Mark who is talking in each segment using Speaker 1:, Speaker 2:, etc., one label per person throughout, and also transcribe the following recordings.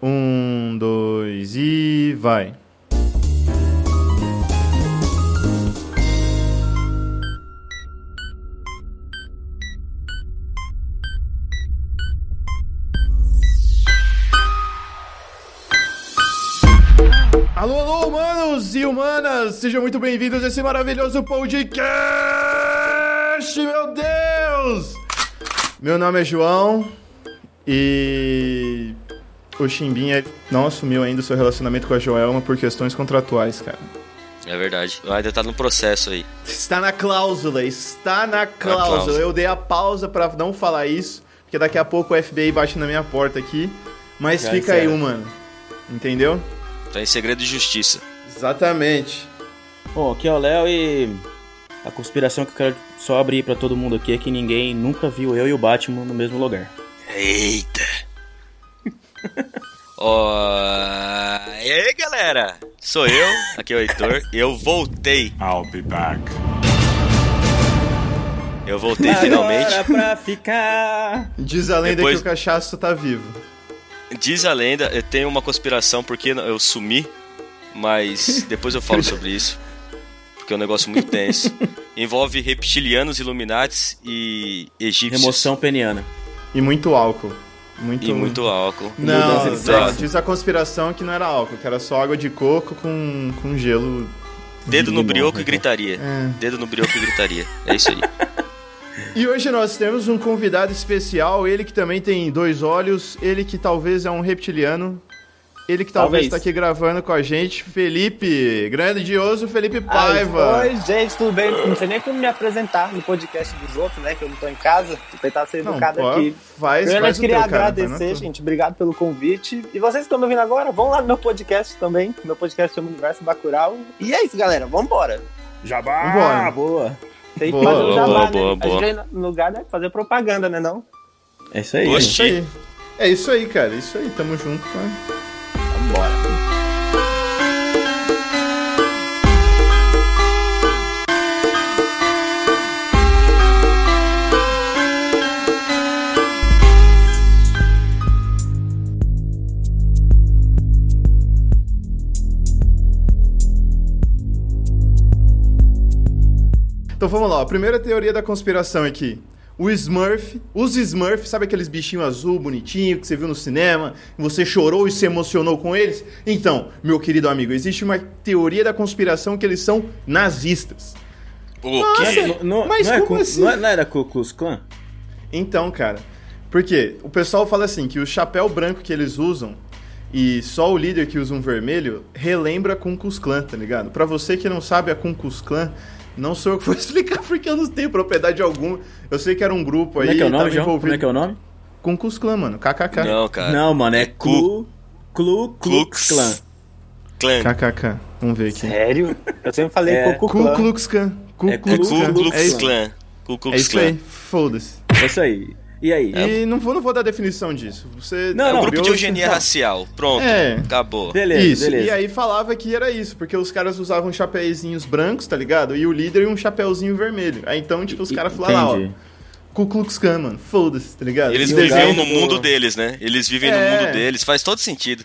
Speaker 1: Um, dois e vai. Alô, alô, humanos e humanas! Sejam muito bem-vindos a esse maravilhoso podcast, meu Deus! Meu nome é João e o Chimbinha não assumiu ainda o seu relacionamento com a Joelma por questões contratuais, cara.
Speaker 2: É verdade. Ainda tá no processo aí.
Speaker 1: Está na cláusula, está na cláusula.
Speaker 2: cláusula.
Speaker 1: Eu dei a pausa pra não falar isso, porque daqui a pouco o FBI bate na minha porta aqui. Mas
Speaker 2: Já é
Speaker 1: fica aí,
Speaker 2: era.
Speaker 1: humano. Entendeu?
Speaker 2: Tá em segredo de justiça.
Speaker 1: Exatamente.
Speaker 3: Bom, aqui é o Léo e a conspiração que eu quero só abrir pra todo mundo aqui é que ninguém nunca viu eu e o Batman no mesmo lugar.
Speaker 2: Eita! Ó. E aí, galera? Sou eu, aqui é o Heitor. Eu voltei.
Speaker 4: I'll be back.
Speaker 2: Eu voltei finalmente.
Speaker 3: Agora pra ficar.
Speaker 1: Diz a lenda
Speaker 2: Depois-
Speaker 1: que o cachaço tá vivo.
Speaker 2: Diz a lenda, eu tenho uma conspiração porque eu sumi, mas depois eu falo sobre isso. Porque é um negócio muito tenso. Envolve reptilianos, iluminatis e egípcios.
Speaker 3: Remoção peniana.
Speaker 1: E muito álcool. Muito,
Speaker 2: E muito álcool.
Speaker 1: Não,
Speaker 3: Mudança de
Speaker 1: não,
Speaker 2: sexo.
Speaker 1: diz a conspiração que não era álcool, que era só água de coco com, com gelo.
Speaker 2: Dedo no
Speaker 3: Limão,
Speaker 2: brioco e
Speaker 3: então.
Speaker 2: gritaria.
Speaker 1: É.
Speaker 2: Dedo no brioco e gritaria. É isso aí.
Speaker 1: E hoje nós temos um convidado especial, ele que também tem dois olhos, ele que talvez é um reptiliano, ele que talvez,
Speaker 5: Talvez.
Speaker 1: tá aqui gravando com a gente, Felipe, grandioso Felipe Paiva.
Speaker 5: Oi, gente, tudo bem? Não sei nem como me apresentar no podcast dos outros, né? Que eu não tô em casa. Vou tentar ser
Speaker 1: Não,
Speaker 5: educado
Speaker 1: pô,
Speaker 5: aqui.
Speaker 1: faz,
Speaker 5: Primeiro, eu
Speaker 1: faz o
Speaker 5: queria
Speaker 1: teu, cara, vai na
Speaker 5: agradecer,
Speaker 1: tua.
Speaker 5: gente. Obrigado pelo convite. E vocês que estão me ouvindo agora, vão lá no meu podcast também. Meu podcast chama Universo Bacurau. E é isso, galera. Vambora.
Speaker 4: Jabá!
Speaker 1: Vambora.
Speaker 3: boa.
Speaker 5: Tem que
Speaker 1: Boa,
Speaker 5: fazer o
Speaker 1: boa,
Speaker 5: jabá,
Speaker 2: boa,
Speaker 5: né?
Speaker 2: boa,
Speaker 5: A
Speaker 2: boa.
Speaker 5: gente vem no lugar, né? Fazer propaganda, né? Não?
Speaker 3: É isso aí.
Speaker 1: É
Speaker 2: Oxi.
Speaker 1: isso aí. É isso aí, cara, é isso aí, tamo junto, cara.
Speaker 5: Vambora.
Speaker 1: Então vamos lá, ó. primeira teoria da conspiração aqui. O Smurf, os Smurfs, sabe aqueles bichinhos azul bonitinho que você viu no cinema? Você chorou e se emocionou com eles? Então, meu querido amigo, existe uma teoria da conspiração que eles são nazistas.
Speaker 2: O
Speaker 1: Nossa,
Speaker 2: quê?
Speaker 3: Não, não-
Speaker 1: Mas
Speaker 3: não é
Speaker 1: como
Speaker 3: Ku-
Speaker 1: assim?
Speaker 3: não é- não era Ku Klux Klan? é
Speaker 1: Então, cara, porque o pessoal fala assim que o chapéu branco que eles usam e só o líder que usa um vermelho relembra a Ku Klux Klan, tá ligado? Pra você que não sabe a Ku Klux Klan, não sou eu que vou explicar porque eu não tenho propriedade alguma. Eu sei que era um grupo aí
Speaker 3: Como é que é o nome,
Speaker 1: tava
Speaker 3: João? Como
Speaker 1: envolvido
Speaker 3: é que é o nome?
Speaker 1: Ku Klux Klan, mano. KKK.
Speaker 2: Não, cara.
Speaker 3: Não, mano, é
Speaker 2: Ku-
Speaker 3: Ku Klu Klux Klan.
Speaker 2: Clan.
Speaker 1: KKK. Vamos ver aqui.
Speaker 5: Sério? Eu sempre falei
Speaker 3: É.
Speaker 5: Cucu
Speaker 1: Ku
Speaker 5: Clan.
Speaker 1: Klux Klan. Ku
Speaker 3: É
Speaker 2: É
Speaker 1: Klux
Speaker 2: Ku
Speaker 1: Klan. É
Speaker 2: Klux
Speaker 1: isso-
Speaker 2: Klan. Ku
Speaker 1: É
Speaker 2: Klux
Speaker 1: isso aí.
Speaker 2: Klan.
Speaker 1: Foda-se.
Speaker 3: É isso aí. E aí?
Speaker 1: E não vou, não vou dar definição disso. Você
Speaker 3: Não,
Speaker 2: É
Speaker 3: não,
Speaker 2: um grupo de
Speaker 1: curioso?
Speaker 2: eugenia racial. Pronto.
Speaker 1: tá. É.
Speaker 2: Acabou.
Speaker 3: Beleza,
Speaker 1: Isso,
Speaker 3: beleza.
Speaker 1: e aí falava que era isso, porque os caras usavam chapéuzinhos brancos, tá ligado? E o líder e um chapéuzinho vermelho. Aí então, tipo, os caras falaram lá,
Speaker 3: Entendi.
Speaker 1: ó, Ku Klux Klan, mano, foda-se, tá ligado?
Speaker 2: Eles
Speaker 1: E o
Speaker 2: viviam
Speaker 1: gajo
Speaker 2: no
Speaker 1: do-
Speaker 2: mundo deles, né? Eles vivem
Speaker 1: É.
Speaker 2: no mundo deles. Faz todo sentido.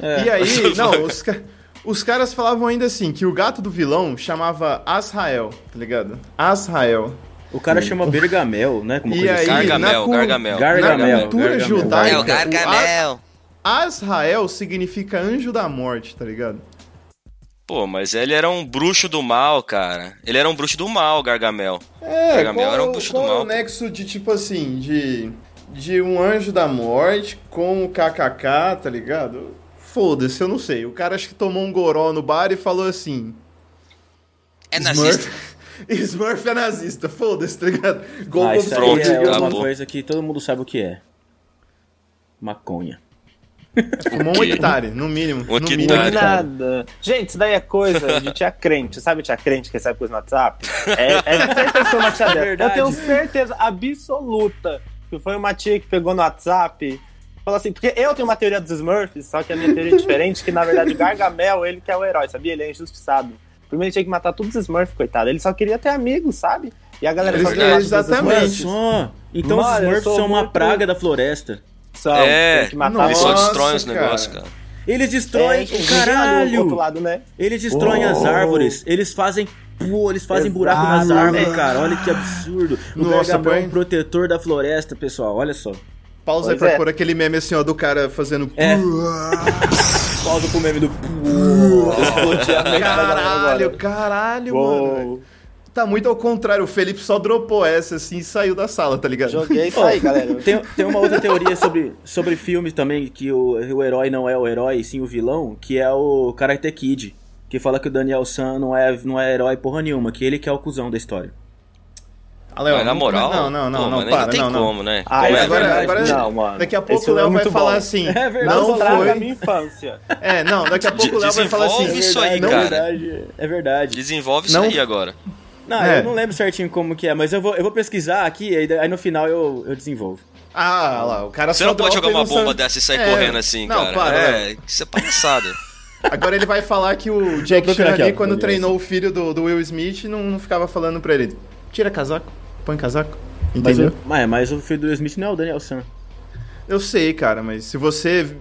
Speaker 3: É.
Speaker 1: E aí, não, os, ca- os caras falavam ainda assim, que o gato do vilão chamava Azrael, tá ligado? Azrael.
Speaker 3: O cara chama Bergamel, né? Como
Speaker 1: E
Speaker 3: coisa
Speaker 1: aí,
Speaker 3: assim.
Speaker 2: Gargamel,
Speaker 1: na cu-
Speaker 2: Gargamel.
Speaker 3: Gargamel.
Speaker 1: Na cultura
Speaker 3: Gargamel.
Speaker 1: judaica,
Speaker 3: É,
Speaker 1: o
Speaker 2: Gargamel.
Speaker 1: A- Azrael significa anjo da morte, tá ligado?
Speaker 2: Pô, mas ele era um bruxo do mal, cara. Ele era um bruxo do mal, Gargamel.
Speaker 1: É,
Speaker 2: Gargamel
Speaker 1: qual,
Speaker 2: era um puxo do
Speaker 1: qual é
Speaker 2: mal,
Speaker 1: o
Speaker 2: pô.
Speaker 1: nexo de tipo assim, de, de um anjo da morte com o KKK, tá ligado? Foda-se, eu não sei. O cara acho que tomou um goró no bar e falou assim:
Speaker 2: É nazista.
Speaker 1: Smurf, Smurf é nazista, foda-se, tá ligado? Gol
Speaker 3: Ah, isso aí
Speaker 2: Pronto,
Speaker 3: é uma
Speaker 2: acabou.
Speaker 3: coisa que todo mundo sabe o que é. Maconha.
Speaker 1: Fumou um
Speaker 2: quê?
Speaker 1: hectare, no mínimo.
Speaker 2: Um
Speaker 1: no mínimo.
Speaker 2: hectare.
Speaker 5: Nada. Gente, isso daí é coisa de tia crente. Sabe tia crente que recebe coisa no WhatsApp? É, é certeza que foi uma tia dessa.
Speaker 3: Verdade.
Speaker 5: Eu tenho certeza absoluta que foi uma tia que pegou no WhatsApp. Falou assim, porque eu tenho uma teoria dos Smurfs, só que a minha teoria é diferente, que na verdade o Gargamel, ele que é o herói, sabia? Ele é injustiçado. Primeiro ele tinha que matar todos os Smurfs, coitado. Ele só queria ter amigos, sabe? E a galera só
Speaker 1: Eles-
Speaker 5: quer matar
Speaker 1: eles
Speaker 5: todos os
Speaker 1: exatamente.
Speaker 3: Olha
Speaker 5: Smurfs.
Speaker 3: só. Então
Speaker 5: é Mano,
Speaker 3: os
Speaker 5: eu
Speaker 3: Smurfs
Speaker 5: sou
Speaker 3: são uma
Speaker 5: muito-
Speaker 3: praga da floresta.
Speaker 5: São,
Speaker 2: É.
Speaker 5: tem que matar
Speaker 2: Ele só
Speaker 1: Nossa,
Speaker 2: destrói os negócios,
Speaker 1: cara.
Speaker 2: cara.
Speaker 3: Eles destroem
Speaker 5: É,
Speaker 3: o
Speaker 5: do outro
Speaker 3: caralho.
Speaker 5: lado, né?
Speaker 3: Eles destroem as árvores. Eles fazem. Pô, eles fazem buraco nas
Speaker 5: Exato.
Speaker 3: árvores, cara. Olha que absurdo. O
Speaker 1: Nossa,
Speaker 3: Gargamel é
Speaker 1: põe-
Speaker 3: um protetor da floresta, pessoal. Olha só.
Speaker 1: Pausa aí
Speaker 5: Pois
Speaker 1: pra
Speaker 5: é.
Speaker 1: pôr aquele meme assim, ó, do cara fazendo.
Speaker 3: É. Pausa pro meme do.
Speaker 5: Explodir a mente da galera
Speaker 1: Caralho,
Speaker 5: agora.
Speaker 1: caralho, mano.
Speaker 5: Uou.
Speaker 1: Tá muito ao contrário, o Felipe só dropou essa assim e saiu da sala, tá ligado?
Speaker 5: Joguei isso aí, galera.
Speaker 3: Tem, tem uma outra teoria sobre, sobre filmes também, que o, o herói não é o herói, sim o vilão, que é o Karate Kid, que fala que o Daniel San não é, não é herói porra nenhuma, que ele que é o cuzão da história.
Speaker 1: Ah, Léo,
Speaker 2: Mas na
Speaker 1: não-
Speaker 2: moral.
Speaker 1: Não, não, não,
Speaker 2: pô,
Speaker 1: não,
Speaker 2: mas
Speaker 1: para,
Speaker 2: não tem
Speaker 1: não, não.
Speaker 2: como, né?
Speaker 5: Ah,
Speaker 2: Como
Speaker 5: é
Speaker 2: é?
Speaker 1: agora,
Speaker 5: verdade.
Speaker 1: agora
Speaker 5: Não, mano.
Speaker 1: daqui a pouco
Speaker 5: Esse
Speaker 1: o Léo
Speaker 5: é
Speaker 1: vai
Speaker 5: muito
Speaker 1: falar
Speaker 5: bom.
Speaker 1: assim.
Speaker 3: É verdade.
Speaker 5: Não,
Speaker 1: não
Speaker 5: traga a
Speaker 1: foi.
Speaker 5: minha infância.
Speaker 1: É, não, daqui a pouco o Léo vai falar assim.
Speaker 2: Desenvolve isso aí,
Speaker 1: não,
Speaker 2: cara.
Speaker 3: verdade, é verdade.
Speaker 2: Desenvolve isso
Speaker 1: Não-
Speaker 2: aí agora.
Speaker 3: Não,
Speaker 1: É.
Speaker 3: eu não lembro certinho como que é, mas eu vou, eu vou pesquisar aqui, aí, aí no final eu, eu desenvolvo.
Speaker 1: Ah, lá, o cara
Speaker 2: Você
Speaker 1: só
Speaker 2: não pode
Speaker 1: dropa
Speaker 2: jogar
Speaker 1: e
Speaker 2: uma
Speaker 1: sabe-
Speaker 2: bomba dessa e sair
Speaker 1: É.
Speaker 2: correndo assim,
Speaker 1: não,
Speaker 2: cara.
Speaker 1: Para, Léo.
Speaker 2: é, isso é palhaçada.
Speaker 1: Agora ele vai falar que o Jake
Speaker 3: tô
Speaker 1: Chan
Speaker 3: vendo aqui,
Speaker 1: ali,
Speaker 3: ó.
Speaker 1: quando
Speaker 3: Beleza.
Speaker 1: treinou o filho do, do Will Smith, não, não ficava falando pra ele, tira casaco, põe casaco,
Speaker 3: Mas,
Speaker 1: entendeu?
Speaker 3: o, mas, mas o filho do Will Smith não é o Daniel San.
Speaker 1: Eu sei, cara, mas se você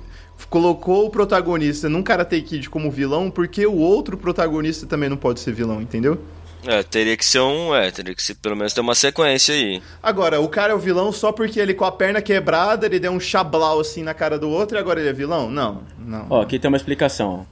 Speaker 1: colocou o protagonista num Karate Kid como vilão, por que o outro protagonista também não pode ser vilão, entendeu?
Speaker 2: É, teria que ser um. É, teria que ser pelo menos ter uma sequência aí.
Speaker 1: Agora, o cara é o vilão só porque ele com a perna quebrada, ele deu um chablau assim na cara do outro e agora ele é vilão? Não, não.
Speaker 3: Ó, aqui tem uma explicação. ó.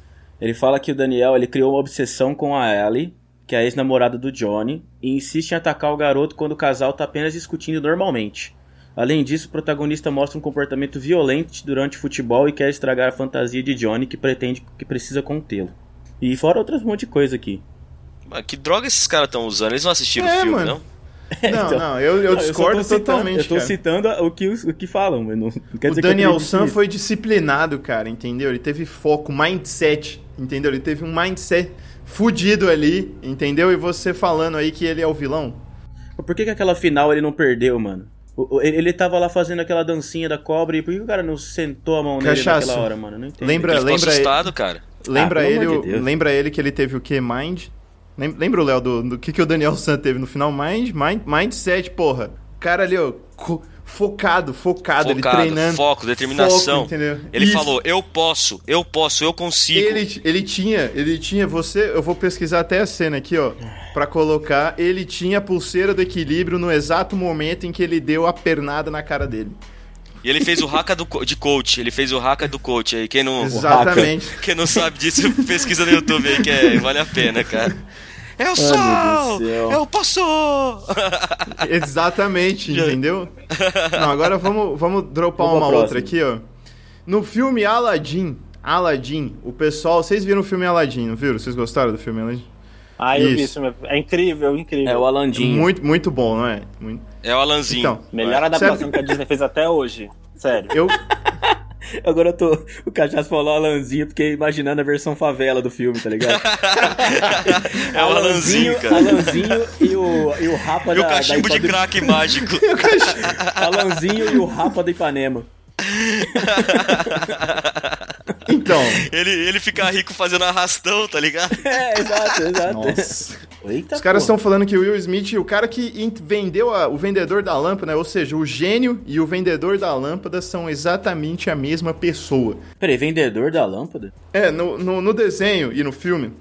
Speaker 3: Ele fala que o Daniel ele criou uma obsessão com a Ellie, que é a ex-namorada do Johnny, e insiste em atacar o garoto quando o casal tá apenas discutindo normalmente. Além disso, o protagonista mostra um comportamento violento durante o futebol e quer estragar a fantasia de Johnny que pretende que precisa contê-lo. E fora outras um monte de coisa aqui.
Speaker 2: Mas que droga esses caras estão usando? Eles não assistiram o
Speaker 1: É,
Speaker 2: filme,
Speaker 1: mano.
Speaker 2: não?
Speaker 1: não,
Speaker 3: então-
Speaker 1: não, eu, eu
Speaker 3: Não, só
Speaker 1: discordo
Speaker 3: tô citando-
Speaker 1: totalmente,
Speaker 3: Eu tô
Speaker 1: cara.
Speaker 3: citando o que, os- o que falam, mas não, não quer
Speaker 1: O
Speaker 3: dizer que
Speaker 1: Daniel
Speaker 3: eu
Speaker 1: San
Speaker 3: acredito
Speaker 1: foi disciplinado, cara, entendeu? Ele teve foco, mindset, entendeu? Ele teve um mindset fudido ali, entendeu? E você falando aí que ele é o vilão.
Speaker 3: nisso. Por que, que aquela final ele não perdeu, mano? O- o- Ele ele tava lá fazendo aquela dancinha da cobra e por que o cara não sentou a mão nele
Speaker 1: Cachaço.
Speaker 3: naquela hora, mano? Eu Não entendi.
Speaker 1: Lembra,
Speaker 2: Ele ficou
Speaker 1: lembra,
Speaker 2: assustado, cara.
Speaker 1: lembra,
Speaker 3: Ah, pelo
Speaker 1: ele,
Speaker 3: amor
Speaker 1: o-
Speaker 3: de Deus.
Speaker 1: lembra ele que ele teve o que? Mind? Lem- Lembra o Léo do, do que, que o Daniel San teve no final? Mind, mind, mindset, porra. O cara ali, ó, co- focado, focado, ele
Speaker 2: Focado,
Speaker 1: Ah, treinando.
Speaker 2: foco, determinação.
Speaker 1: foco, entendeu?
Speaker 2: Ele
Speaker 1: Isso.
Speaker 2: falou, eu posso, eu posso, eu consigo.
Speaker 1: Ele, ele tinha, ele tinha, você, eu vou pesquisar até a cena aqui, ó, Pra colocar. Ele tinha a pulseira do equilíbrio no exato momento em que ele deu a pernada na cara dele.
Speaker 2: E ele fez o haka do, co- de coach. Ele fez o haka do coach aí. Quem não,
Speaker 1: Exatamente.
Speaker 2: quem não sabe disso, pesquisa no YouTube aí, que é, vale a pena, cara. "É Eu
Speaker 3: Deus
Speaker 2: sou!
Speaker 3: do céu.
Speaker 2: Eu posso!
Speaker 1: Exatamente, entendeu? Não, agora vamos, vamos dropar
Speaker 3: Vamos pra
Speaker 1: uma
Speaker 3: próxima.
Speaker 1: outra aqui, ó. No filme Aladdin, Aladdin, o pessoal, vocês viram o filme Aladdin, não viram? Vocês gostaram do filme Aladdin?
Speaker 5: Aí eu vi
Speaker 1: Isso.
Speaker 5: isso, meu. É incrível, incrível.
Speaker 3: É o Alandinho.
Speaker 1: Muito, muito bom, não é? Muito-
Speaker 2: É o Alanzinho.
Speaker 1: Então,
Speaker 5: Melhor adaptação que a Disney fez até hoje. Sério.
Speaker 1: eu
Speaker 3: Agora eu tô. O Cachaço falou Alanzinho, porque imaginando a versão favela do filme, tá ligado?
Speaker 2: é o Alanzinho, cara.
Speaker 3: Alanzinho e o, e o Rapa
Speaker 2: E o
Speaker 3: da.
Speaker 2: cachimbo
Speaker 3: da
Speaker 2: de
Speaker 3: Ipanema.
Speaker 2: crack mágico.
Speaker 3: Alanzinho e o Rapa da Ipanema.
Speaker 1: então,
Speaker 2: Ele, ele fica rico fazendo arrastão, tá ligado?
Speaker 3: É, exato, exato.
Speaker 1: nossa.
Speaker 3: Eita,
Speaker 1: Os caras
Speaker 3: porra.
Speaker 1: estão falando que o Will Smith, o cara que in- vendeu a- o vendedor da lâmpada, né? ou seja, o gênio e o vendedor da lâmpada são exatamente a mesma pessoa.
Speaker 3: Peraí, vendedor da lâmpada?
Speaker 1: É, no, no- no desenho e no filme,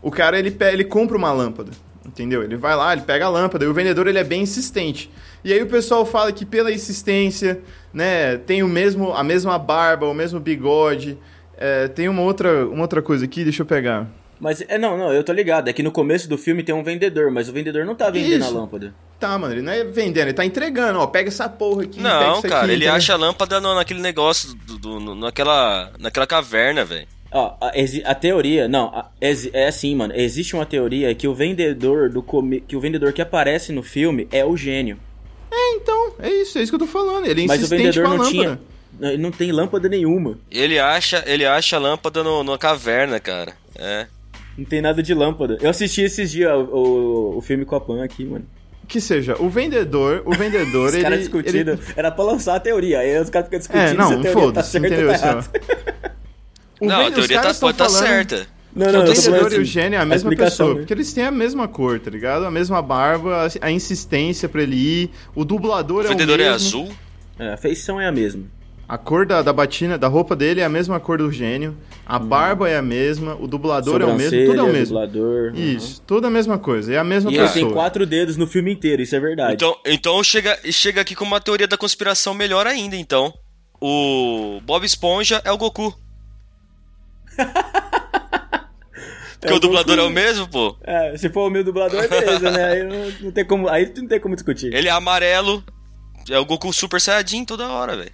Speaker 1: o cara ele, pe- ele compra uma lâmpada, entendeu? Ele vai lá, ele pega a lâmpada e o vendedor ele é bem insistente. E aí o pessoal fala que pela insistência, né, tem o mesmo, a mesma barba, o mesmo bigode. É, tem uma outra, uma outra coisa aqui, deixa eu pegar.
Speaker 3: Mas, é, não, não, eu tô ligado. É que no começo do filme tem um vendedor, mas o vendedor não tá vendendo
Speaker 1: Isso.
Speaker 3: a lâmpada.
Speaker 1: Tá, mano, ele não é vendendo, ele tá entregando, ó, pega essa porra aqui, pega
Speaker 2: Não,
Speaker 1: isso
Speaker 2: cara,
Speaker 1: aqui, né?
Speaker 2: ele
Speaker 1: entendeu?
Speaker 2: acha a lâmpada no- naquele negócio, do, do- no- naquela, naquela caverna, velho.
Speaker 3: Ó, a, exi- a teoria, não, a- exi- é assim, mano. Existe uma teoria que o vendedor do come- que o vendedor que aparece no filme é o gênio.
Speaker 1: Então, é isso, é isso que eu tô falando. Ele é
Speaker 3: Mas o
Speaker 1: insistente
Speaker 3: vendedor
Speaker 1: com a
Speaker 3: não
Speaker 1: lâmpada.
Speaker 3: tinha. Não, não tem lâmpada nenhuma.
Speaker 2: Ele acha, ele acha a lâmpada no, numa caverna, cara. É.
Speaker 3: Não tem nada de lâmpada. Eu assisti esses dias o, o, o filme com a Pan aqui, mano.
Speaker 1: Que seja, o vendedor, o vendedor,
Speaker 3: Os
Speaker 1: ele...
Speaker 3: caras discutindo.
Speaker 1: ele-
Speaker 3: Era pra lançar a teoria. Aí os caras ficam discutindo
Speaker 1: É,
Speaker 3: se a
Speaker 1: não,
Speaker 3: teoria tá
Speaker 1: foda-se,
Speaker 3: certa
Speaker 1: entendeu?
Speaker 3: ou
Speaker 1: Assim, ó.
Speaker 3: tá errada.
Speaker 1: O
Speaker 2: não,
Speaker 1: ven-
Speaker 2: a
Speaker 1: os
Speaker 2: teoria tá,
Speaker 1: caras
Speaker 2: pode
Speaker 1: tão
Speaker 2: estar
Speaker 1: falando-
Speaker 2: certa.
Speaker 3: Não,
Speaker 1: O
Speaker 3: não, eu tô falando
Speaker 1: vendedor e o
Speaker 3: assim,
Speaker 1: gênio é a mesma
Speaker 3: explicação,
Speaker 1: pessoa,
Speaker 3: né?
Speaker 1: porque eles têm a mesma cor, tá ligado? A mesma barba, a- a insistência pra ele ir, o dublador é
Speaker 2: O
Speaker 1: o
Speaker 2: vendedor é
Speaker 1: mesmo.
Speaker 2: azul?
Speaker 3: É, a feição é a mesma.
Speaker 1: A cor da, da batina, da roupa dele é a mesma cor do gênio. A barba é a mesma. O dublador é o mesmo. Tudo é o
Speaker 3: Uhum. Sobrancelha,
Speaker 1: mesmo.
Speaker 3: dublador. né?
Speaker 1: Isso, tudo a mesma coisa. É a mesma
Speaker 3: E ele
Speaker 1: pessoa.
Speaker 3: tem quatro dedos no filme inteiro, isso é verdade.
Speaker 2: Então, então chega, chega aqui com uma teoria da conspiração melhor ainda, então. O Bob Esponja é o Goku. Porque
Speaker 3: É o
Speaker 2: o dublador
Speaker 3: Goku.
Speaker 2: é o mesmo, pô.
Speaker 3: É, se for o meu dublador, beleza, né? Aí não, não tem como, aí não tem como discutir.
Speaker 2: Ele é amarelo. É o Goku Super Saiyajin toda hora, velho.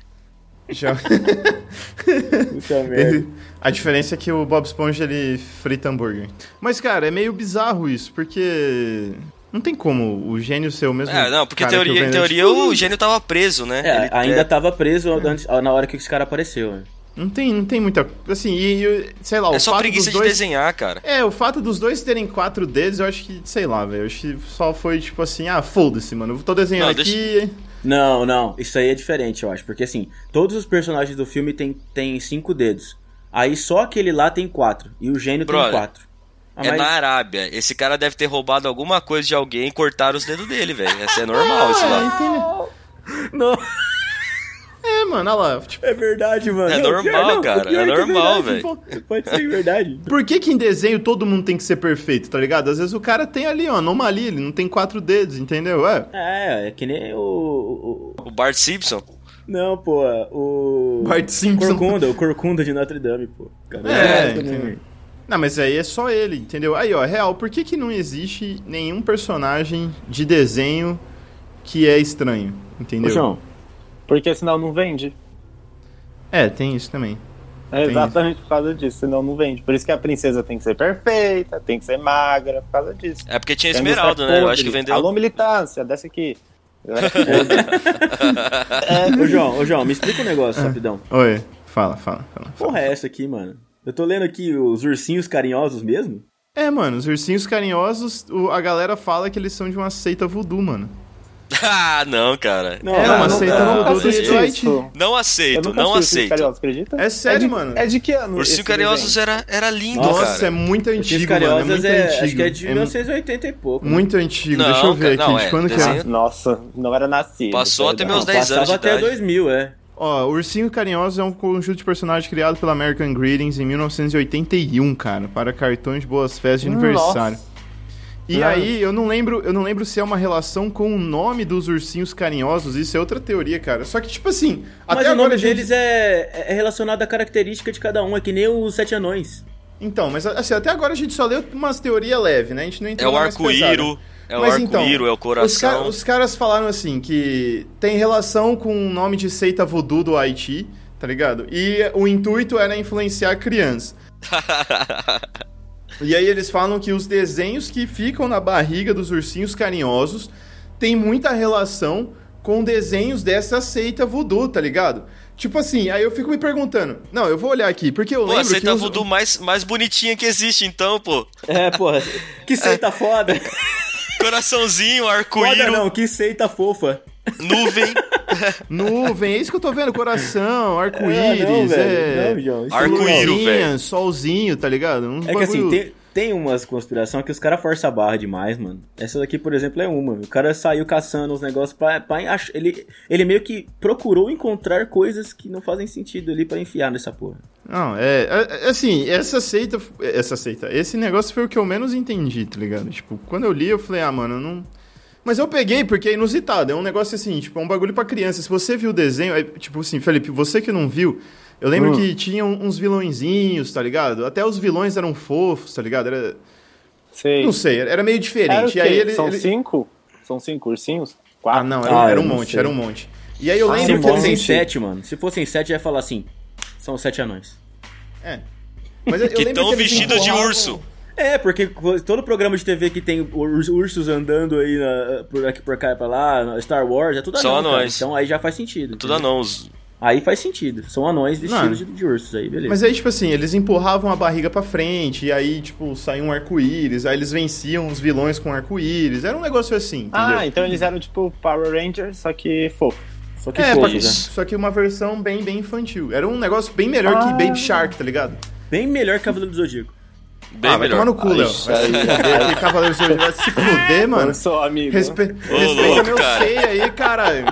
Speaker 1: Já-
Speaker 3: Puta merda.
Speaker 1: Ele- a diferença é que o Bob Esponja ele frita hambúrguer. Mas, cara, é meio bizarro isso, porque. Não tem como o gênio ser o mesmo.
Speaker 2: É, não, porque
Speaker 1: cara que
Speaker 2: teoria,
Speaker 1: o
Speaker 2: em
Speaker 1: Venom,
Speaker 2: teoria
Speaker 1: tipo,
Speaker 2: o gênio tava preso, né?
Speaker 3: É,
Speaker 2: Ele-
Speaker 3: ainda
Speaker 2: é,
Speaker 3: tava preso antes- na hora que esse cara apareceu. né?
Speaker 1: Não tem, não tem muita. Assim, e, e- sei lá,
Speaker 2: é
Speaker 1: o
Speaker 2: só
Speaker 1: fato
Speaker 2: preguiça
Speaker 1: tá dos
Speaker 2: de
Speaker 1: dois...
Speaker 2: desenhar, cara.
Speaker 1: É, o fato dos dois terem quatro dedos, eu acho que, sei lá, velho. eu Acho que só foi tipo assim, ah, foda-se, mano. Eu tô desenhando
Speaker 2: Não,
Speaker 1: aqui.
Speaker 3: Não, não, isso aí é diferente, eu acho. Porque assim, todos os personagens do filme têm tem cinco dedos. Aí só aquele lá tem quatro. E o gênio
Speaker 2: Brother,
Speaker 3: tem quatro. Ah,
Speaker 2: É
Speaker 3: mas-
Speaker 2: na Arábia. Esse cara deve ter roubado alguma coisa de alguém e cortaram os dedos dele, velho. Isso é normal, isso lá.
Speaker 3: Não,
Speaker 1: Tá É, mano, olha lá. Tipo,
Speaker 3: é verdade, mano.
Speaker 2: É
Speaker 3: Não,
Speaker 2: normal,
Speaker 3: pior- não,
Speaker 2: cara,
Speaker 3: pior
Speaker 2: é
Speaker 3: que
Speaker 2: normal,
Speaker 3: verdade, pô. Pode ser verdade.
Speaker 1: por que que em desenho todo mundo tem que ser perfeito, tá ligado? Às vezes o cara tem ali, ó, anomalia, ele não tem quatro dedos, entendeu? É.
Speaker 3: É, é que nem o- o. o-
Speaker 2: O Bart Simpson.
Speaker 3: não, pô, é, o.
Speaker 1: Bart Simpson.
Speaker 3: Corcunda, o Corcunda de Notre Dame, pô. Cara,
Speaker 1: É,
Speaker 3: todo mundo.
Speaker 1: entendeu? Não, mas aí é só ele, entendeu? Aí, ó, é real, por que que não existe nenhum personagem de desenho que é estranho,
Speaker 3: Ô,
Speaker 1: entendeu?
Speaker 3: João,
Speaker 5: Porque senão não vende.
Speaker 1: É, tem isso também.
Speaker 5: É
Speaker 1: Tem
Speaker 5: exatamente por causa disso, senão não vende. Por isso que a princesa tem que ser perfeita, tem que ser magra, por causa disso.
Speaker 2: É porque tinha
Speaker 5: É
Speaker 2: esmeralda,
Speaker 5: música
Speaker 2: né? Eu
Speaker 5: podre.
Speaker 2: acho que vendeu.
Speaker 5: Alô, militância, desce aqui.
Speaker 1: É, Ah.
Speaker 3: ô, João, ô, João, me explica um negócio rapidão.
Speaker 1: Oi, fala, fala, fala. fala.
Speaker 3: Porra, é essa aqui, mano? Eu tô lendo aqui os ursinhos carinhosos mesmo?
Speaker 1: É, mano, os ursinhos carinhosos, o- a galera fala que eles são de uma seita voodoo, mano.
Speaker 2: Ah, não, cara.
Speaker 3: Não,
Speaker 1: É,
Speaker 5: Ah,
Speaker 1: uma
Speaker 5: não-
Speaker 1: seita
Speaker 5: eu
Speaker 2: não,
Speaker 5: nunca
Speaker 1: voodoo
Speaker 2: velho.
Speaker 5: assisti
Speaker 1: do Haiti.
Speaker 5: isso.
Speaker 2: Não
Speaker 5: Eu
Speaker 2: aceito, não
Speaker 5: nunca assisti Ursinhos
Speaker 2: aceito.
Speaker 5: Carinhosos, acredita?
Speaker 1: É sério,
Speaker 5: de-
Speaker 1: mano.
Speaker 5: É de que ano?
Speaker 2: Ursinho
Speaker 5: esse
Speaker 2: Carinhosos
Speaker 5: desenho?
Speaker 2: era, era lindo,
Speaker 1: Nossa,
Speaker 2: cara.
Speaker 1: é muito
Speaker 3: Ursinhos
Speaker 1: antigo, mano. É
Speaker 3: carinhosos
Speaker 1: muito
Speaker 3: é,
Speaker 1: antigo.
Speaker 3: acho que é de
Speaker 1: mu-
Speaker 3: 1980 e pouco. né?
Speaker 1: Muito antigo,
Speaker 2: Não,
Speaker 1: deixa eu ver
Speaker 2: cara,
Speaker 1: aqui.
Speaker 2: não,
Speaker 1: de
Speaker 2: é,
Speaker 1: quando que
Speaker 2: desenho-
Speaker 1: é?
Speaker 5: Nossa, não era nascido.
Speaker 2: Passou até
Speaker 5: perdão.
Speaker 2: meus 10 anos de
Speaker 3: Passava até
Speaker 2: idade.
Speaker 3: 2000, é.
Speaker 1: Ó, Ursinho Carinhoso é um conjunto de personagens criado pela American Greetings em 1981, cara, para cartões de boas festas de aniversário. E
Speaker 5: Ah.
Speaker 1: aí, eu não lembro, eu não lembro se é uma relação com o nome dos ursinhos carinhosos, isso é outra teoria, cara. Só que tipo assim,
Speaker 3: Mas
Speaker 1: até
Speaker 3: o nome
Speaker 1: agora a gente
Speaker 3: deles é, é relacionado à característica de cada um, é que nem os Sete Anões.
Speaker 1: Então, mas assim, até agora a gente só leu umas teorias leves, né? A gente não
Speaker 2: É
Speaker 1: entendeu
Speaker 2: o arco-íro, é o arco-íro, é o
Speaker 1: Os, ca-
Speaker 2: coração.
Speaker 1: os caras falaram assim que tem relação com o nome de seita voodoo do Haiti, tá ligado? E o intuito era influenciar crianças. E aí eles falam que os desenhos que ficam na barriga dos ursinhos carinhosos têm muita relação com desenhos dessa seita voodoo, tá ligado? Tipo assim, aí eu fico me perguntando. Não, eu vou olhar aqui, porque eu
Speaker 2: Pô,
Speaker 1: lembro
Speaker 2: a
Speaker 1: que
Speaker 2: seita
Speaker 1: os-
Speaker 2: voodoo mais, mais bonitinha que existe, então, pô.
Speaker 3: É, porra. Que
Speaker 1: É.
Speaker 3: seita foda.
Speaker 2: Coraçãozinho,
Speaker 3: Foda
Speaker 2: arco-íro,
Speaker 3: não, que seita fofa.
Speaker 2: nuvem.
Speaker 1: Nuvem, é isso que eu tô vendo, coração,
Speaker 3: É, não,
Speaker 1: arco-íris,
Speaker 3: velho.
Speaker 1: é...
Speaker 3: Não, João,
Speaker 2: Arco-íris.
Speaker 3: isso não.
Speaker 2: Arco-íris.
Speaker 1: luzinha,
Speaker 2: velho.
Speaker 1: solzinho, tá ligado? Uns
Speaker 3: É que assim,
Speaker 1: bagulho-
Speaker 3: tem, tem umas conspirações que os caras forçam a barra demais, mano. Essa daqui, por exemplo, é uma. O cara saiu caçando uns negócios pra. pra ach- ele, ele meio que procurou encontrar coisas que não fazem sentido ali pra enfiar nessa porra.
Speaker 1: Não, é, é- é Assim, essa seita... Essa seita... Esse negócio foi o que eu menos entendi, tá ligado? Tipo, quando eu li, eu falei, ah, mano, eu não... Mas eu peguei porque é inusitado, é um negócio assim, tipo, é um bagulho pra criança. Se você viu o desenho, é, tipo assim, Felipe, você que não viu, eu lembro
Speaker 5: Hum.
Speaker 1: que tinha um, uns vilõezinhos, tá ligado? Até os vilões eram fofos, tá ligado? Era-
Speaker 5: Sei.
Speaker 1: não sei, era meio
Speaker 5: Era o
Speaker 1: diferente.
Speaker 5: quê?
Speaker 1: E aí ele,
Speaker 5: São
Speaker 1: ele-
Speaker 5: cinco? São cinco ursinhos?
Speaker 1: Ah,
Speaker 5: Quatro?
Speaker 1: não, era,
Speaker 3: Ah,
Speaker 1: era
Speaker 3: eu
Speaker 1: um
Speaker 3: não
Speaker 1: monte,
Speaker 3: sei.
Speaker 1: era um monte. E aí eu
Speaker 5: Ah,
Speaker 1: lembro
Speaker 3: Se
Speaker 1: que eu
Speaker 3: fossem
Speaker 1: sentei.
Speaker 3: sete, mano. Se fossem sete, ia falar assim. São sete anões.
Speaker 1: É. Mas eu, eu
Speaker 2: Que
Speaker 1: lembro
Speaker 2: tão
Speaker 1: que eles
Speaker 2: vestidos de
Speaker 1: empurravam-
Speaker 2: urso.
Speaker 3: É, porque todo programa de TV que tem urs- ursos andando aí na- por aqui por cá e pra lá, Star Wars, é tudo
Speaker 2: São
Speaker 3: anão, cara.
Speaker 2: anões.
Speaker 3: Então aí já faz sentido.
Speaker 2: Tudo
Speaker 3: entendeu?
Speaker 2: anão. os-
Speaker 3: Aí faz sentido. São anões
Speaker 1: Não.
Speaker 3: vestidos de, de ursos aí, beleza.
Speaker 1: Mas aí, tipo assim, eles empurravam a barriga pra frente, e aí, tipo, saiu um arco-íris, aí eles venciam os vilões com arco-íris. Era um negócio assim, entendeu?
Speaker 5: Ah, então eles eram tipo Power Rangers, só que fofo.
Speaker 3: Só que
Speaker 1: é,
Speaker 3: fofo,
Speaker 1: pra-
Speaker 3: né?
Speaker 2: isso.
Speaker 1: só que uma versão bem, bem infantil. Era um negócio bem melhor que
Speaker 5: Ah.
Speaker 1: Baby Shark, tá ligado?
Speaker 3: Bem melhor que Cavaleiro do Zodíaco.
Speaker 2: Bem
Speaker 1: ah, vai
Speaker 2: melhor.
Speaker 1: tomar no cu, Léo. Vai se fuder, aquele Cavaleiro do Zodíaco vai se fuder, mano.
Speaker 5: Eu sou amigo.
Speaker 1: Respe... Respeita
Speaker 2: louco,
Speaker 1: meu
Speaker 2: cara.
Speaker 1: sei aí, caralho.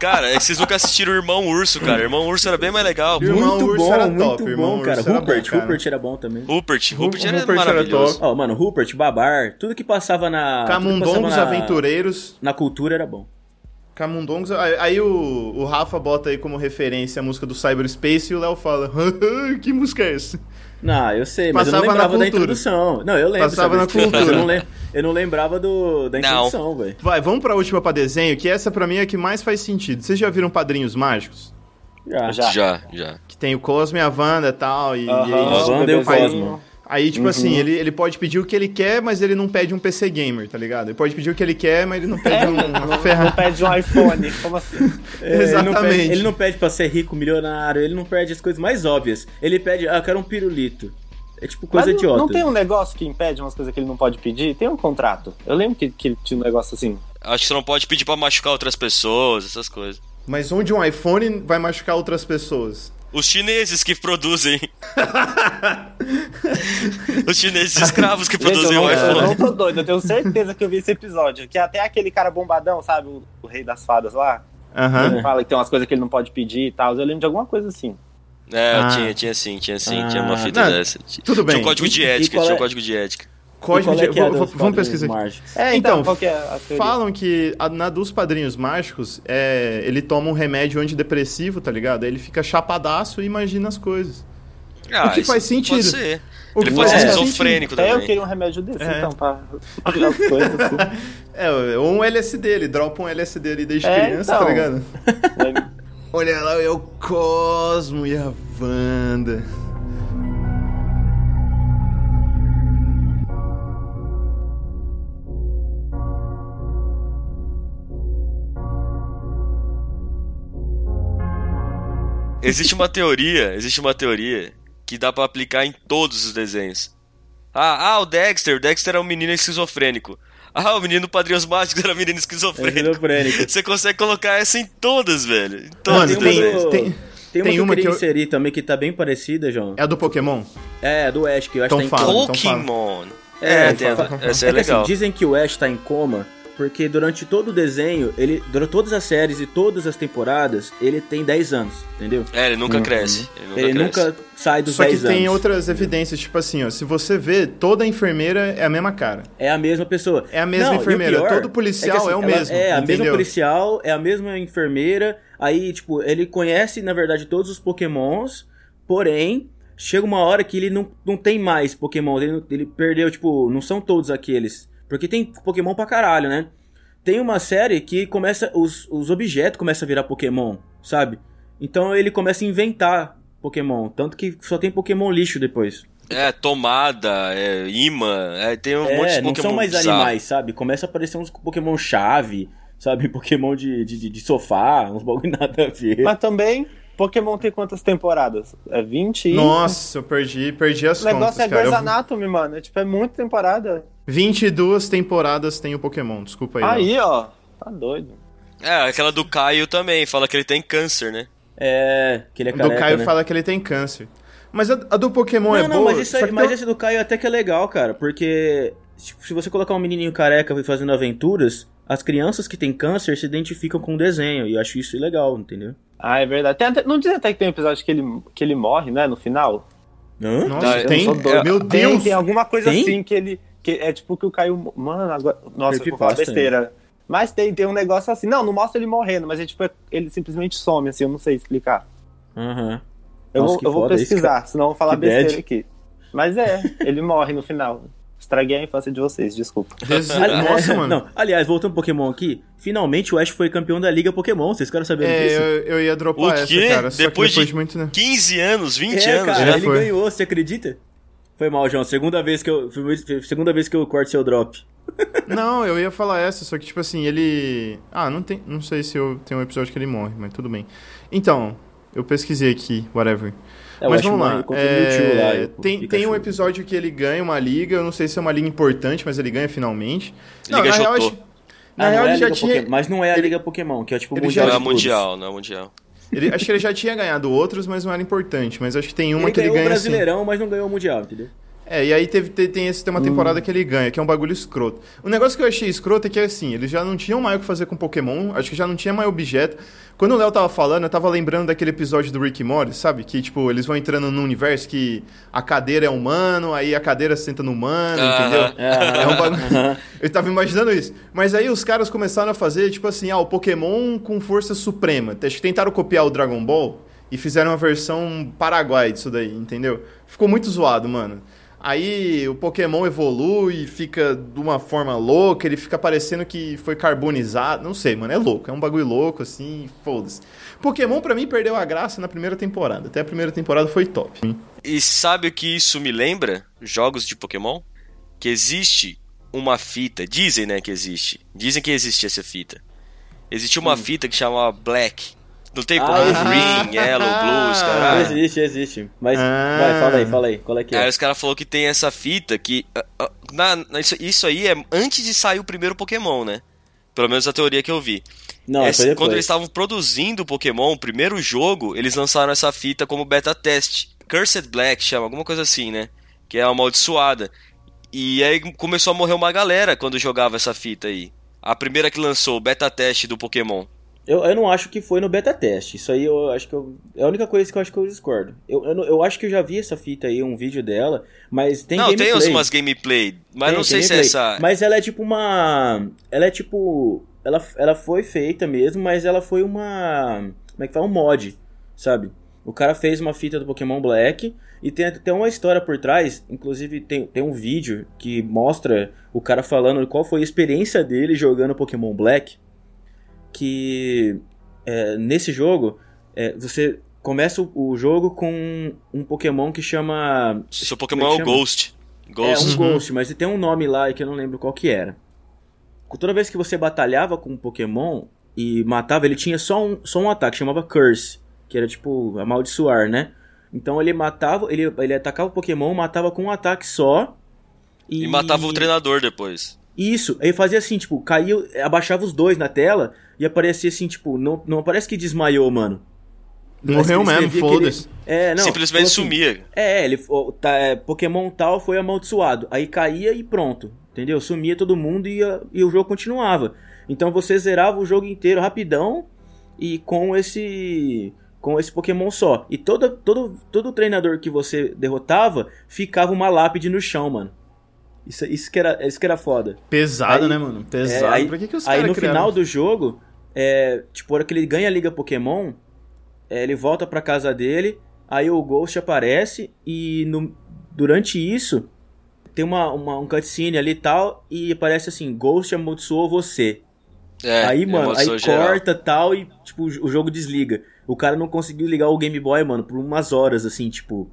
Speaker 2: Cara, é que vocês nunca assistiram o Irmão Urso, cara. Irmão Urso era bem mais legal.
Speaker 1: Irmão
Speaker 3: muito
Speaker 1: Urso
Speaker 3: bom,
Speaker 1: era
Speaker 3: muito
Speaker 1: top,
Speaker 3: bom,
Speaker 1: Irmão
Speaker 3: cara.
Speaker 1: Urso era
Speaker 3: Rupert,
Speaker 1: bom, cara.
Speaker 3: Rupert era bom também.
Speaker 2: Rupert, Rupert era
Speaker 1: Rupert era
Speaker 2: maravilhoso.
Speaker 3: Ó, mano, Rupert, Babar, tudo que passava na... tudo que
Speaker 1: Camundongos
Speaker 3: passava na-
Speaker 1: Aventureiros.
Speaker 3: Na cultura era bom.
Speaker 1: Camundongos. Aí, aí o, o Rafa bota aí como referência a música do Cyberspace e o Léo fala: que música é essa?
Speaker 3: Não, eu sei, mas eu
Speaker 1: Passava
Speaker 3: não
Speaker 1: na
Speaker 3: lembrava da
Speaker 1: cultura.
Speaker 3: introdução. Não, eu lembro.
Speaker 1: Passava
Speaker 3: sabe?
Speaker 1: na cultura.
Speaker 3: Eu não, lem- eu não lembrava do, da
Speaker 2: Não.
Speaker 3: introdução, velho.
Speaker 1: Vai, vamos pra última pra desenho, que essa pra mim é a que mais faz sentido. Vocês já viram Padrinhos Mágicos?
Speaker 3: Já.
Speaker 5: Já.
Speaker 2: Já, já.
Speaker 1: Que tem o Cosme, a Wanda e tal, e, e
Speaker 5: Aham,
Speaker 1: eles-
Speaker 3: Wanda é- Uhum. e o
Speaker 5: desenho.
Speaker 3: Cosmo.
Speaker 1: Aí, tipo assim, ele, ele pode pedir o que ele quer, mas ele não pede um PC Gamer, tá ligado? Ele pode pedir o que ele quer, mas ele não pede um, uma
Speaker 5: Não
Speaker 1: ferramenta.
Speaker 5: pede um iPhone, como assim?
Speaker 3: É, ele não pede- Ele não, pede,
Speaker 1: Exatamente.
Speaker 3: pra ser rico, milionário, ele não pede as coisas mais óbvias. Ele pede, ah, eu quero um pirulito. É tipo coisa
Speaker 5: Mas não-
Speaker 3: idiota.
Speaker 5: Não tem um negócio que impede umas coisas que ele não pode pedir? Tem um contrato. Eu lembro que, que tinha um negócio assim.
Speaker 2: Acho que você não pode pedir pra machucar outras pessoas, essas coisas.
Speaker 1: Mas onde um iPhone vai machucar outras pessoas?
Speaker 2: Os chineses que produzem. Os chineses escravos que
Speaker 5: Gente, eu
Speaker 2: produzem
Speaker 5: não,
Speaker 2: o
Speaker 5: eu
Speaker 2: iPhone.
Speaker 5: não tô doido, eu tenho certeza que eu vi esse episódio. Que até aquele cara bombadão, sabe? O, o rei das fadas lá.
Speaker 1: Aham.
Speaker 3: É.
Speaker 5: Ele fala que tem umas coisas que ele não pode pedir e tal. Eu lembro de alguma coisa assim.
Speaker 2: É,
Speaker 1: Ah.
Speaker 2: tinha, tinha sim, tinha sim, tinha uma
Speaker 3: Ah,
Speaker 2: fita
Speaker 1: não,
Speaker 2: dessa. Tinha
Speaker 1: Tudo bem.
Speaker 2: um código de
Speaker 3: E- e
Speaker 2: ética,
Speaker 3: qual
Speaker 2: tinha um
Speaker 3: é-
Speaker 2: código de ética.
Speaker 1: Código
Speaker 3: E qual
Speaker 1: de-
Speaker 3: é que é a
Speaker 1: vou-
Speaker 3: dos
Speaker 1: vou- vamos
Speaker 3: quadrinhos
Speaker 1: pesquisar aqui.
Speaker 3: mágicos?
Speaker 1: É, então,
Speaker 5: qual que é a teoria?
Speaker 1: falam que a- na dos Padrinhos Mágicos, é, ele toma um remédio antidepressivo, tá ligado? Aí ele fica chapadaço e imagina as coisas.
Speaker 2: Ah,
Speaker 1: que
Speaker 2: isso
Speaker 1: faz sentido.
Speaker 2: Pode ser.
Speaker 1: O
Speaker 2: Ele
Speaker 1: que
Speaker 2: pode
Speaker 1: faz
Speaker 2: ser
Speaker 1: sentido.
Speaker 2: esquizofrênico
Speaker 5: Até eu
Speaker 2: também.
Speaker 5: queria um remédio desse,
Speaker 1: É.
Speaker 5: então, pra pra olhar as coisas assim.
Speaker 1: É, ou um LSD, ele dropa um LSD ali desde
Speaker 5: É,
Speaker 1: criança,
Speaker 5: então.
Speaker 1: tá ligado?
Speaker 5: Mas-
Speaker 1: Olha lá, é o Cosmo e a Wanda.
Speaker 2: Existe uma teoria, existe uma teoria que dá pra aplicar em todos os desenhos. Ah, ah, o Dexter, o Dexter era um menino esquizofrênico. Ah, o menino Padrinhos Mágicos era um menino
Speaker 3: É
Speaker 2: esquizofrênico.
Speaker 3: esquizofrênico.
Speaker 2: Você consegue colocar essa em todas, velho. Em
Speaker 1: Mano,
Speaker 2: todas.
Speaker 3: tem
Speaker 1: tem,
Speaker 3: uma do-
Speaker 1: tem-
Speaker 3: Tem uma
Speaker 1: Tem
Speaker 3: que eu
Speaker 1: uma que
Speaker 3: queria
Speaker 1: eu-
Speaker 3: inserir também que tá bem parecida, João.
Speaker 1: É a do Pokémon?
Speaker 3: É, do Ash, que eu acho
Speaker 1: Então
Speaker 3: que tá em
Speaker 1: fala.
Speaker 3: coma.
Speaker 1: então
Speaker 2: Pokémon. É, tem,
Speaker 3: fala-
Speaker 2: essa é,
Speaker 3: É que, assim,
Speaker 2: legal.
Speaker 3: dizem que o Ash tá em coma porque durante todo o desenho, ele durante todas as séries e todas as temporadas, ele tem 10 anos, entendeu?
Speaker 2: É, ele nunca cresce. Ele nunca
Speaker 3: ele
Speaker 2: cresce.
Speaker 3: nunca sai É dos
Speaker 1: Só que
Speaker 3: 10 anos.
Speaker 1: tem outras evidências, tipo assim, ó. Se você vê, toda enfermeira é a mesma cara.
Speaker 3: É a mesma pessoa.
Speaker 1: É a mesma
Speaker 3: Não, e o
Speaker 1: enfermeira,
Speaker 3: pior
Speaker 1: todo policial é o
Speaker 3: ela-
Speaker 1: mesmo,
Speaker 3: É, a mesma
Speaker 1: entendeu?
Speaker 3: policial, é a mesma enfermeira. Aí, tipo, ele conhece, na verdade, todos os pokémons, porém, chega uma hora que ele não, não tem mais pokémons. Ele, não- ele perdeu, tipo, não são todos aqueles. Porque tem pokémon pra caralho, né? Tem uma série que começa. Os, os objetos começam a virar pokémon, sabe? Então ele começa a inventar pokémon. Tanto que só tem pokémon lixo depois.
Speaker 2: É, tomada, é, imã, é, tem um
Speaker 3: é,
Speaker 2: monte de
Speaker 3: não
Speaker 2: Pokémon
Speaker 3: são mais
Speaker 2: bizarro.
Speaker 3: animais, sabe? Começa a aparecer uns Pokémon chave, sabe? Pokémon de, de, de- de sofá, uns bagulho nada a ver.
Speaker 5: Mas também, Pokémon tem quantas temporadas? É 20 e...
Speaker 1: Nossa, eu perdi, perdi as
Speaker 5: O negócio
Speaker 1: contas,
Speaker 5: é Grey's
Speaker 1: cara. Eu-
Speaker 5: Anatomy, mano. É, tipo, é muita temporada.
Speaker 1: 22 temporadas tem o Pokémon, desculpa aí. Léo.
Speaker 5: Aí, ó. Tá doido.
Speaker 2: É, aquela do Caio também, fala que ele tem câncer, né?
Speaker 3: É, que ele é
Speaker 1: O do
Speaker 3: careca,
Speaker 1: Caio
Speaker 3: né?
Speaker 1: fala que ele tem câncer. Mas a, a do Pokémon
Speaker 3: não,
Speaker 1: é
Speaker 3: não,
Speaker 1: boa.
Speaker 3: mas, isso
Speaker 1: só
Speaker 3: aí,
Speaker 1: que
Speaker 3: mas
Speaker 1: tem-
Speaker 3: esse do Caio até que é legal, cara, porque tipo, se você colocar um menininho careca fazendo aventuras, as crianças que têm câncer se identificam com o desenho, e eu acho isso legal, entendeu?
Speaker 5: Ah, é verdade. Tem até- não diz até que tem um episódio que ele, que ele morre, né? No final?
Speaker 3: Hã?
Speaker 2: Não,
Speaker 1: Nossa,
Speaker 2: eu
Speaker 1: tem.
Speaker 5: sou doido.
Speaker 1: Meu
Speaker 5: Tem,
Speaker 1: Deus!
Speaker 5: tem alguma coisa
Speaker 3: Tem?
Speaker 5: assim que ele. Que é tipo que o Caio. Mano, agora. Nossa, eu vou falar
Speaker 3: Creepypasta,
Speaker 5: besteira. Mas tem, tem um negócio assim. Não, não mostra ele morrendo, mas é tipo, ele simplesmente some, assim, eu não sei explicar.
Speaker 3: Aham.
Speaker 5: Eu,
Speaker 3: Nossa,
Speaker 5: vou-
Speaker 3: que
Speaker 5: eu vou
Speaker 3: foda isso,
Speaker 5: pesquisar, senão eu vou falar
Speaker 3: Que
Speaker 5: besteira
Speaker 3: bad.
Speaker 5: aqui. Mas é, ele morre no final. Estraguei a infância de vocês, desculpa.
Speaker 1: Des-
Speaker 3: Ali-
Speaker 1: Nossa, mano.
Speaker 3: Não, aliás, voltando pro Pokémon aqui, finalmente o Ash foi campeão da Liga Pokémon, vocês querem saber
Speaker 1: É,
Speaker 3: disso?
Speaker 1: eu, eu ia
Speaker 2: O
Speaker 1: dropar essa,
Speaker 2: quê?
Speaker 1: cara. Só
Speaker 2: Depois
Speaker 1: que depois
Speaker 2: de-
Speaker 1: de muito, né?
Speaker 2: 15 anos, 20
Speaker 3: é,
Speaker 2: anos né?
Speaker 3: cara,
Speaker 2: já.
Speaker 1: já
Speaker 3: ele
Speaker 1: foi.
Speaker 3: ganhou, você acredita? Foi mal, João. Segunda vez que eu. foi- Segunda vez que eu corto seu drop.
Speaker 1: Não, eu ia falar essa, só que tipo assim, ele. Ah, não tem. Não sei se eu tem um episódio que ele morre, mas tudo bem. Então, eu pesquisei aqui, whatever.
Speaker 3: É, o
Speaker 1: mas
Speaker 3: Ash
Speaker 1: vamos
Speaker 3: morre
Speaker 1: lá.
Speaker 3: contra o Mewtwo lá,
Speaker 1: é,
Speaker 3: e o
Speaker 1: tem, tem um
Speaker 3: Pikachu.
Speaker 1: episódio que ele ganha uma liga, eu não sei se é uma liga importante, mas ele ganha finalmente. Não,
Speaker 2: Liga
Speaker 1: na real,
Speaker 2: Jotô.
Speaker 1: acho- na
Speaker 3: Ah,
Speaker 1: real
Speaker 3: não é a
Speaker 1: ele já
Speaker 3: Liga
Speaker 1: tinha.
Speaker 3: Pokémon, mas não é a
Speaker 1: ele-
Speaker 3: Liga Pokémon, que é tipo o
Speaker 1: ele
Speaker 3: Mundial.
Speaker 1: já-
Speaker 2: Não é
Speaker 3: de clubes.
Speaker 2: mundial, não é mundial.
Speaker 1: ele- acho que ele já tinha ganhado outras, mas não era importante. Mas acho que tem uma
Speaker 3: Ele
Speaker 1: que ele
Speaker 3: ganhou o
Speaker 1: ganha assim.
Speaker 3: Brasileirão, mas não ganhou o Mundial, entendeu?
Speaker 1: É, e aí teve, te- tem esse tem uma temporada que ele ganha, que é um bagulho escroto. O negócio que eu achei escroto é que assim, eles já não tinham mais o que fazer com Pokémon, acho que já não tinha mais objeto. Quando o Léo tava falando, eu tava lembrando daquele episódio do Rick and Morty, sabe? Que, tipo, eles vão entrando num universo que a cadeira é humano, aí a cadeira senta no humano,
Speaker 2: Aham.
Speaker 1: entendeu?
Speaker 3: É,
Speaker 1: É um bagulho. Eu tava imaginando isso. Mas aí os caras começaram a fazer, tipo assim, ah, o Pokémon com força suprema. Acho que tentaram copiar o Dragon Ball e fizeram uma versão paraguai disso daí, entendeu? Ficou muito zoado, mano. Aí o Pokémon evolui, fica de uma forma louca, ele fica parecendo que foi carbonizado. Não sei, mano, é louco. É um bagulho louco, assim, foda-se. Pokémon, pra mim, perdeu a graça na primeira temporada. Até a primeira temporada foi top.
Speaker 2: E sabe o que isso me lembra? Jogos de Pokémon? Que existe uma fita. Dizem, né, que existe. Dizem que existe essa fita. Existia
Speaker 3: Hum.
Speaker 2: uma fita que chamava Black. Não tem
Speaker 3: Ah,
Speaker 2: como.
Speaker 3: é.
Speaker 1: existe.
Speaker 2: Green, Yellow, Blue, os
Speaker 1: Ah.
Speaker 2: caralho.
Speaker 3: Existe, existe. Mas,
Speaker 1: Ah.
Speaker 3: vai, fala aí, fala aí. Qual é que
Speaker 2: Aí
Speaker 3: é?
Speaker 2: os caras falaram que tem essa fita que. ah, ah, na- na- isso, isso aí é antes de sair o primeiro Pokémon, né? Pelo menos a teoria que eu vi.
Speaker 3: Não,
Speaker 2: Essa-
Speaker 3: foi depois.
Speaker 2: quando eles estavam produzindo o Pokémon, o primeiro jogo, eles lançaram essa fita como beta teste. Cursed Black chama, alguma coisa assim, né? Que é uma amaldiçoada. E aí começou a morrer uma galera quando jogava essa fita aí. A primeira que lançou o beta teste do Pokémon.
Speaker 3: Eu, eu não acho que foi no beta teste. Isso aí eu acho que eu. É a única coisa que eu acho que eu discordo. Eu, eu, não- eu acho que eu já vi essa fita aí, um vídeo dela, mas tem
Speaker 2: não,
Speaker 3: gameplay.
Speaker 2: tem umas gameplay, mas
Speaker 3: Tem-
Speaker 2: não sei
Speaker 3: tem
Speaker 2: se é
Speaker 3: gameplay.
Speaker 2: essa.
Speaker 3: Mas ela é tipo uma. Ela é tipo. Ela, ela foi feita mesmo, mas ela foi uma. Como é que fala? Um mod, sabe? O cara fez uma fita do Pokémon Black e tem até uma história por trás. Inclusive, tem, tem um vídeo que mostra o cara falando qual foi a experiência dele jogando Pokémon Black. Que é, nesse jogo, é, você começa o, o jogo com um Pokémon que chama
Speaker 2: Seu
Speaker 3: Como
Speaker 2: Pokémon
Speaker 3: é
Speaker 2: é
Speaker 3: que
Speaker 2: o
Speaker 3: chama?
Speaker 2: Ghost.
Speaker 3: é,
Speaker 2: Ghost. Uhum.
Speaker 3: um Ghost, mas tem um nome lá que eu não lembro qual que era. Toda vez que você batalhava com um Pokémon e matava, ele tinha só um, só um ataque, chamava Curse, que era tipo amaldiçoar, né? Então ele matava, ele, ele atacava o Pokémon, matava com um ataque só. É um
Speaker 2: E matava o treinador depois.
Speaker 3: Isso, aí fazia assim, tipo, caiu, abaixava os dois na tela e aparecia assim, tipo, não, não parece que desmaiou, mano.
Speaker 1: Morreu mesmo,
Speaker 3: Parece que você via que ele-
Speaker 1: foda-se.
Speaker 3: É, não.
Speaker 2: Simplesmente
Speaker 3: falou assim,
Speaker 2: sumia.
Speaker 3: é, ele o- tá, é, Pokémon tal foi amaldiçoado. Aí caía e pronto. Entendeu? Sumia todo mundo e, a- e o jogo continuava. Então você zerava o jogo inteiro rapidão e com esse com esse Pokémon só. E todo todo todo treinador que você derrotava ficava uma lápide no chão, mano. Isso, isso que era isso que era foda.
Speaker 1: Pesado,
Speaker 3: Aí- é,
Speaker 1: né, mano? Pesado.
Speaker 3: aí-
Speaker 1: pra que, que os
Speaker 3: Aí
Speaker 1: caras
Speaker 3: no
Speaker 1: criaram? um
Speaker 3: final do jogo, é, tipo, a hora que ele ganha a Liga Pokémon, é, ele volta pra casa dele, aí o Ghost aparece e no- durante isso tem uma, uma- um cutscene ali e tal, e aparece assim, Ghost amaldiçoou você.
Speaker 2: É,
Speaker 3: aí, mano, aí
Speaker 2: emoção geral.
Speaker 3: corta e tal, e tipo, o jogo desliga. O cara não conseguiu ligar o Game Boy, mano, por umas horas, assim, tipo.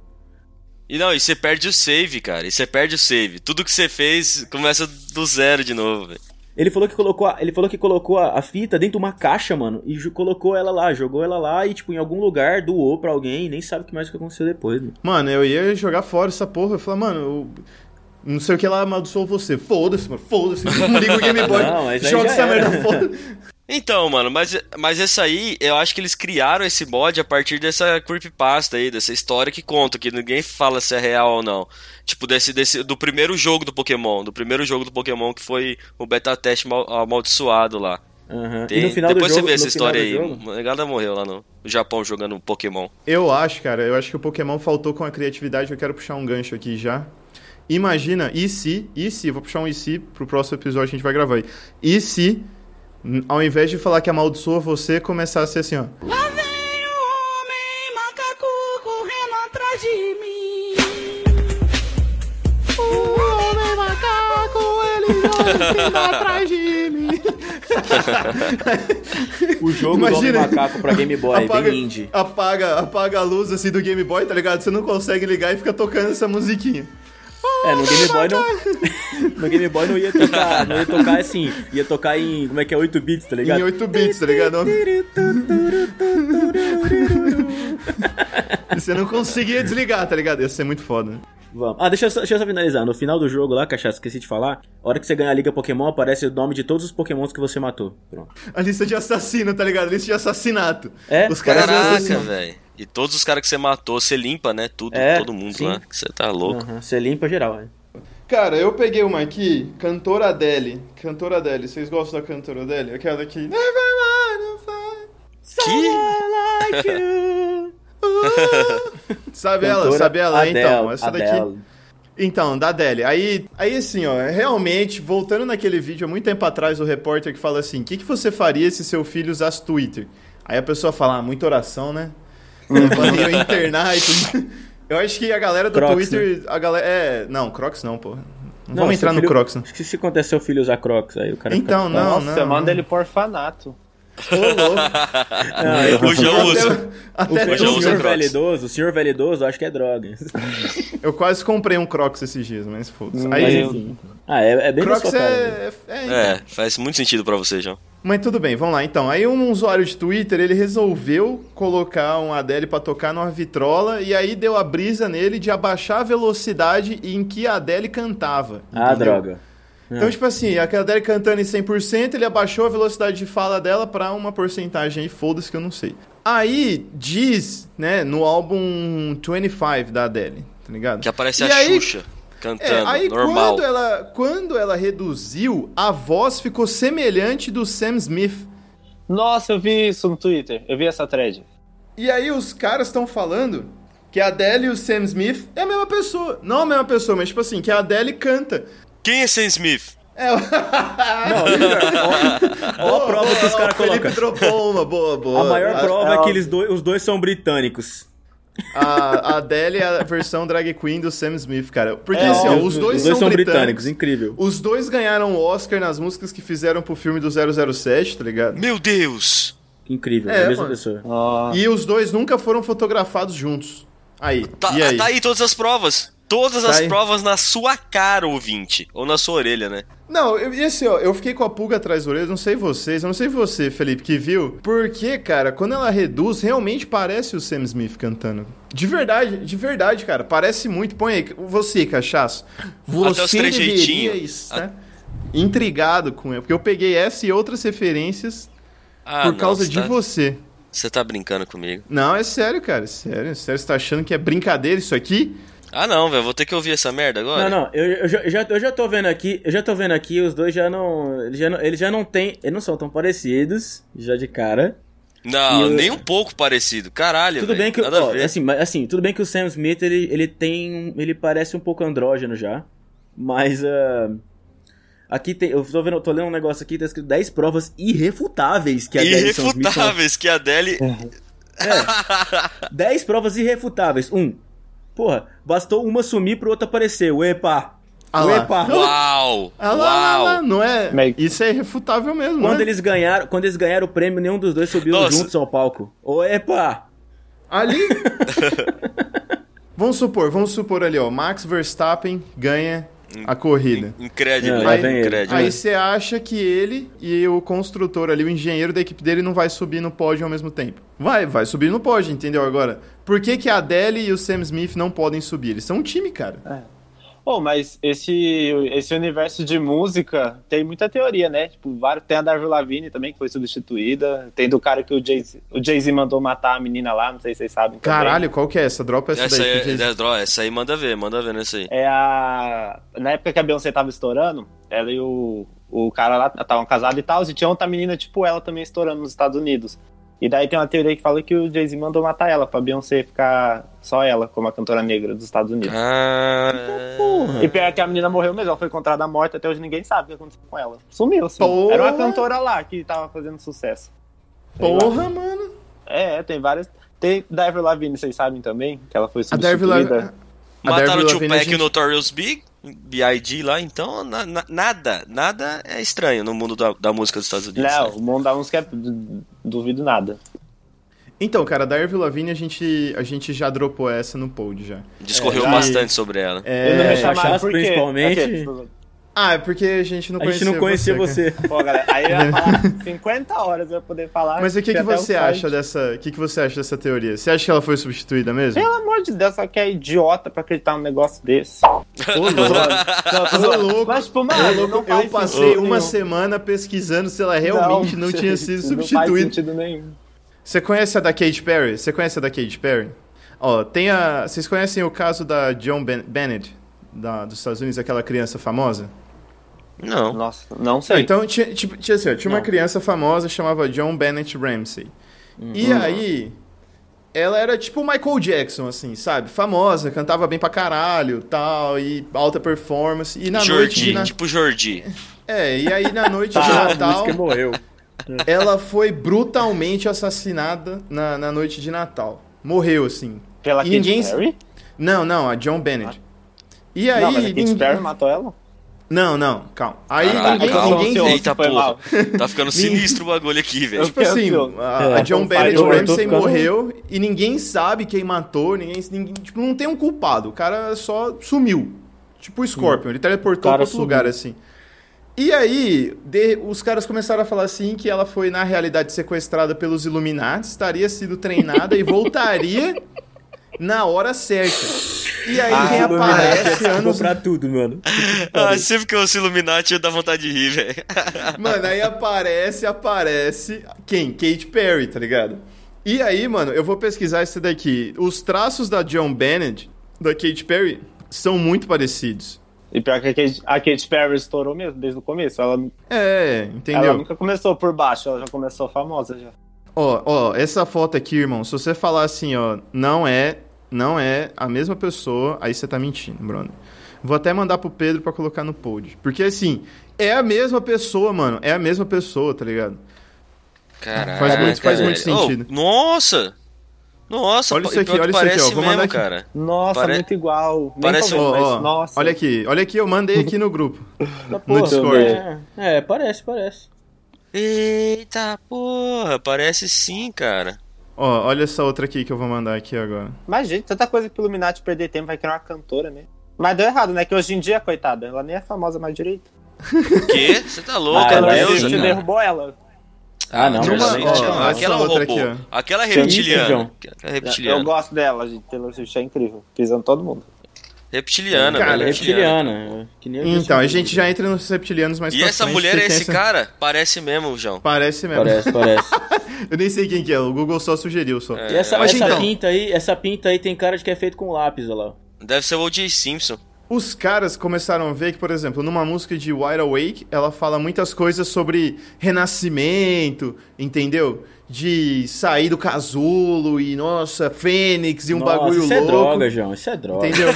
Speaker 2: E não, e você perde o save, cara. E você perde o save. Tudo que você fez começa do zero de novo, velho.
Speaker 3: Ele falou que colocou, a, ele falou que colocou a, a fita dentro de uma caixa, mano, e ju- colocou ela lá, jogou ela lá e, tipo, em algum lugar doou pra alguém, nem sabe o que mais que aconteceu depois, mano.
Speaker 1: Mano, eu ia jogar fora essa porra. Eu falava, mano, eu... não sei o que lá amaldiçoou você. Foda-se, mano, foda-se. Não liga o Game Boy.
Speaker 3: Não, mas aí
Speaker 1: joga
Speaker 3: já
Speaker 1: essa
Speaker 3: era.
Speaker 1: merda, foda-se.
Speaker 2: Então, mano, mas, mas essa aí, eu acho que eles criaram esse mod a partir dessa creepypasta aí, dessa história que conta, que ninguém fala se é real ou não. Tipo, desse, desse do primeiro jogo do Pokémon, do primeiro jogo do Pokémon que foi o beta teste mal- amaldiçoado lá.
Speaker 3: Aham.
Speaker 2: Tem-
Speaker 3: E no final
Speaker 2: Depois
Speaker 3: do
Speaker 2: você
Speaker 3: jogo,
Speaker 2: vê essa
Speaker 3: no final
Speaker 2: história
Speaker 3: do
Speaker 2: aí.
Speaker 3: jogo-
Speaker 2: Uma negada morreu lá no no Japão jogando um Pokémon.
Speaker 1: Eu acho, cara, eu acho que o Pokémon faltou com a criatividade. Eu quero puxar um gancho aqui já. Imagina, e se, e se, vou puxar um e se pro próximo episódio que a gente vai gravar aí. E se, n- ao invés de falar que amaldiçoa você, começar a ser assim, ó.
Speaker 4: Lá vem o homem macaco correndo atrás de mim.
Speaker 1: O homem macaco, ele não atrás de mim.
Speaker 3: O jogo
Speaker 1: Imagina.
Speaker 3: do Homem Macaco pra Game Boy,
Speaker 1: apaga,
Speaker 3: bem indie.
Speaker 1: apaga, apaga a luz assim do Game Boy, tá ligado? Você não consegue ligar e fica tocando essa musiquinha.
Speaker 3: É, no Game Boy não. no Game Boy não ia tocar, não ia tocar assim, ia tocar em, como é que é, 8 bits, tá ligado?
Speaker 1: Em 8 bits, tá ligado? E você não conseguia desligar, tá ligado? Ia ser muito foda.
Speaker 3: Vamos. Ah, deixa eu, só, deixa eu só finalizar. No final do jogo lá, cachaça, esqueci de falar. A hora que você ganha a Liga Pokémon, aparece o nome de todos os Pokémons que você matou. Pronto.
Speaker 1: A lista de assassino, tá ligado? A lista de assassinato.
Speaker 3: É?
Speaker 1: Os caras assim.
Speaker 2: Caraca,
Speaker 1: assassinaram.
Speaker 2: velho. E todos os caras que você matou, você limpa, né? Tudo,
Speaker 3: É,
Speaker 2: todo mundo
Speaker 3: sim. Uhum.
Speaker 2: lá. Você tá louco.
Speaker 3: Aham, Você limpa geral, né?
Speaker 1: Cara, eu peguei uma aqui, cantora Adele. Cantora Adele, vocês gostam da cantora Adele? Aquela que. Never mind, fine.
Speaker 3: Someone like you.
Speaker 1: Sabe ela,
Speaker 3: Cantora
Speaker 1: sabe ela,
Speaker 3: Adele,
Speaker 1: então. Essa daqui.
Speaker 3: Adele.
Speaker 1: Então, da Adele. Aí, aí assim, ó, realmente, voltando naquele vídeo há muito tempo atrás, o repórter que fala assim: o que, que você faria se seu filho usasse Twitter? Aí a pessoa fala: ah, muita oração, né?
Speaker 3: Uhum.
Speaker 1: Banir o internet. Eu acho que a galera do
Speaker 3: Crocs, né?
Speaker 1: Twitter. A galera, é, não, Crocs não, pô. Não,
Speaker 3: Não,
Speaker 1: vamos
Speaker 3: seu
Speaker 1: entrar no
Speaker 3: filho-
Speaker 1: Crocs, né?
Speaker 3: Acho que se acontecer seu filho usar Crocs, aí o cara fica
Speaker 1: Então, não,
Speaker 5: Nossa,
Speaker 1: não.
Speaker 5: manda
Speaker 1: não.
Speaker 5: ele pro orfanato.
Speaker 1: Ô, louco.
Speaker 2: o João usa.
Speaker 1: Até,
Speaker 3: O
Speaker 1: até
Speaker 2: Hoje
Speaker 1: tu
Speaker 2: eu uso
Speaker 1: viu.
Speaker 3: senhor
Speaker 2: Crocs.
Speaker 3: velho idoso, o senhor velho idoso, eu acho que é droga.
Speaker 1: Eu quase comprei um Crocs esses dias, mas foda-se.
Speaker 3: Hum, Mas
Speaker 1: Aí,
Speaker 3: enfim. Ah, é, é bem da
Speaker 1: Crocs
Speaker 3: sua cara, né?
Speaker 1: é, é- é-
Speaker 2: É, faz muito sentido pra você, João.
Speaker 1: Mas tudo bem, vamos lá. Então, aí um usuário de Twitter, ele resolveu colocar um Adele pra tocar numa vitrola e aí deu a brisa nele de abaixar a velocidade em que a Adele cantava.
Speaker 3: Ah,
Speaker 1: entendeu?
Speaker 3: droga.
Speaker 1: Então, tipo assim, a Adele cantando em 100%, ele abaixou a velocidade de fala dela pra uma porcentagem aí, foda-se que eu não sei. Aí diz, né, no álbum 25 da Adele, tá ligado?
Speaker 2: Que aparece
Speaker 1: E
Speaker 2: a
Speaker 1: aí-
Speaker 2: Xuxa
Speaker 1: É,
Speaker 2: cantando,
Speaker 1: aí
Speaker 2: normal.
Speaker 1: quando é- ela, quando ela reduziu, a voz ficou semelhante do Sam Smith.
Speaker 5: Nossa, eu vi isso no Twitter. Eu vi essa thread.
Speaker 1: E aí os caras estão falando que a Adele e o Sam Smith é a mesma pessoa. Não a mesma pessoa, mas tipo assim, que a Adele canta.
Speaker 2: Quem é Sam Smith?
Speaker 1: É, não,
Speaker 3: Ó a prova que os caras
Speaker 1: Felipe
Speaker 3: colocam.
Speaker 1: dropou uma, boa, boa.
Speaker 3: A maior prova é
Speaker 5: óbvio.
Speaker 3: que eles dois, os dois são britânicos.
Speaker 1: A, a Adele é a versão drag queen do Sam Smith, cara. Porque
Speaker 5: É,
Speaker 1: assim, ó,
Speaker 5: óbvio,
Speaker 1: os dois, são, britânicos.
Speaker 3: incrível.
Speaker 1: Os dois ganharam o Oscar nas músicas que fizeram pro filme do 007, tá ligado?
Speaker 2: Meu Deus!
Speaker 3: Incrível,
Speaker 1: É,
Speaker 3: é, a mesma
Speaker 1: mano.
Speaker 3: pessoa.
Speaker 5: Nossa.
Speaker 1: E os dois nunca foram fotografados juntos. Aí,
Speaker 2: Tá
Speaker 1: e
Speaker 2: tá aí?
Speaker 1: aí?
Speaker 2: todas as provas. Todas
Speaker 1: Tá
Speaker 2: as
Speaker 1: aí.
Speaker 2: provas na sua cara, ouvinte. Ou na sua orelha, né?
Speaker 1: Não, eu, e assim, ó, eu fiquei com a pulga atrás da orelha, não sei vocês, eu não sei você, Felipe, que viu. Porque, cara, quando ela reduz, realmente parece o Sam Smith cantando. De verdade, de verdade, cara, parece muito. Põe aí, você, cachaço. Você
Speaker 2: Até os três
Speaker 1: deveria
Speaker 2: jeitinho.
Speaker 1: estar intrigado com ela, porque eu peguei essa e outras referências
Speaker 2: Ah,
Speaker 1: por
Speaker 2: não,
Speaker 1: causa
Speaker 2: você
Speaker 1: de
Speaker 2: tá-
Speaker 1: você.
Speaker 2: Você tá brincando comigo.
Speaker 1: Não, é sério, cara, é sério, é sério. Você tá achando que é brincadeira isso aqui?
Speaker 2: Ah, não, velho. Vou ter que ouvir essa merda agora?
Speaker 3: Não, não, eu, eu já- eu já, eu já tô vendo aqui, eu já tô vendo aqui, os dois já não. Eles já não, eles já não têm. Eles não são tão parecidos, já de cara.
Speaker 2: Não,
Speaker 3: E eu-
Speaker 2: nem um pouco parecido. Caralho,
Speaker 3: Tudo
Speaker 2: velho,
Speaker 3: bem que
Speaker 2: Nada a
Speaker 3: ó,
Speaker 2: ver.
Speaker 3: assim, mas, assim, tudo bem que o Sam Smith ele, ele tem um- ele parece um pouco andrógeno já, mas ah, aqui tem, eu tô vendo, tô lendo um negócio aqui, tá escrito 10 provas irrefutáveis que a Adele e Sam Smith são- né?
Speaker 2: Irrefutáveis que a Adele...
Speaker 3: É. 10 provas irrefutáveis. Um. Porra, bastou uma sumir pro outro aparecer. Uepa.
Speaker 1: Ah lá.
Speaker 3: Uepa.
Speaker 2: Uau!
Speaker 1: Ah lá, lá, lá,
Speaker 2: Uau!
Speaker 1: não é?
Speaker 5: Meio-
Speaker 1: Isso é irrefutável mesmo,
Speaker 3: Quando
Speaker 1: né?
Speaker 3: eles ganharam, quando eles ganharam o prêmio, nenhum dos dois subiu
Speaker 2: é. Nossa.
Speaker 3: juntos ao palco. Uepa.
Speaker 1: Ali. vamos supor, vamos supor ali, ó. Max Verstappen ganha a corrida.
Speaker 2: Incrédulo,
Speaker 3: É,
Speaker 1: lá vem
Speaker 2: hein?
Speaker 3: ele.
Speaker 2: incrédulo.
Speaker 1: Aí você acha que ele e o construtor ali, o engenheiro da equipe dele, não vai subir no pódio ao mesmo tempo. Vai, vai subir no pódio, entendeu? Agora, por que, que a Adele e o Sam Smith não podem subir? Eles são um time,
Speaker 2: Tá
Speaker 1: cara.
Speaker 5: Pô, mas esse, esse universo de música tem muita teoria, né? Tipo, vários, tem a Darvin Lavigne também, que foi substituída. Tem do cara que o Jay-Z o Jay mandou matar a menina lá, não sei se vocês sabem. também.
Speaker 1: Caralho, qual que é essa? Dropa essa,
Speaker 2: Essa
Speaker 1: daí.
Speaker 2: aí,
Speaker 1: que diz-
Speaker 2: é- dro- essa aí manda ver, manda ver nessa aí.
Speaker 5: É a. Na época que a Beyoncé tava estourando, ela e o, o cara lá estavam casados e tal, e tinha outra menina, tipo, ela também estourando nos Estados Unidos. E daí tem uma teoria que fala que o Jay-Z mandou matar ela, pra Beyoncé ficar só ela, como a cantora negra dos Estados
Speaker 1: É.
Speaker 5: Unidos.
Speaker 2: Ah,
Speaker 3: Porra.
Speaker 5: E pior é que a menina morreu mesmo, ela foi encontrada morta, até hoje ninguém sabe o que aconteceu com ela. Sumiu, assim.
Speaker 1: Porra!
Speaker 5: Era uma cantora lá que tava fazendo sucesso. Sei lá.
Speaker 1: Porra, mano.
Speaker 5: É, tem várias. Tem Darvin Lavigne, vocês sabem também, que ela foi
Speaker 1: A Darby
Speaker 5: substituída.
Speaker 1: La... A
Speaker 2: mataram
Speaker 1: Darby
Speaker 2: o
Speaker 1: Lavigne, a
Speaker 2: Tupac e
Speaker 1: né, gente-
Speaker 2: o Notorious Big, B.I.D. lá, então na- na- nada, nada é estranho no mundo da, da música dos Estados Unidos.
Speaker 5: Não,
Speaker 2: né?
Speaker 5: o mundo da música é... du- duvido nada.
Speaker 1: Então, cara, a Darby Lavigne a gente, a gente já dropou essa no pod já.
Speaker 2: Discorreu
Speaker 1: É,
Speaker 2: bastante sobre ela.
Speaker 5: Eu não
Speaker 1: É...
Speaker 5: me chamaram
Speaker 3: cachaça,
Speaker 5: por quê?
Speaker 3: principalmente.
Speaker 5: Aqui,
Speaker 1: Ah, é porque a gente não
Speaker 3: A gente
Speaker 1: conhecia
Speaker 3: não conhecia
Speaker 1: cara.
Speaker 3: você.
Speaker 5: Pô, galera, aí eu ia falar 50 horas eu ia poder falar.
Speaker 1: Mas o que,
Speaker 5: Tem
Speaker 1: que
Speaker 5: até um
Speaker 1: você
Speaker 5: site.
Speaker 1: acha dessa. O que, que você acha dessa teoria? Você acha que ela foi substituída mesmo?
Speaker 5: Pelo amor de Deus, só que é idiota pra acreditar num negócio desse.
Speaker 1: Ô,
Speaker 5: Não, tô
Speaker 1: Ô,
Speaker 5: zoando.
Speaker 1: louco.
Speaker 5: Mas, tipo, mano,
Speaker 1: Ô,
Speaker 5: não
Speaker 1: louco,
Speaker 5: faz
Speaker 1: eu passei
Speaker 5: sentido
Speaker 1: uma
Speaker 5: nenhum.
Speaker 1: semana pesquisando se ela realmente não, tinha sido
Speaker 5: Não faz
Speaker 1: substituída.
Speaker 5: sentido nenhum.
Speaker 1: Você conhece a da Katy Perry? Você conhece a da Katy Perry? Ó, tem a. Vocês conhecem o caso da John Ben- Bennett, da, dos Estados Unidos, aquela criança famosa?
Speaker 2: Não.
Speaker 5: Nossa, não sei.
Speaker 1: Então, tinha, tipo, tinha assim, ó, tinha uma
Speaker 5: Não.
Speaker 1: criança famosa chamava John Bennett Ramsey.
Speaker 5: Uhum.
Speaker 1: E aí, ela era tipo o Michael Jackson, assim, sabe? Famosa, cantava bem pra caralho, tal, e alta performance. E na noite. né? de
Speaker 2: Jordi,
Speaker 1: na-
Speaker 2: tipo Jordi.
Speaker 1: É, e aí na noite de
Speaker 3: Ah, a
Speaker 1: Natal,
Speaker 3: música morreu.
Speaker 1: ela foi brutalmente assassinada na, na noite de Natal. Morreu, assim.
Speaker 5: Pela
Speaker 1: e
Speaker 5: Katy
Speaker 1: ninguém-
Speaker 5: Perry?
Speaker 1: Não, não, a John Bennett. E aí.
Speaker 5: não, mas a Katy
Speaker 1: ninguém-
Speaker 5: Perry matou ela?
Speaker 1: Não, não, calma. Aí
Speaker 5: Ah,
Speaker 2: Caralho,
Speaker 1: ninguém.
Speaker 2: calma.
Speaker 1: ninguém-
Speaker 5: Ansioso,
Speaker 2: Eita,
Speaker 5: foi
Speaker 2: porra.
Speaker 5: mal.
Speaker 2: Tá ficando sinistro o bagulho aqui, velho.
Speaker 1: Tipo assim,
Speaker 5: Ansioso.
Speaker 1: a,
Speaker 3: É,
Speaker 1: a John
Speaker 5: então
Speaker 1: Bennett
Speaker 5: faz- eu tô
Speaker 1: Ramsey
Speaker 3: ficando-
Speaker 1: morreu e ninguém sabe quem matou, ninguém, ninguém- tipo, não tem um culpado. O cara só sumiu. Tipo o Scorpion, ele teleportou
Speaker 3: cara
Speaker 1: para outro
Speaker 3: sumiu.
Speaker 1: lugar assim. E aí, de- os caras começaram a falar assim que ela foi na realidade sequestrada pelos Illuminati, estaria sido treinada e voltaria na hora certa. E aí
Speaker 5: Ah,
Speaker 1: quem
Speaker 5: Illuminati
Speaker 1: aparece
Speaker 3: Vou
Speaker 1: anos
Speaker 3: pra tudo, mano.
Speaker 2: Ah, sempre que eu ouço Illuminati, eu dá vontade de rir, velho.
Speaker 1: Mano, aí aparece, aparece. Quem? Kate Perry, tá ligado? E aí, mano, eu vou pesquisar isso daqui. Os traços da John Bennett, da Kate Perry, são muito parecidos.
Speaker 5: E pior que a Katy, a Katy Perry estourou mesmo, desde o começo. Ela,
Speaker 1: É,
Speaker 5: ela
Speaker 1: entendeu?
Speaker 5: nunca começou por baixo, ela já começou famosa já.
Speaker 1: Ó, ó, essa foto aqui, irmão, se você falar assim, ó, não é, não é a mesma pessoa, aí você tá mentindo, Bruno. Vou até mandar pro Pedro pra colocar no pod. Porque assim, é a mesma pessoa, mano. É a mesma pessoa, tá ligado?
Speaker 2: Caralho.
Speaker 1: Faz muito- faz muito
Speaker 2: velho.
Speaker 1: sentido.
Speaker 2: Oh, nossa! Nossa,
Speaker 1: Olha
Speaker 2: pa-
Speaker 1: isso aqui,
Speaker 2: pior que
Speaker 1: olha isso aqui,
Speaker 2: parece
Speaker 1: ó, vou mandar
Speaker 2: mesmo,
Speaker 1: aqui.
Speaker 2: cara.
Speaker 5: Nossa,
Speaker 2: Pare-
Speaker 5: muito igual. Nem
Speaker 2: parece
Speaker 5: tô vendo,
Speaker 1: Ó,
Speaker 5: mas,
Speaker 1: ó,
Speaker 5: nossa.
Speaker 1: Olha aqui, olha aqui, eu mandei aqui no grupo.
Speaker 3: Tá, porra,
Speaker 1: Discord.
Speaker 5: né?
Speaker 3: É, é, parece, parece.
Speaker 2: Eita porra, parece sim, cara.
Speaker 1: Ó, olha essa outra aqui que eu vou mandar aqui agora.
Speaker 5: Mas, gente, tanta coisa que o Illuminati perder tempo vai criar uma cantora mesmo. Mas deu errado, né? Que hoje em dia, coitada, ela nem é famosa mais direito.
Speaker 2: O quê? Você tá louco,
Speaker 3: Ah,
Speaker 2: ah,
Speaker 3: ela
Speaker 5: Taylor
Speaker 3: é
Speaker 2: Deus?
Speaker 5: Swift
Speaker 3: sim,
Speaker 2: cara.
Speaker 5: derrubou ela.
Speaker 3: Ah, não,
Speaker 1: Numa-
Speaker 3: mas
Speaker 1: Ó,
Speaker 3: ela
Speaker 2: Swift,
Speaker 3: nem
Speaker 1: ó,
Speaker 2: não,
Speaker 3: tinha.
Speaker 1: essa
Speaker 2: aquela é um
Speaker 1: outra
Speaker 2: robô.
Speaker 1: aqui,
Speaker 2: Aquela é
Speaker 3: Isso,
Speaker 2: reptiliana.
Speaker 3: João.
Speaker 2: Aquela é
Speaker 5: Eu
Speaker 2: reptiliana.
Speaker 5: gosto dela, gente. Taylor Swift é incrível. Pisando todo mundo.
Speaker 2: Reptiliana,
Speaker 1: Cara,
Speaker 2: velho,
Speaker 3: Ela é
Speaker 2: reptiliana.
Speaker 3: reptiliana. Que nem eu disse
Speaker 1: Então, a
Speaker 3: no
Speaker 1: gente
Speaker 3: vídeo.
Speaker 1: já entra nos reptilianos mais
Speaker 2: E
Speaker 1: pra
Speaker 2: essa
Speaker 1: frente,
Speaker 2: mulher
Speaker 1: você
Speaker 2: é
Speaker 1: tem
Speaker 2: esse
Speaker 1: essa-
Speaker 2: cara? Parece mesmo, João.
Speaker 1: Parece mesmo.
Speaker 3: Parece, parece.
Speaker 1: Eu nem sei quem que é, o Google só sugeriu só.
Speaker 2: É.
Speaker 3: E essa,
Speaker 1: Mas
Speaker 3: essa
Speaker 1: então-
Speaker 3: pinta aí, essa pinta aí tem cara de que é feito com lápis, olha lá.
Speaker 2: Deve ser o O.J. Simpson.
Speaker 1: Os caras começaram a ver que, por exemplo, numa música de Wide Awake, ela fala muitas coisas sobre renascimento, entendeu? De sair do casulo e, nossa, fênix e um
Speaker 3: Nossa,
Speaker 1: bagulho
Speaker 3: isso
Speaker 1: louco.
Speaker 3: é droga, João. Isso é droga.
Speaker 1: Entendeu?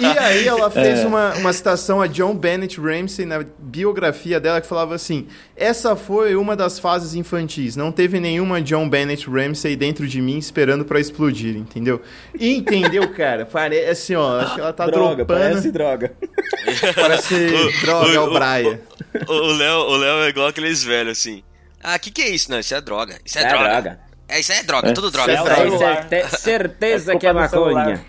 Speaker 1: E aí ela fez uma, uma citação a John Bennett Ramsey na biografia dela que falava assim: essa foi uma das fases infantis. Não teve nenhuma John Bennett Ramsey dentro de mim esperando pra explodir, entendeu? E entendeu, cara? Parece, ó, acho que ela tá
Speaker 3: droga, parece
Speaker 1: dropando.
Speaker 3: droga.
Speaker 1: Parece,
Speaker 2: O-
Speaker 1: droga, é
Speaker 2: o-
Speaker 1: o Brian.
Speaker 2: O o Léo, o Léo é igual aqueles velhos, assim. Ah, que que é isso? Não, isso é droga. Isso é, droga. É, isso é droga, tudo droga.
Speaker 5: Isso é
Speaker 2: droga.
Speaker 5: droga. celular.
Speaker 3: certeza
Speaker 5: É
Speaker 3: que é
Speaker 5: culpa do celular.
Speaker 3: maconha.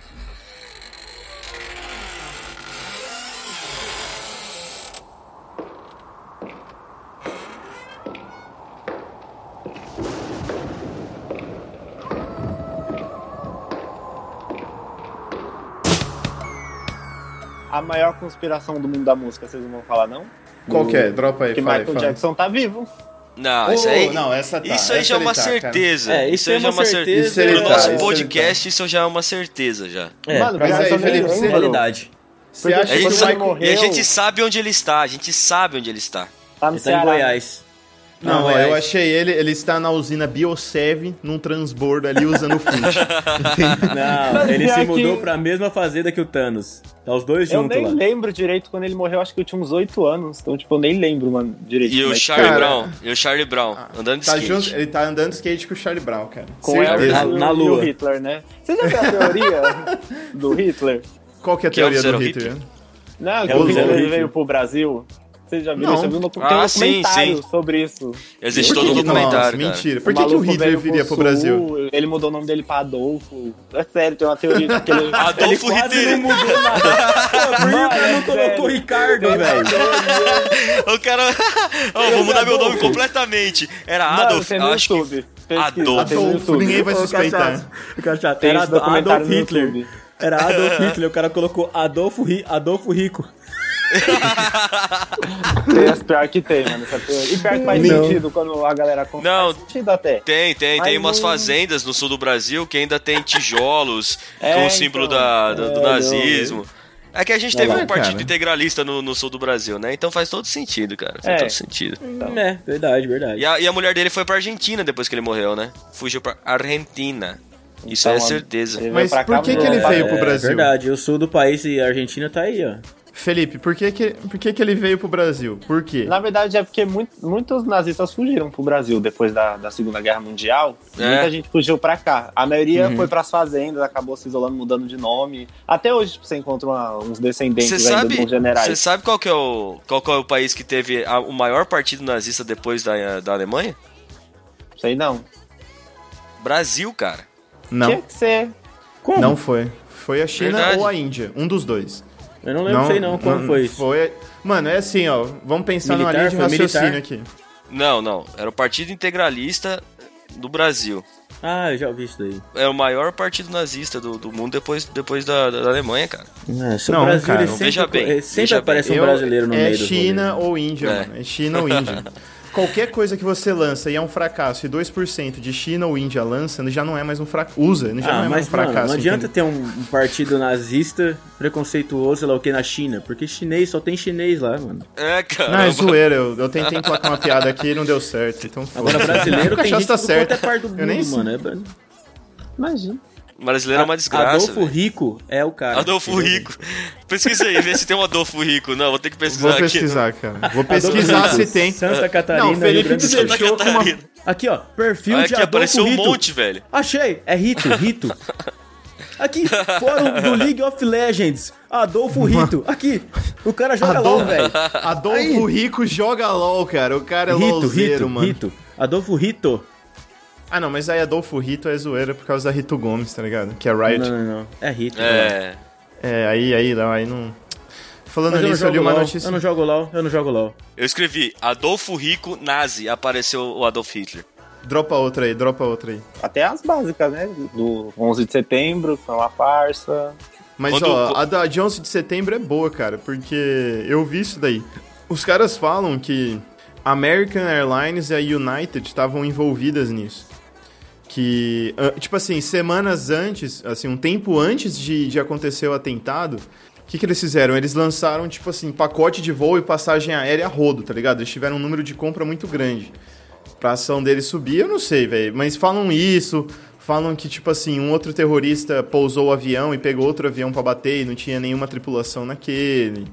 Speaker 5: A maior conspiração do mundo da música, vocês não vão falar, não?
Speaker 1: Qual que é? Dropa aí,
Speaker 5: Que
Speaker 1: fala aí,
Speaker 5: Michael
Speaker 1: fala.
Speaker 5: Jackson tá vivo.
Speaker 2: Não,
Speaker 1: Ô,
Speaker 2: isso aí.
Speaker 1: não, essa tá,
Speaker 2: Isso aí
Speaker 1: essa
Speaker 2: já é uma
Speaker 1: ele tá, cara.
Speaker 2: certeza.
Speaker 3: É, isso é
Speaker 2: aí já é
Speaker 3: uma
Speaker 2: uma certeza.
Speaker 3: certeza.
Speaker 1: Isso ele
Speaker 2: No
Speaker 1: tá,
Speaker 2: nosso
Speaker 1: isso ele
Speaker 2: podcast, isso já é uma certeza já.
Speaker 3: É,
Speaker 5: Mano, tá
Speaker 3: pra
Speaker 5: mas
Speaker 3: nós
Speaker 5: aí,
Speaker 3: também
Speaker 5: Felipe,
Speaker 3: é
Speaker 5: você-
Speaker 3: realidade.
Speaker 1: Você
Speaker 5: Porque
Speaker 1: acha
Speaker 2: A
Speaker 1: que
Speaker 2: gente,
Speaker 5: Quando
Speaker 1: o
Speaker 2: sabe,
Speaker 5: ele
Speaker 1: Michael...
Speaker 5: morreu-
Speaker 2: e a gente sabe onde ele está, a gente sabe onde ele está.
Speaker 5: Tá no
Speaker 3: Ele tá em
Speaker 5: Ceará.
Speaker 3: Goiás. é-
Speaker 1: Não, é
Speaker 5: Goiás.
Speaker 1: eu achei ele, ele está na usina Biosev, num transbordo ali usando o Fint.
Speaker 3: Não, ele
Speaker 5: pior
Speaker 3: se
Speaker 5: que-
Speaker 3: mudou pra mesma fazenda que o Thanos. Tá os dois
Speaker 5: Eu
Speaker 3: juntos
Speaker 5: nem
Speaker 3: lá.
Speaker 5: lembro direito quando ele morreu, acho que eu tinha uns 8 anos. Então, tipo, eu nem lembro, mano, direito. é
Speaker 2: E o
Speaker 5: Mas,
Speaker 2: Charlie
Speaker 1: cara-
Speaker 2: Brown, e o Charlie Brown, andando de
Speaker 1: Tá
Speaker 2: skate.
Speaker 1: junto, ele tá andando de skate com o Charlie Brown, cara.
Speaker 5: com ela
Speaker 1: Certeza.
Speaker 3: Na-
Speaker 5: e o-
Speaker 3: na
Speaker 5: e o
Speaker 3: lua.
Speaker 5: Hitler, né? Você já viu a teoria do Hitler?
Speaker 1: Qual que é a
Speaker 2: Que é o
Speaker 1: teoria
Speaker 2: Zero
Speaker 1: do
Speaker 2: Hitler?
Speaker 1: Hitler?
Speaker 5: Não, que
Speaker 3: É o
Speaker 5: o Hitler
Speaker 3: Hitler.
Speaker 5: veio pro Brasil. Você já viu?
Speaker 1: Não.
Speaker 5: Você viu no, tem um
Speaker 2: Ah, sim,
Speaker 5: documentário
Speaker 2: sim.
Speaker 5: sobre isso.
Speaker 2: Existe
Speaker 1: Por
Speaker 2: todo
Speaker 1: que
Speaker 2: o
Speaker 1: que- nossa,
Speaker 2: documentário, cara.
Speaker 1: mentira. Por
Speaker 5: O
Speaker 1: que, que o
Speaker 5: maluco
Speaker 1: Hitler
Speaker 5: veio pro
Speaker 1: viria pro
Speaker 5: sul,
Speaker 1: Brasil?
Speaker 5: Ele mudou o nome dele pra Adolfo. É sério, tem uma teoria de que ele...
Speaker 2: Adolfo
Speaker 3: Quase não
Speaker 2: Ribeiro.
Speaker 3: mudou nada. Por
Speaker 5: Mano,
Speaker 3: que ele não colocou o
Speaker 5: sério.
Speaker 3: Ricardo, velho?
Speaker 2: O cara. Ó, vou mudar meu nome completamente. Era Adolf.
Speaker 3: é
Speaker 5: Mano, tem no
Speaker 2: acho que
Speaker 5: YouTube. Pesquisa,
Speaker 2: Adolfo.
Speaker 5: tem no
Speaker 1: Adolfo,
Speaker 5: YouTube.
Speaker 1: ninguém vai
Speaker 3: Ô,
Speaker 1: suspeitar.
Speaker 3: cachaça, cachaça,
Speaker 5: Tem
Speaker 3: Era
Speaker 5: esse documentário
Speaker 3: Adolf
Speaker 5: no
Speaker 3: Hitler.
Speaker 5: YouTube.
Speaker 3: Era Adolf Hitler. O cara colocou Adolfo, Ri- Adolfo Rico.
Speaker 5: Tem as pior que tem, mano. Essa pior. E pior que faz
Speaker 1: Não.
Speaker 5: sentido quando a galera compra.
Speaker 2: Não.
Speaker 5: Faz sentido até.
Speaker 2: Tem, tem.
Speaker 5: Mas
Speaker 2: tem umas
Speaker 5: não-
Speaker 2: fazendas no sul do Brasil que ainda tem tijolos
Speaker 5: É,
Speaker 2: com o símbolo
Speaker 5: então.
Speaker 2: da- do, do
Speaker 5: É, não,
Speaker 2: nazismo. É que a gente teve
Speaker 1: lá,
Speaker 2: um
Speaker 5: né?
Speaker 2: partido
Speaker 1: cara.
Speaker 2: integralista no, no sul do Brasil, né? Então faz todo sentido, cara. Faz
Speaker 5: É.
Speaker 2: todo sentido.
Speaker 3: É, verdade, verdade.
Speaker 2: E a, e a mulher dele foi pra Argentina depois que ele morreu, né? Fugiu pra Argentina. Isso
Speaker 5: Então,
Speaker 2: é
Speaker 5: mano,
Speaker 2: certeza.
Speaker 5: ele
Speaker 1: Mas
Speaker 5: veio pra
Speaker 1: por
Speaker 5: cá,
Speaker 1: que que
Speaker 5: mano,
Speaker 1: ele
Speaker 5: pra-
Speaker 1: veio pro
Speaker 3: É,
Speaker 1: Brasil?
Speaker 3: verdade, o sul do país e a Argentina tá aí, ó.
Speaker 1: Felipe, por que, que, por que, que ele veio pro Brasil? Por quê?
Speaker 5: Na verdade, é porque muito- muitos nazistas fugiram pro Brasil depois da, da Segunda Guerra Mundial.
Speaker 2: É. Uhum.
Speaker 5: Muita gente fugiu pra cá. A maioria foi pras fazendas, acabou se isolando, mudando de nome. Até hoje, tipo, você encontra uma- uns descendentes
Speaker 2: Você
Speaker 5: ainda
Speaker 2: sabe,
Speaker 5: de uns
Speaker 2: cê
Speaker 5: generais.
Speaker 2: sabe qual, que é o, qual que é o país que teve a- o maior partido nazista depois da, da Alemanha?
Speaker 5: Sei não.
Speaker 2: Brasil, cara.
Speaker 5: Tinha
Speaker 1: Não,
Speaker 5: que ser.
Speaker 3: Como?
Speaker 1: não foi. Foi a China
Speaker 2: Verdade.
Speaker 1: ou a Índia, um dos dois.
Speaker 3: Eu não lembro, sei não, quando foi isso.
Speaker 1: Foi... Mano, é assim, ó. Vamos pensar numa linha
Speaker 3: Militar,
Speaker 1: de
Speaker 3: foi militar?
Speaker 1: raciocínio aqui.
Speaker 2: Não, não. Era o Partido Integralista do Brasil.
Speaker 3: Ah, eu já ouvi isso daí.
Speaker 2: Era é o maior partido nazista do, do mundo depois, depois da, da Alemanha, cara.
Speaker 3: É, se
Speaker 1: Não,
Speaker 3: o Brasil
Speaker 1: cara,
Speaker 3: ele
Speaker 1: não,
Speaker 3: sempre,
Speaker 2: veja bem,
Speaker 3: ele sempre
Speaker 2: veja bem.
Speaker 3: aparece um
Speaker 1: Eu-
Speaker 3: brasileiro no
Speaker 1: é
Speaker 3: meio do
Speaker 1: China
Speaker 3: rolê.
Speaker 1: ou Índia,
Speaker 2: É.
Speaker 1: mano. É China ou Índia. Qualquer coisa que você lança e é um fracasso e 2% de China ou Índia lança, já não é mais um fracasso. Usa, já não
Speaker 3: Ah,
Speaker 1: é mais
Speaker 3: mas
Speaker 1: um
Speaker 3: mano,
Speaker 1: fracasso.
Speaker 3: não adianta
Speaker 1: entendeu?
Speaker 3: ter um, um partido nazista preconceituoso, sei lá o que, na China. Porque chinês, só tem chinês lá, mano.
Speaker 2: É,
Speaker 1: Não, é
Speaker 2: cara.
Speaker 1: zoeira. Eu, eu tentei emplacar uma piada aqui e não deu certo. Então
Speaker 3: Agora
Speaker 1: foda-se.
Speaker 3: brasileiro
Speaker 1: A
Speaker 3: tem
Speaker 1: cachaça
Speaker 3: gente
Speaker 1: tá
Speaker 3: de qualquer
Speaker 1: certa.
Speaker 3: parte do mundo,
Speaker 1: Eu nem sei.
Speaker 3: mano. É bra-
Speaker 5: Imagina.
Speaker 2: Brasileiro é uma desgraça.
Speaker 3: Adolfo
Speaker 2: velho.
Speaker 3: Rico é o cara.
Speaker 2: Adolfo
Speaker 3: entendeu?
Speaker 2: Rico. Pesquisa aí, vê se tem um Adolfo Rico. Não, vou ter que pesquisar
Speaker 1: Vou
Speaker 2: aqui.
Speaker 1: pesquisar, cara. Vou
Speaker 3: Adolfo
Speaker 1: pesquisar
Speaker 3: Rico,
Speaker 1: se tem.
Speaker 2: É.
Speaker 3: Santa Catarina,
Speaker 1: Não, Felipe
Speaker 3: Rio Grande do Sul.
Speaker 1: Santa Fechou com uma-
Speaker 2: Catarina.
Speaker 3: Aqui, ó. Perfil
Speaker 2: Olha
Speaker 3: de
Speaker 2: aqui,
Speaker 3: Adolfo
Speaker 2: apareceu um
Speaker 3: Rito.
Speaker 2: monte, velho.
Speaker 3: Achei! É Rito, Rito. Aqui, fórum do League of Legends. Adolfo Rito. Aqui, o cara joga LOL,
Speaker 1: Adolfo, é
Speaker 3: velho.
Speaker 1: Adolfo Rico joga LOL, cara. O cara é
Speaker 3: Rito,
Speaker 1: LOLzeiro,
Speaker 3: Rito,
Speaker 1: mano.
Speaker 3: Rito. Adolfo Rito.
Speaker 1: Ah, não, mas aí Adolfo Rito é zoeira por causa da Rito Gomes, tá ligado? Que é Riot.
Speaker 3: Não, não, não. É Rito. mano.
Speaker 2: É.
Speaker 1: É, aí, aí, não, aí não. Falando
Speaker 3: Mas eu não,
Speaker 1: nisso, eu
Speaker 3: jogo
Speaker 1: li uma
Speaker 3: LOL,
Speaker 1: notícia.
Speaker 3: eu não jogo LOL, eu não jogo LOL.
Speaker 2: Eu escrevi Adolfo Rico Nazi, apareceu o Adolf Hitler.
Speaker 1: Dropa outra aí, dropa outra aí.
Speaker 5: Até as básicas, né? Do 11 de setembro, que foi uma farsa.
Speaker 1: Mas,
Speaker 2: Quando-
Speaker 1: ó, a da de 11 de setembro é boa, cara, porque eu vi isso daí. Os caras falam que a American Airlines e a United estavam envolvidas nisso. Que, ah, tipo assim, semanas antes, assim, um tempo antes de, de acontecer o atentado, o que, que eles fizeram? Eles lançaram, tipo assim, pacote de voo e passagem aérea a rodo, tá ligado? Eles tiveram um número de compra muito grande. pra ação dele subir, eu não sei, velho. Mas falam isso, falam que, tipo assim, um outro terrorista pousou o avião e pegou outro avião pra bater e não tinha nenhuma tripulação naquele.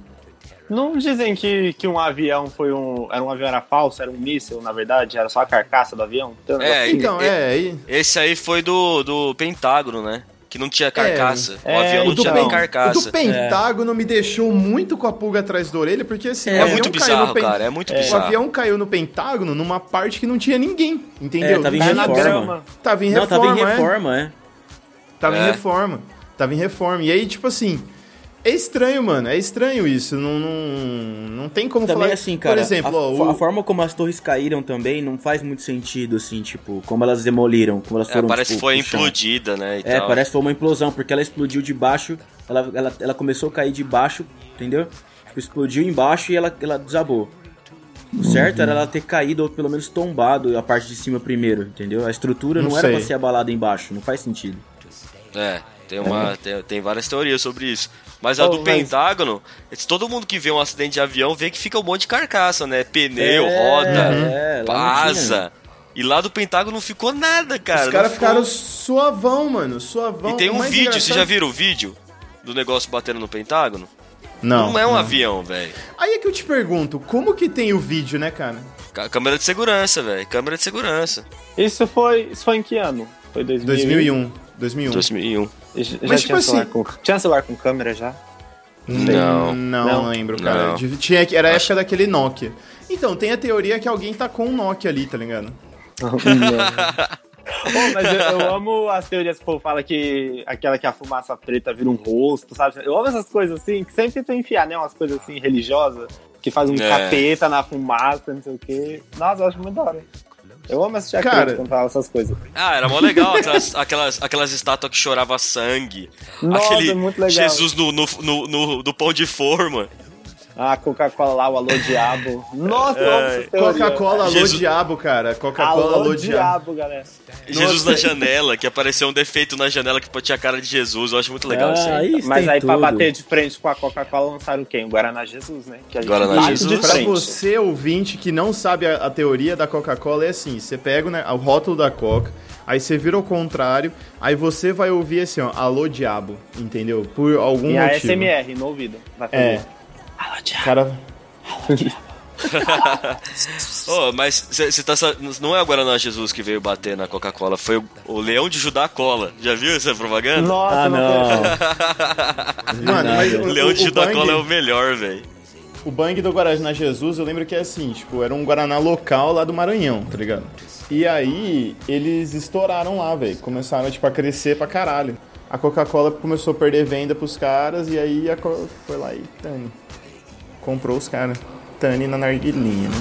Speaker 5: Não dizem que, que um avião foi um. Era um avião era falso, era um míssil, na verdade, era só a carcaça do avião. Tem um
Speaker 2: É,
Speaker 5: negócio-
Speaker 1: Então,
Speaker 2: e-
Speaker 1: é, aí.
Speaker 2: Esse aí foi do, do Pentágono, né? Que não tinha carcaça. o avião
Speaker 5: é,
Speaker 2: não
Speaker 5: o do
Speaker 2: tinha
Speaker 5: Pen-
Speaker 2: nem
Speaker 1: o
Speaker 2: carcaça.
Speaker 1: do Pentágono me deixou muito com a pulga atrás da orelha, porque assim, o
Speaker 2: É
Speaker 1: avião
Speaker 2: muito
Speaker 1: caiu no
Speaker 2: bizarro,
Speaker 1: pen-
Speaker 2: cara. É muito
Speaker 1: O
Speaker 2: bizarro.
Speaker 1: avião caiu no Pentágono numa parte que não tinha ninguém, entendeu?
Speaker 3: É, tava em
Speaker 1: Tinha
Speaker 5: Caiu tá na
Speaker 3: reforma.
Speaker 5: grama.
Speaker 1: Tava em
Speaker 3: não,
Speaker 1: reforma,
Speaker 3: tava em
Speaker 1: é.
Speaker 3: reforma, é.
Speaker 1: Tava
Speaker 2: É.
Speaker 1: em reforma. Tava em reforma. E aí, tipo assim. É estranho, mano. É estranho isso. Não, não, não tem como
Speaker 3: Também
Speaker 1: falar.
Speaker 3: assim, cara,
Speaker 1: Por exemplo,
Speaker 3: a,
Speaker 1: ó,
Speaker 3: fo-
Speaker 1: o-
Speaker 3: a forma como as torres caíram também não faz muito sentido, assim, tipo, como elas demoliram, como elas
Speaker 2: É,
Speaker 3: foram,
Speaker 2: parece que
Speaker 3: tipo,
Speaker 2: foi
Speaker 3: pro chão.
Speaker 2: implodida, né? e
Speaker 3: É,
Speaker 2: tal.
Speaker 3: parece que foi uma implosão, porque ela explodiu de baixo, ela, ela, ela começou a cair de baixo, entendeu? Tipo, Explodiu embaixo e ela, ela desabou. O certo era ela ter caído, ou pelo menos tombado a parte de cima primeiro, entendeu? A estrutura não,
Speaker 1: Não
Speaker 3: era pra
Speaker 1: sei.
Speaker 3: ser abalada embaixo, não faz sentido.
Speaker 2: É, tem, uma, tem, tem várias teorias sobre isso. Mas a
Speaker 5: Oh,
Speaker 2: do
Speaker 5: mas-
Speaker 2: Pentágono, esse- todo mundo que vê um acidente de avião vê que fica um monte de carcaça, né? Pneu,
Speaker 3: É,
Speaker 2: roda,
Speaker 3: é, lá não tinha.
Speaker 2: asa. E lá do Pentágono não ficou nada, cara.
Speaker 1: Os caras
Speaker 2: não ficou-
Speaker 1: ficaram suavão, mano. Suavão.
Speaker 2: E tem
Speaker 1: O
Speaker 2: um
Speaker 1: mais
Speaker 2: vídeo,
Speaker 1: engraçado-
Speaker 2: vocês já viram o vídeo do negócio batendo no Pentágono?
Speaker 1: Não.
Speaker 2: é um avião, velho.
Speaker 1: Aí é que eu te pergunto, como que tem o vídeo, né, cara?
Speaker 2: Cá- Câmera de segurança, velho. Câmera de segurança.
Speaker 5: Isso foi. Isso foi em que ano? Foi 2001.
Speaker 1: 2001. 2001.
Speaker 2: 2001.
Speaker 5: Já
Speaker 1: Mas,
Speaker 5: tinha,
Speaker 1: tipo
Speaker 5: celular
Speaker 1: assim-
Speaker 5: com, tinha celular com câmera já?
Speaker 1: Não,
Speaker 2: Não.
Speaker 1: não,
Speaker 5: Não.
Speaker 1: lembro, cara.
Speaker 2: Não.
Speaker 1: Devi- Tinha, que- era a época daquele Nokia. Então, tem a teoria que alguém tá com um Nokia ali, tá ligado?
Speaker 5: Pô, mas eu, eu amo as teorias que o povo fala que aquela que a fumaça preta vira um rosto, sabe? Eu amo essas coisas assim, que sempre tentam enfiar, né? Umas coisas assim religiosas, que faz um
Speaker 2: É.
Speaker 5: capeta na fumaça, não sei o quê. Nossa, eu acho muito da hora. Eu amo assistir a
Speaker 1: Cara-
Speaker 5: Cara... quando fala essas coisas.
Speaker 2: Ah, era mó legal aquelas, aquelas, aquelas estátuas que chorava sangue.
Speaker 5: Nossa,
Speaker 2: Aquele
Speaker 5: muito legal.
Speaker 2: Jesus no, no, no, no- do pão de forma.
Speaker 5: Ah, Coca-Cola lá, o Alô Diabo. Nossa, eu amo essas teorias.
Speaker 1: Coca-Cola, alô
Speaker 2: Jesus-
Speaker 1: diabo, cara. Coca-Cola,
Speaker 5: É. Alô,
Speaker 1: alô diabo.
Speaker 5: Diabo, galera.
Speaker 2: Jesus
Speaker 1: Nossa.
Speaker 2: na janela, que apareceu um defeito na janela que tinha a cara de Jesus. Eu acho muito legal isso aí.
Speaker 3: Ah, isso
Speaker 5: Mas
Speaker 3: tem
Speaker 5: aí, pra
Speaker 3: tudo.
Speaker 5: bater de frente com a Coca-Cola, lançaram quem? O Um Guaraná Jesus, né? Que a gente
Speaker 2: Guaraná
Speaker 5: bate
Speaker 2: Jesus.
Speaker 5: de
Speaker 1: Pra
Speaker 5: frente.
Speaker 1: você, ouvinte, que não sabe a, a teoria da Coca-Cola, é assim: você pega né, o rótulo da Coca, aí você vira ao contrário, aí você vai ouvir assim, ó, alô diabo, entendeu? Por algum
Speaker 5: E a
Speaker 1: motivo.
Speaker 5: SMR no ouvido. Vai
Speaker 1: É.
Speaker 5: fazer.
Speaker 1: Cara,
Speaker 2: Ô, mas você tá. sa- Não é o Guaraná Jesus que veio bater na Coca-Cola, foi o, o Leão de Judá Cola. Já viu essa propaganda?
Speaker 5: Nossa,
Speaker 3: Ah, não.
Speaker 1: mano, mas o,
Speaker 2: O Leão de
Speaker 1: o, o,
Speaker 2: Judá Cola é
Speaker 1: bang,
Speaker 2: o melhor, velho.
Speaker 1: o bang do Guaraná Jesus, eu lembro que é assim, tipo, era um Guaraná local lá do Maranhão, tá ligado? E aí, eles estouraram lá, velho. Começaram, tipo, a crescer pra caralho. A Coca-Cola começou a perder venda pros caras, e aí a Co- foi lá e Tani. Comprou os caras. Tani na narguilinha, né?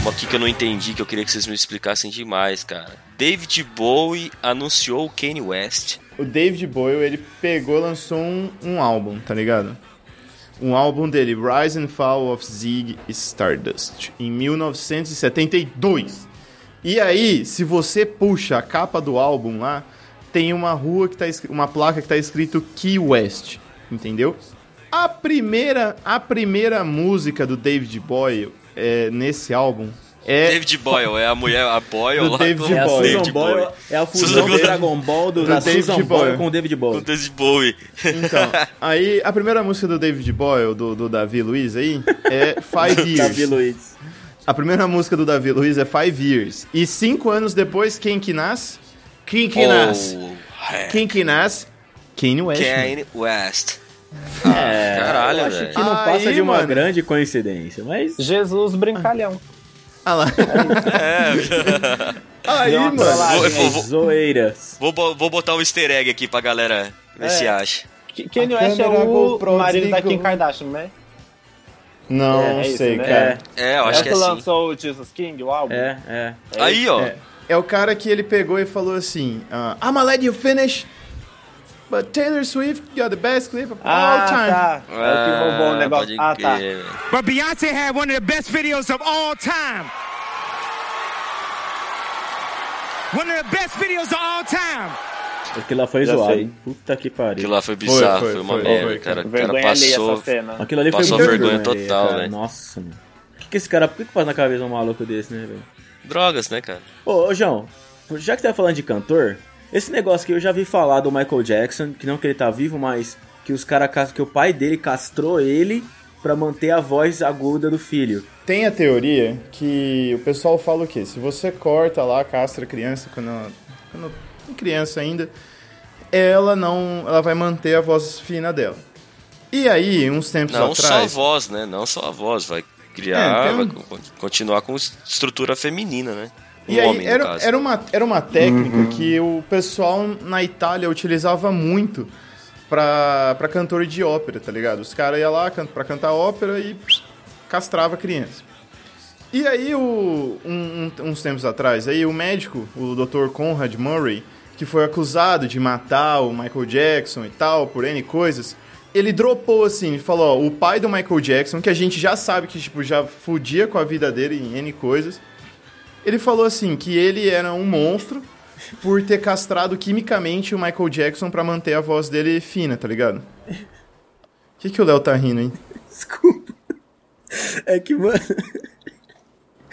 Speaker 2: Uma aqui que eu não entendi, que eu queria que vocês me explicassem demais, cara. David Bowie anunciou o Kanye West.
Speaker 1: O David Boyle, ele pegou, lançou um, um álbum, tá ligado? Um álbum dele, Rise and Fall of Zig Stardust, em 1972. E aí, se você puxa a capa do álbum lá, tem uma rua que tá escri- uma placa que tá escrito Key West, entendeu? A primeira, a primeira música do David Boyle é, nesse álbum é
Speaker 2: David Boyle, é a mulher, a Boyle
Speaker 1: Do
Speaker 2: lá
Speaker 1: David
Speaker 3: É a
Speaker 1: Boyle.
Speaker 3: Susan Boyle, é a
Speaker 2: Susan
Speaker 3: fusão do
Speaker 2: Boyle.
Speaker 3: Dragon Ball do,
Speaker 1: Do
Speaker 3: da
Speaker 1: David
Speaker 3: Susan Boyle
Speaker 1: Boyle.
Speaker 3: com o David
Speaker 2: Com
Speaker 3: Boyle.
Speaker 2: David Bowie.
Speaker 1: Então, aí a primeira música do David Boyle, do, do Davi Luiz aí, é Five Years.
Speaker 3: Davi Luiz.
Speaker 1: A primeira música do Davi Luiz é Five Years. E cinco anos depois, quem que nasce? Quem que nasce?
Speaker 2: Oh,
Speaker 1: Quem que nasce? Kanye West. mano.
Speaker 2: Kanye West. Ah,
Speaker 3: É,
Speaker 2: caralho,
Speaker 3: eu acho
Speaker 2: velho.
Speaker 3: que não passa
Speaker 1: Aí,
Speaker 3: de uma
Speaker 1: mano.
Speaker 3: grande coincidência, mas
Speaker 5: Jesus brincalhão.
Speaker 1: Ah lá.
Speaker 2: É,
Speaker 1: Aí,
Speaker 5: Deu uma
Speaker 1: mano.
Speaker 5: trollagem.
Speaker 2: Vou,
Speaker 3: é
Speaker 2: vou-
Speaker 3: zoeira.
Speaker 2: vou, bo- vou botar um easter egg aqui pra galera ver
Speaker 5: É.
Speaker 2: se acha.
Speaker 5: K- Kanye
Speaker 1: A
Speaker 5: West é
Speaker 1: câmera
Speaker 5: o
Speaker 1: GoPro
Speaker 5: marido da
Speaker 1: desligou.
Speaker 5: Kim Kardashian, né?
Speaker 1: Não
Speaker 5: É, é isso,
Speaker 1: sei,
Speaker 5: né?
Speaker 1: cara.
Speaker 2: É, eu
Speaker 5: Ela
Speaker 2: acho que é assim.
Speaker 5: lançou o Jesus King, o álbum.
Speaker 3: É, é.
Speaker 2: Aí, ó.
Speaker 1: É. É o cara que ele pegou e falou assim: ah, I'm gonna let you finish, but Taylor Swift got the best clip of all
Speaker 5: Ah,
Speaker 1: time.
Speaker 5: tá. é o que roubou o
Speaker 2: Ah,
Speaker 5: negócio.
Speaker 2: pode
Speaker 5: Ah, tá.
Speaker 2: crer, velho.
Speaker 6: But Beyonce had one of the best videos of all time. One of the best videos of all time.
Speaker 3: Aquilo lá foi
Speaker 5: Já
Speaker 3: zoado,
Speaker 5: sei.
Speaker 3: hein? Puta que pariu.
Speaker 2: Aquilo lá foi bizarro, foi,
Speaker 1: foi,
Speaker 2: uma
Speaker 1: foi,
Speaker 2: merda,
Speaker 1: foi,
Speaker 2: cara. O cara
Speaker 5: Vergonha alheia
Speaker 2: passou.
Speaker 5: essa cena.
Speaker 3: Aquilo ali
Speaker 2: Passou
Speaker 3: foi muito
Speaker 2: vergonha
Speaker 3: vergonha
Speaker 2: total,
Speaker 3: cara.
Speaker 2: velho.
Speaker 3: Nossa, mano. O que, que esse cara. Por que, que passa na cabeça um maluco desse, né, velho?
Speaker 2: Drogas, né, cara?
Speaker 3: Ô, ô, João, já que você tá falando de cantor, esse negócio que eu já vi falar do Michael Jackson, que não que ele tá vivo, mas que os caras. que o pai dele castrou ele pra manter a voz aguda do filho.
Speaker 1: Tem a teoria que o pessoal fala o quê? Se você corta lá, castra a criança quando, ela- quando é criança ainda, ela não, ela vai manter a voz fina dela. E aí, uns tempos
Speaker 2: Não só a
Speaker 1: atrás,
Speaker 2: voz, né? Não só a voz. Vai
Speaker 1: É,
Speaker 2: criar,
Speaker 1: tem
Speaker 2: vai
Speaker 1: um-
Speaker 2: con- continuar com es- estrutura feminina, né? Um
Speaker 1: e aí
Speaker 2: homem, no
Speaker 1: era,
Speaker 2: caso.
Speaker 1: era, uma, era uma técnica que o pessoal na Itália utilizava muito pra, pra cantor de ópera, tá ligado? Os caras iam lá can, pra cantar ópera e pss, castrava a criança. E aí, o- um- um- uns tempos atrás, aí o médico, o Dr. Conrad Murray, que foi acusado de matar o Michael Jackson e tal, por N coisas, ele dropou assim, ele falou, ó, o pai do Michael Jackson, que a gente já sabe que, tipo, já fudia com a vida dele em N coisas, ele falou assim, que ele era um monstro por ter castrado quimicamente o Michael Jackson pra manter a voz dele fina, tá ligado? O que, que o Léo tá rindo, hein?
Speaker 3: Desculpa. É que, mano.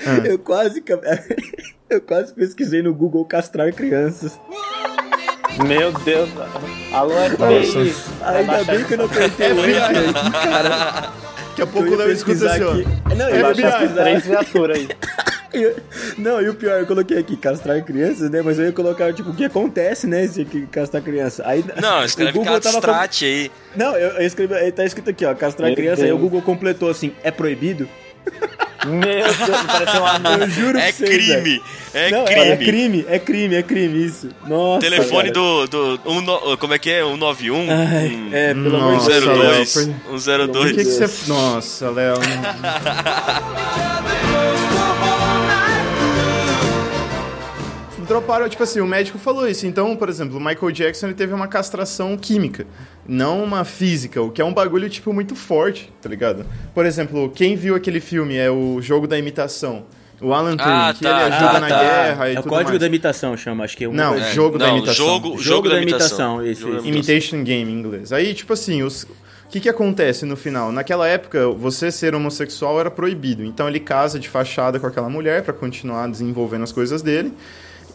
Speaker 1: Ah.
Speaker 3: Eu quase. ca- Eu quase pesquisei no Google castrar crianças.
Speaker 5: Meu Deus. Alô, FBI. Vai
Speaker 3: Ainda
Speaker 5: baixar
Speaker 3: bem que eu não apertei o link
Speaker 1: FBI.
Speaker 3: aqui, cara.
Speaker 1: Daqui a
Speaker 3: que eu
Speaker 1: pouco o
Speaker 3: ia
Speaker 1: Léo escuta
Speaker 3: pesquisar
Speaker 1: assim, ó.
Speaker 3: aqui. Não, eu ia
Speaker 5: Vai baixar essas
Speaker 3: pesquisar.
Speaker 5: três viaturas aí.
Speaker 3: Eu- Não, e o pior, eu coloquei aqui castrar crianças, né? Mas eu ia colocar, tipo, o que acontece, né? Se que castrar criança. Aí,
Speaker 2: Não,
Speaker 3: o
Speaker 2: escreve
Speaker 3: Google tava com-
Speaker 2: castrate aí.
Speaker 3: Não, eu, eu escrevi, aí tá escrito aqui, ó, castrar
Speaker 5: Meu
Speaker 3: criança, aí o
Speaker 5: Deus.
Speaker 3: Google completou assim, é proibido?
Speaker 5: Meu Deus, pareceu um anúncio.
Speaker 3: Eu juro
Speaker 2: É
Speaker 3: pra vocês, velho.
Speaker 2: crime! É
Speaker 3: Não,
Speaker 2: crime!
Speaker 3: É crime, é crime, é crime isso. Nossa.
Speaker 2: Telefone do.
Speaker 3: cara.
Speaker 2: do um no- como é que é? 191?
Speaker 3: Ai,
Speaker 2: um,
Speaker 3: é, pelo amor de
Speaker 1: Nossa,
Speaker 3: Deus.
Speaker 2: 02.
Speaker 1: Léo,
Speaker 2: 102.
Speaker 1: Por que, que
Speaker 3: Deus.
Speaker 1: você. Nossa, Léo. não- Droparam, tipo assim, o médico falou isso. Então, por exemplo, o Michael Jackson ele teve uma castração química, não uma física, o que é um bagulho, tipo, muito forte, tá ligado? Por exemplo, quem viu aquele filme é o Jogo da Imitação. O Alan Turing,
Speaker 2: Ah,
Speaker 1: que
Speaker 2: tá,
Speaker 1: ele ajuda
Speaker 2: tá,
Speaker 1: na
Speaker 2: tá.
Speaker 1: guerra e
Speaker 3: É o
Speaker 1: tudo
Speaker 3: código
Speaker 1: mais.
Speaker 3: da imitação, chama, acho que é um.
Speaker 1: Não,
Speaker 3: é.
Speaker 2: É,
Speaker 1: jogo da
Speaker 2: não,
Speaker 1: imitação.
Speaker 2: Jogo, jogo,
Speaker 3: Jogo
Speaker 2: da
Speaker 3: da
Speaker 2: imitação.
Speaker 3: imitação, isso,
Speaker 2: Jogo da
Speaker 3: isso.
Speaker 2: imitação.
Speaker 1: Imitation Game em inglês. Aí, tipo assim, os... o que, que acontece no final? Naquela época, você ser homossexual era proibido. Então ele casa de fachada com aquela mulher pra continuar desenvolvendo as coisas dele.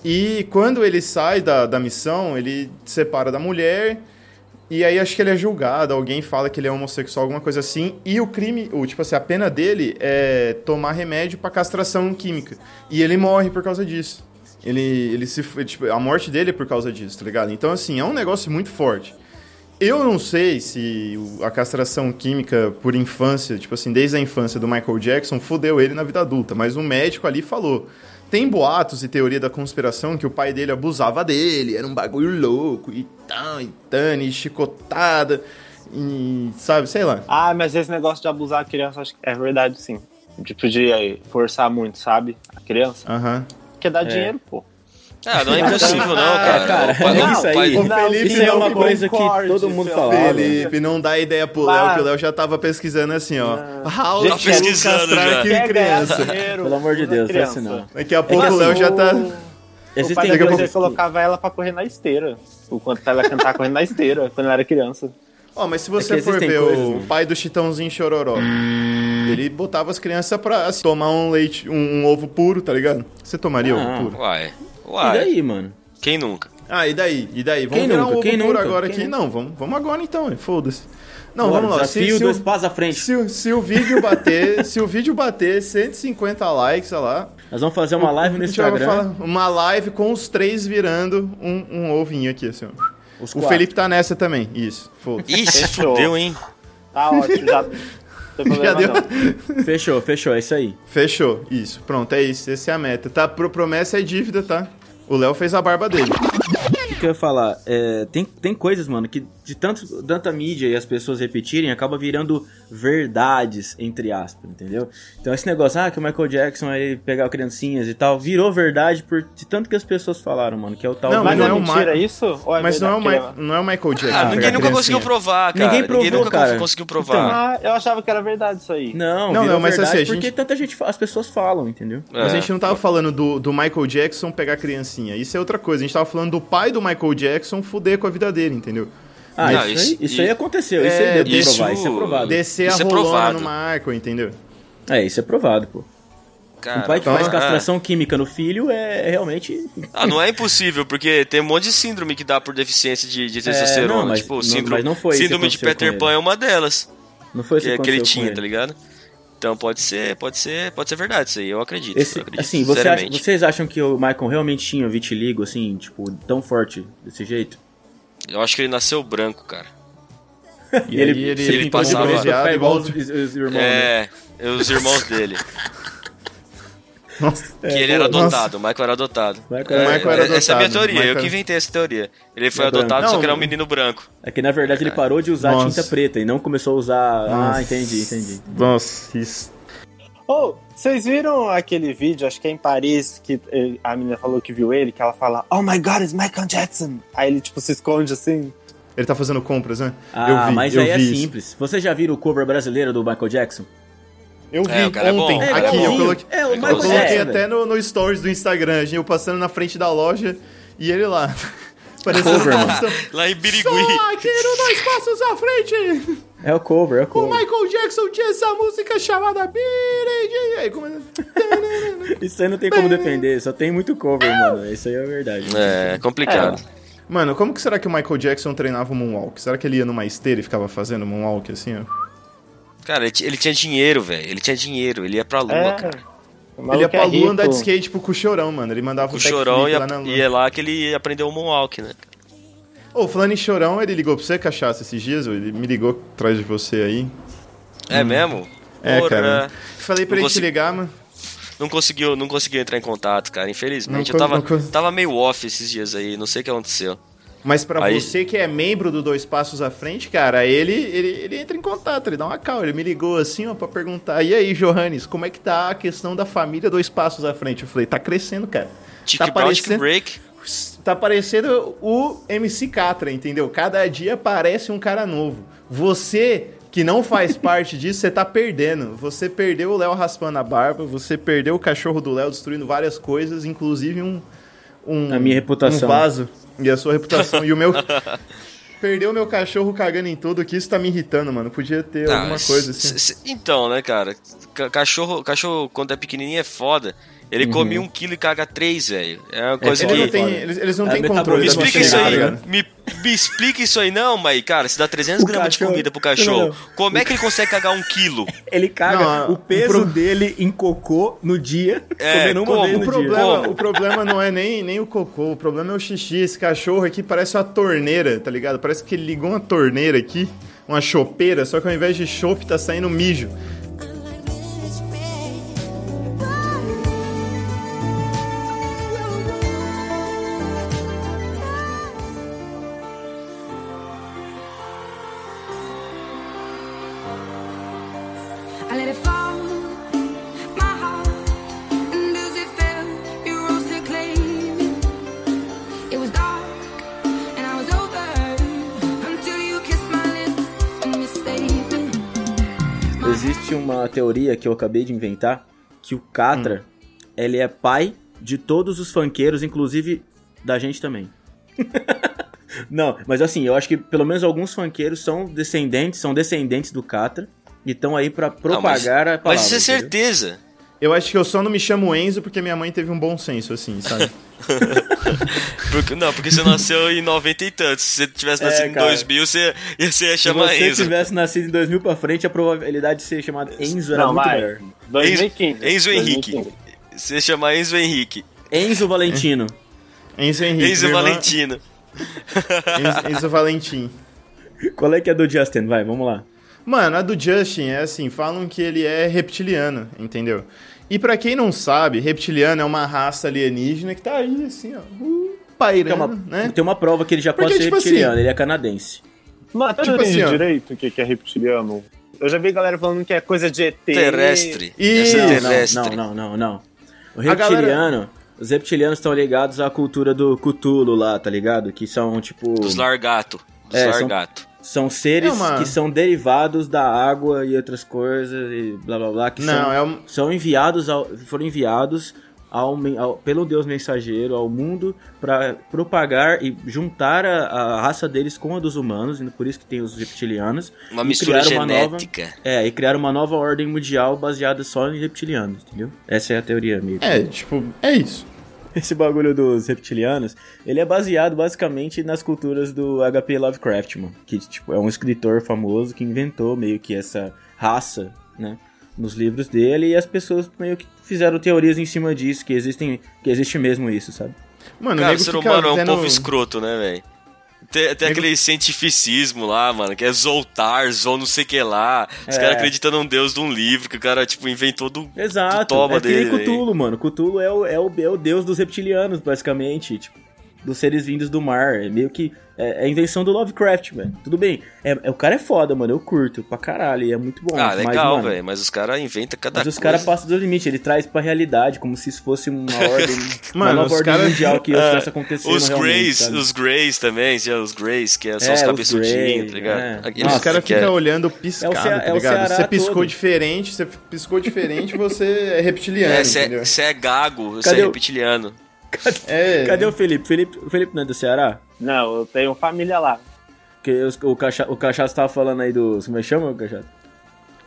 Speaker 1: E quando ele sai da, da missão, ele se separa da mulher. E aí acho que ele é julgado, alguém fala que ele é homossexual, alguma coisa assim. E o crime, ou tipo assim, a pena dele é tomar remédio pra castração química. E ele morre por causa disso. Ele, ele se, tipo, a morte dele é por causa disso, tá ligado? Então assim, é um negócio muito forte. Eu não sei se o- a castração química por infância, tipo assim, desde a infância do Michael Jackson, fudeu ele na vida adulta, mas um médico ali falou. Tem boatos e teoria da conspiração que o pai dele abusava dele, era um bagulho louco, e tal, e tane, e chicotada, e sabe, sei lá.
Speaker 5: Ah, mas esse negócio de abusar a criança, acho que é verdade, sim. Tipo, de aí, forçar muito, sabe? A criança.
Speaker 1: Aham.
Speaker 5: Porque
Speaker 3: É.
Speaker 5: dá dinheiro, pô.
Speaker 2: Ah, não é impossível, não, cara.
Speaker 3: cara,
Speaker 2: O pai-
Speaker 3: é
Speaker 2: o
Speaker 3: isso aí.
Speaker 2: pai-
Speaker 1: O Felipe
Speaker 3: Isso é
Speaker 1: não
Speaker 3: uma
Speaker 1: que
Speaker 3: coisa que
Speaker 5: concorde,
Speaker 3: todo mundo
Speaker 5: seu
Speaker 3: falava.
Speaker 1: Felipe, não dá ideia pro Léo,
Speaker 5: Claro.
Speaker 1: que o Léo já tava pesquisando assim, ó. How
Speaker 2: Tá
Speaker 1: to
Speaker 2: pesquisando
Speaker 1: castrar
Speaker 2: já.
Speaker 1: aqui
Speaker 5: Quer ganhar
Speaker 1: criança.
Speaker 5: dinheiro,
Speaker 3: Pelo amor de
Speaker 5: usa a
Speaker 3: Deus, não é
Speaker 5: criança.
Speaker 3: assim não.
Speaker 1: Daqui a pouco
Speaker 5: Mas
Speaker 1: o Léo já tá...
Speaker 5: assim, O pai
Speaker 3: Existem
Speaker 5: dele
Speaker 3: coisas.
Speaker 5: colocava ela pra correr na esteira. O quanto ela cantar correndo na esteira, quando ela era criança.
Speaker 1: Ó, mas se você
Speaker 3: É que
Speaker 1: for
Speaker 3: existem
Speaker 1: ver
Speaker 3: coisas,
Speaker 1: o
Speaker 3: mano.
Speaker 1: pai do Chitãozinho Chororó,
Speaker 3: Hum.
Speaker 1: ele botava as crianças pra assim, tomar um leite, um, um ovo puro, tá ligado? Você tomaria
Speaker 3: Ah.
Speaker 1: ovo puro?
Speaker 2: Uai.
Speaker 3: E
Speaker 2: Uai.
Speaker 3: daí, mano?
Speaker 2: Quem nunca?
Speaker 1: Ah, e daí? E daí? Vamos
Speaker 3: Quem
Speaker 1: virar
Speaker 3: nunca?
Speaker 1: um ovo
Speaker 3: Quem
Speaker 1: puro
Speaker 3: nunca?
Speaker 1: agora
Speaker 3: Quem
Speaker 1: aqui?
Speaker 3: nunca?
Speaker 1: Não, vamos, vamos agora então, foda-se. Não,
Speaker 3: Bora,
Speaker 1: vamos lá. Se-
Speaker 3: Desafio,
Speaker 1: se o-
Speaker 3: dois passos à frente.
Speaker 1: se o- se o vídeo bater, se o vídeo bater 150 likes, olha lá,
Speaker 3: Nós vamos fazer uma live no
Speaker 1: a gente vai
Speaker 3: Instagram.
Speaker 1: falar uma live com os três virando um, um ovinho aqui, assim. ó.
Speaker 3: Os
Speaker 1: O
Speaker 3: quatro.
Speaker 1: Felipe tá nessa também, isso.
Speaker 3: É
Speaker 1: Foda-se.
Speaker 2: Ih, se
Speaker 5: Fechou.
Speaker 2: fudeu, hein?
Speaker 5: Tá ótimo, já. não tem problema,
Speaker 1: Já deu.
Speaker 5: não.
Speaker 3: Fechou, fechou, é isso aí.
Speaker 1: Fechou. Isso. Pronto, é isso. Essa é a meta. Tá? Pro promessa é dívida, tá? O Léo fez a barba dele.
Speaker 3: O que eu ia falar? É, tem, tem coisas, mano, que de tanto, tanta mídia e as pessoas repetirem, acaba virando verdades, entre aspas, entendeu? Então esse negócio, ah, que o Michael Jackson aí pegava criancinhas e tal, virou verdade por de tanto que as pessoas falaram, mano, que é o tal
Speaker 1: Não,
Speaker 3: do-
Speaker 5: Mas
Speaker 1: não
Speaker 5: é
Speaker 1: é o
Speaker 5: mentira
Speaker 1: Ma-
Speaker 5: isso? Ou é
Speaker 1: Mas não é, o
Speaker 5: verdade que
Speaker 1: Ma-
Speaker 5: ele
Speaker 1: não é o Michael Jackson.
Speaker 2: Ah,
Speaker 1: pegar
Speaker 2: ninguém nunca
Speaker 1: criancinha.
Speaker 2: conseguiu provar, cara.
Speaker 3: Ninguém provou,
Speaker 2: nunca
Speaker 3: cara. Então,
Speaker 2: conseguiu
Speaker 5: é-
Speaker 2: provar.
Speaker 5: Ah, eu achava que era verdade isso aí.
Speaker 3: Não,
Speaker 1: Não,
Speaker 3: virou
Speaker 1: não, mas
Speaker 3: verdade
Speaker 1: assim, a
Speaker 3: porque
Speaker 1: gente-
Speaker 3: tanta gente, fa- as pessoas falam, entendeu?
Speaker 1: Mas a
Speaker 2: É.
Speaker 1: gente não tava falando do, do Michael Jackson pegar criancinha. Isso é outra coisa. A gente tava falando do pai do Michael Jackson fuder com a vida dele, entendeu?
Speaker 3: Ah,
Speaker 2: Não,
Speaker 3: isso,
Speaker 2: isso-
Speaker 3: aí, isso aí
Speaker 2: e-
Speaker 3: aconteceu, isso
Speaker 1: É,
Speaker 3: aí deu pra
Speaker 2: isso-
Speaker 3: provar, isso é provado.
Speaker 1: Descer
Speaker 2: Isso
Speaker 1: a
Speaker 2: é
Speaker 1: rolona
Speaker 2: provado.
Speaker 1: no Michael, entendeu?
Speaker 3: É, isso é provado, pô.
Speaker 2: Cara,
Speaker 3: um pai que
Speaker 1: então,
Speaker 3: faz
Speaker 1: ah.
Speaker 3: castração química no filho é é realmente
Speaker 2: Ah, não é impossível, porque tem um monte de síndrome que dá por deficiência de, de testosterona.
Speaker 3: É, não, mas-
Speaker 2: tipo,
Speaker 3: não-
Speaker 2: síndrome,
Speaker 3: mas não foi isso que
Speaker 2: síndrome de
Speaker 3: aconteceu com
Speaker 2: Peter
Speaker 3: ele.
Speaker 2: Pan é uma delas.
Speaker 3: Não foi
Speaker 2: Que,
Speaker 3: isso
Speaker 2: é que ele
Speaker 3: aconteceu com
Speaker 2: tinha, tá ligado? Então pode ser, pode ser, pode ser verdade isso aí. Eu acredito.
Speaker 3: Esse,
Speaker 2: eu acredito
Speaker 3: assim, você acha-
Speaker 2: sinceramente.
Speaker 3: vocês acham que o Michael realmente tinha vitiligo, assim, tipo, tão forte desse jeito?
Speaker 2: Eu acho que ele nasceu branco, cara.
Speaker 1: E, aí ele,
Speaker 2: ele
Speaker 1: pintou de
Speaker 2: passava-
Speaker 1: bronzeado
Speaker 3: pé
Speaker 1: igual...
Speaker 3: igual os, os- os irmãos. né?
Speaker 2: É, os irmãos dele.
Speaker 1: Nossa. é,
Speaker 2: que ele era
Speaker 1: nossa.
Speaker 2: adotado, o Michael era adotado.
Speaker 3: Michael-
Speaker 2: É,
Speaker 1: Michael era
Speaker 2: Essa é a minha
Speaker 1: adotado,
Speaker 2: teoria, eu
Speaker 1: Michael- É
Speaker 2: que inventei essa teoria. Ele foi
Speaker 3: Era branco.
Speaker 2: adotado, só
Speaker 1: Não,
Speaker 2: que era um
Speaker 1: não.
Speaker 2: menino branco.
Speaker 3: É que na verdade ele parou de usar
Speaker 1: Nossa.
Speaker 3: tinta preta e não começou a usar.
Speaker 1: Nossa.
Speaker 3: Ah, entendi, entendi.
Speaker 1: Nossa, isso.
Speaker 5: Ô, vocês viram aquele vídeo, acho que é em Paris, que eh, a menina falou que viu ele, que ela fala, Oh my God, it's Michael Jackson. Aí ele, tipo, se esconde assim.
Speaker 1: Ele tá fazendo compras, né?
Speaker 3: Ah,
Speaker 1: eu vi,
Speaker 3: mas
Speaker 1: eu
Speaker 3: aí é
Speaker 1: vi isso.
Speaker 3: simples. Vocês já viram o cover brasileiro do Michael Jackson?
Speaker 1: Eu vi
Speaker 2: É, o cara é bom,
Speaker 1: ontem,
Speaker 2: o cara
Speaker 1: aqui,
Speaker 2: é
Speaker 1: eu
Speaker 2: bom.
Speaker 1: coloquei...
Speaker 3: É,
Speaker 2: Eu
Speaker 3: o
Speaker 1: Eu
Speaker 3: Michael
Speaker 2: Pois
Speaker 1: coloquei
Speaker 3: Jackson.
Speaker 1: até no, no stories do Instagram, gente, eu passando na frente da loja e ele lá. Parecendo
Speaker 3: Cover,
Speaker 1: um
Speaker 3: mano.
Speaker 1: pastor.
Speaker 2: Lá em Birigui.
Speaker 1: Só atiro dois passos à frente!
Speaker 3: É o cover, é o
Speaker 1: O
Speaker 3: cover.
Speaker 1: Michael Jackson tinha essa música chamada Birigui. Aí é? começa.
Speaker 3: Isso aí não tem como defender, só tem muito cover, mano. Isso aí é verdade.
Speaker 2: É, complicado.
Speaker 1: Mano, como que será que o Michael Jackson treinava o Moonwalk? Será que ele ia numa esteira e ficava fazendo Moonwalk assim, ó?
Speaker 2: Cara, ele, ti- ele tinha dinheiro, velho. Ele tinha dinheiro, ele ia pra lua,
Speaker 5: É,
Speaker 2: cara.
Speaker 5: o maluco
Speaker 1: ele ia pra
Speaker 5: é
Speaker 1: lua
Speaker 5: rico.
Speaker 1: andar de skate tipo, com o Chorão, mano. Ele mandava
Speaker 2: O
Speaker 1: um
Speaker 2: chorão
Speaker 1: backflip
Speaker 2: ia,
Speaker 1: lá na lua.
Speaker 2: ia lá que ele aprendeu o Moonwalk, né?
Speaker 1: Ô, falando em Chorão, ele ligou pra você, Cachaça, esses dias? Ele me ligou atrás de você aí.
Speaker 2: É mesmo?
Speaker 1: Hum. É,
Speaker 2: Ora.
Speaker 1: cara. Falei pra
Speaker 2: Não
Speaker 1: ele
Speaker 2: consigo-
Speaker 1: te ligar, mano.
Speaker 2: Não conseguiu, não conseguiu entrar em contato, cara. Infelizmente,
Speaker 1: Não
Speaker 2: eu tava,
Speaker 1: con- não con- Tá
Speaker 2: tava meio off esses dias aí, não sei o que aconteceu.
Speaker 1: Mas pra
Speaker 2: Aí-
Speaker 1: você que é membro do Dois Passos à Frente, cara, ele, ele, ele entra em contato, ele dá uma cal. Ele me ligou assim, ó, pra perguntar: e aí, Johannes, como é que tá a questão da família Dois Passos à Frente? Eu falei: tá crescendo, cara.
Speaker 2: Tic
Speaker 1: tá
Speaker 2: Brown, Tic
Speaker 1: parecendo,
Speaker 2: Break.
Speaker 1: tá parecendo o MC Catra, entendeu? Cada dia aparece um cara novo. Você que não faz parte disso, você tá perdendo. Você perdeu o Léo raspando a barba, você perdeu o cachorro do Léo destruindo várias coisas, inclusive um. um
Speaker 3: A minha reputação.
Speaker 1: Um vaso. E a sua reputação. e o meu. Perdeu o meu cachorro cagando em tudo, que isso tá me irritando, mano. Podia ter
Speaker 2: Ah,
Speaker 1: alguma
Speaker 2: mas-
Speaker 1: coisa assim.
Speaker 2: c- c- Então, né, cara? ca- Cachorro, cachorro, quando é pequenininho, é foda. Ele come um quilo e caga três, velho. É uma coisa
Speaker 1: Eles
Speaker 2: que...
Speaker 1: não
Speaker 3: foda.
Speaker 1: têm, eles, eles não
Speaker 3: É,
Speaker 1: têm
Speaker 3: metabolismo
Speaker 1: controle.
Speaker 2: Me
Speaker 1: da tá
Speaker 2: explica
Speaker 1: sua
Speaker 2: isso
Speaker 3: né?
Speaker 1: chegada,
Speaker 2: aí.
Speaker 1: cara.
Speaker 2: Me, me explica isso aí. Não, mas, cara, se dá 300 gramas de
Speaker 3: cachorro-
Speaker 2: comida pro
Speaker 3: Não,
Speaker 2: cachorro,
Speaker 3: não, não.
Speaker 2: como é que ele consegue cagar um quilo?
Speaker 3: Ele caga
Speaker 1: Não,
Speaker 3: o peso
Speaker 1: o pro-
Speaker 3: dele em cocô no dia,
Speaker 2: um É,
Speaker 3: comendo uma
Speaker 2: como?
Speaker 3: vez
Speaker 2: O
Speaker 1: O
Speaker 3: no dia.
Speaker 1: problema,
Speaker 2: Como?
Speaker 1: o problema não é nem, nem o cocô, o problema é o xixi. Esse cachorro aqui parece uma torneira, tá ligado? Parece que ele ligou uma torneira aqui, uma chopeira, só que ao invés de chope tá saindo mijo.
Speaker 7: I'm like this, babe. Oh, oh, oh. I let it fall, my heart, and as it fell, it rose to claim. It was dark, and I was over until you kissed my lips and mistaken.
Speaker 3: Existe uma teoria que eu acabei de inventar que o Catra, ele é pai de todos os funkeiros, inclusive da gente também. Não, mas assim, eu acho que pelo menos alguns funkeiros são descendentes, são descendentes do Catra e estão aí pra
Speaker 2: Não, mas-
Speaker 3: propagar a palavra.
Speaker 2: Mas isso é
Speaker 3: entendeu?
Speaker 2: certeza.
Speaker 1: Eu acho que eu só não me chamo Enzo porque minha mãe teve um bom senso, assim, sabe?
Speaker 2: Porque- não, porque você nasceu em 90 e tantos. Se você tivesse
Speaker 3: É,
Speaker 2: nascido em
Speaker 3: cara.
Speaker 2: 2000, você, ia- você ia
Speaker 3: Se
Speaker 2: chamar
Speaker 3: você
Speaker 2: Enzo.
Speaker 3: tivesse nascido em 2000 pra frente, a probabilidade de ser chamado Enzo era
Speaker 5: Não,
Speaker 3: muito
Speaker 5: vai.
Speaker 3: maior.
Speaker 5: 2015.
Speaker 2: é Enzo Henrique.
Speaker 5: 2015.
Speaker 2: Você ia chamar Enzo Henrique.
Speaker 3: Enzo Valentino.
Speaker 1: Enzo Henrique.
Speaker 2: Enzo
Speaker 1: minha irmã-
Speaker 2: Valentino.
Speaker 1: Enzo, Enzo Valentim.
Speaker 3: Qual é que é do Justin? Vai, vamos lá.
Speaker 1: Mano, a do Justin é assim, falam que ele é reptiliano, entendeu? E pra quem não sabe, reptiliano é uma raça alienígena que tá aí, assim, ó, uh,
Speaker 3: Tem
Speaker 1: pairando,
Speaker 3: uma,
Speaker 1: né?
Speaker 3: tem uma prova que ele já
Speaker 1: Porque,
Speaker 3: pode ser
Speaker 1: tipo assim,
Speaker 3: reptiliano, ele é canadense.
Speaker 5: Mano, até
Speaker 1: Tipo
Speaker 5: não entendi
Speaker 1: assim, ó.
Speaker 5: direito o que que é reptiliano. Eu já vi galera falando que é coisa de ET.
Speaker 2: Terrestre.
Speaker 1: Ih,
Speaker 2: Deve ser
Speaker 1: não,
Speaker 3: Não,
Speaker 2: terrestre.
Speaker 3: Não, não, não, não. O
Speaker 1: A galera-
Speaker 3: reptiliano, os reptilianos estão ligados à cultura do Cthulhu lá, tá ligado? Que são, tipo,
Speaker 2: Dos largato. Dos
Speaker 3: É, são-
Speaker 2: largato.
Speaker 3: são seres
Speaker 1: É uma-
Speaker 3: que são derivados da água e outras coisas e blá blá blá, que
Speaker 1: Não,
Speaker 3: são,
Speaker 1: é um-
Speaker 3: são enviados, ao, foram enviados ao, men- ao- pelo Deus mensageiro ao mundo para propagar e juntar a, a raça deles com a dos humanos, e por isso que tem os reptilianos.
Speaker 2: Uma
Speaker 3: e
Speaker 2: mistura
Speaker 3: criaram uma nova-
Speaker 2: genética.
Speaker 3: é, e criar uma nova ordem mundial baseada só em reptilianos, entendeu? Essa é a teoria, amigo.
Speaker 1: É, tipo, é isso.
Speaker 3: Esse bagulho dos reptilianos, ele é baseado basicamente nas culturas do HP Lovecraft, mano. Que, tipo, é um escritor famoso que inventou meio que essa raça, né? Nos livros dele, e as pessoas meio que fizeram teorias em cima disso, que existem, que existe mesmo isso, sabe?
Speaker 1: Mano,
Speaker 2: Cara,
Speaker 1: o
Speaker 2: o
Speaker 1: nego
Speaker 2: ser
Speaker 1: fica
Speaker 2: humano é um
Speaker 1: vendo-
Speaker 2: povo escroto, né, velho? Tem, tem aquele cientificismo lá, mano, que é Zoltar, Zol não sei que lá. Os
Speaker 3: É.
Speaker 2: caras acreditam num deus de um livro que o cara, tipo, inventou do.
Speaker 3: Exato.
Speaker 2: toba
Speaker 3: é que nem
Speaker 2: dele, né? véi.
Speaker 3: Cthulhu, mano. Cthulhu é o, é, o, é o deus dos reptilianos, basicamente. Tipo, dos seres vindos do mar. É meio que. É, é a invenção do Lovecraft, mano. Tudo bem. É, é- o cara é foda, mano. Eu curto pra caralho. E é muito bom.
Speaker 2: Ah,
Speaker 3: Mas,
Speaker 2: legal,
Speaker 3: mano,
Speaker 2: velho. Mas os caras inventam cada
Speaker 3: Mas os
Speaker 2: coisa.
Speaker 3: caras passam do limite, ele traz pra realidade, como se isso fosse uma ordem, uma
Speaker 1: Mano,
Speaker 3: nova
Speaker 1: os
Speaker 3: ordem
Speaker 1: cara-
Speaker 3: mundial que
Speaker 2: É,
Speaker 3: os acontecendo
Speaker 2: Os
Speaker 3: realmente,
Speaker 2: Greys,
Speaker 3: sabe?
Speaker 2: os Greys também, tinha os Greys, que são
Speaker 3: É,
Speaker 2: os
Speaker 3: os
Speaker 2: cabeçudinhos,
Speaker 3: Greys,
Speaker 2: tá ligado?
Speaker 3: é.
Speaker 2: Aqueles
Speaker 1: Os
Speaker 3: Nossa,
Speaker 1: caras
Speaker 2: que
Speaker 1: ficam
Speaker 2: é-
Speaker 1: olhando piscado,
Speaker 3: É o Ceará-
Speaker 1: tá ligado?
Speaker 3: é o Ceará
Speaker 1: você piscou
Speaker 3: todo.
Speaker 1: diferente, você piscou diferente, você é reptiliano,
Speaker 2: É,
Speaker 1: entendeu?
Speaker 2: você é gago, você é
Speaker 3: Cadê o-
Speaker 2: reptiliano.
Speaker 1: É,
Speaker 3: Cadê o Felipe? Felipe? o Felipe não é do Ceará?
Speaker 5: Não, eu tenho família lá.
Speaker 3: Porque os- o, cacha, o Cachaço tava falando aí dos... Como é que chama, Cachaço?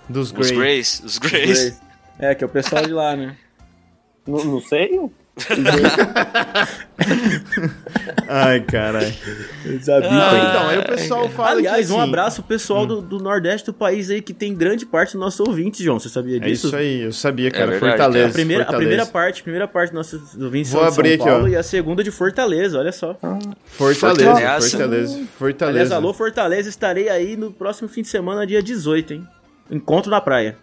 Speaker 1: dos
Speaker 2: Os
Speaker 1: Grey.
Speaker 2: Greys, os
Speaker 3: Os
Speaker 2: Greys.
Speaker 3: Greys. É, que é o pessoal de lá, né?
Speaker 5: N- não sei.
Speaker 1: Ai, caralho.
Speaker 3: Eles habitam.
Speaker 1: então, aí o pessoal fala
Speaker 3: Aliás,
Speaker 1: que,
Speaker 3: um
Speaker 1: assim,
Speaker 3: abraço pro pessoal do, do Nordeste do país aí, que tem grande parte dos nossos ouvintes, João. Você sabia
Speaker 1: É
Speaker 3: disso? é.
Speaker 1: isso aí, eu sabia, cara.
Speaker 2: verdade,
Speaker 1: Fortaleza,
Speaker 2: cara.
Speaker 3: A primeira, a
Speaker 1: Fortaleza.
Speaker 3: primeira parte, a primeira parte dos nossos ouvintes
Speaker 1: Vou
Speaker 3: são de São
Speaker 1: abrir aqui,
Speaker 3: Paulo
Speaker 1: ó.
Speaker 3: e a segunda de Fortaleza, olha só.
Speaker 1: Fortaleza,
Speaker 2: Fortaleza.
Speaker 1: Fortaleza,
Speaker 3: Aliás,
Speaker 1: Fortaleza.
Speaker 3: alô Fortaleza, estarei aí no próximo fim de semana, dia 18, hein? Encontro na praia.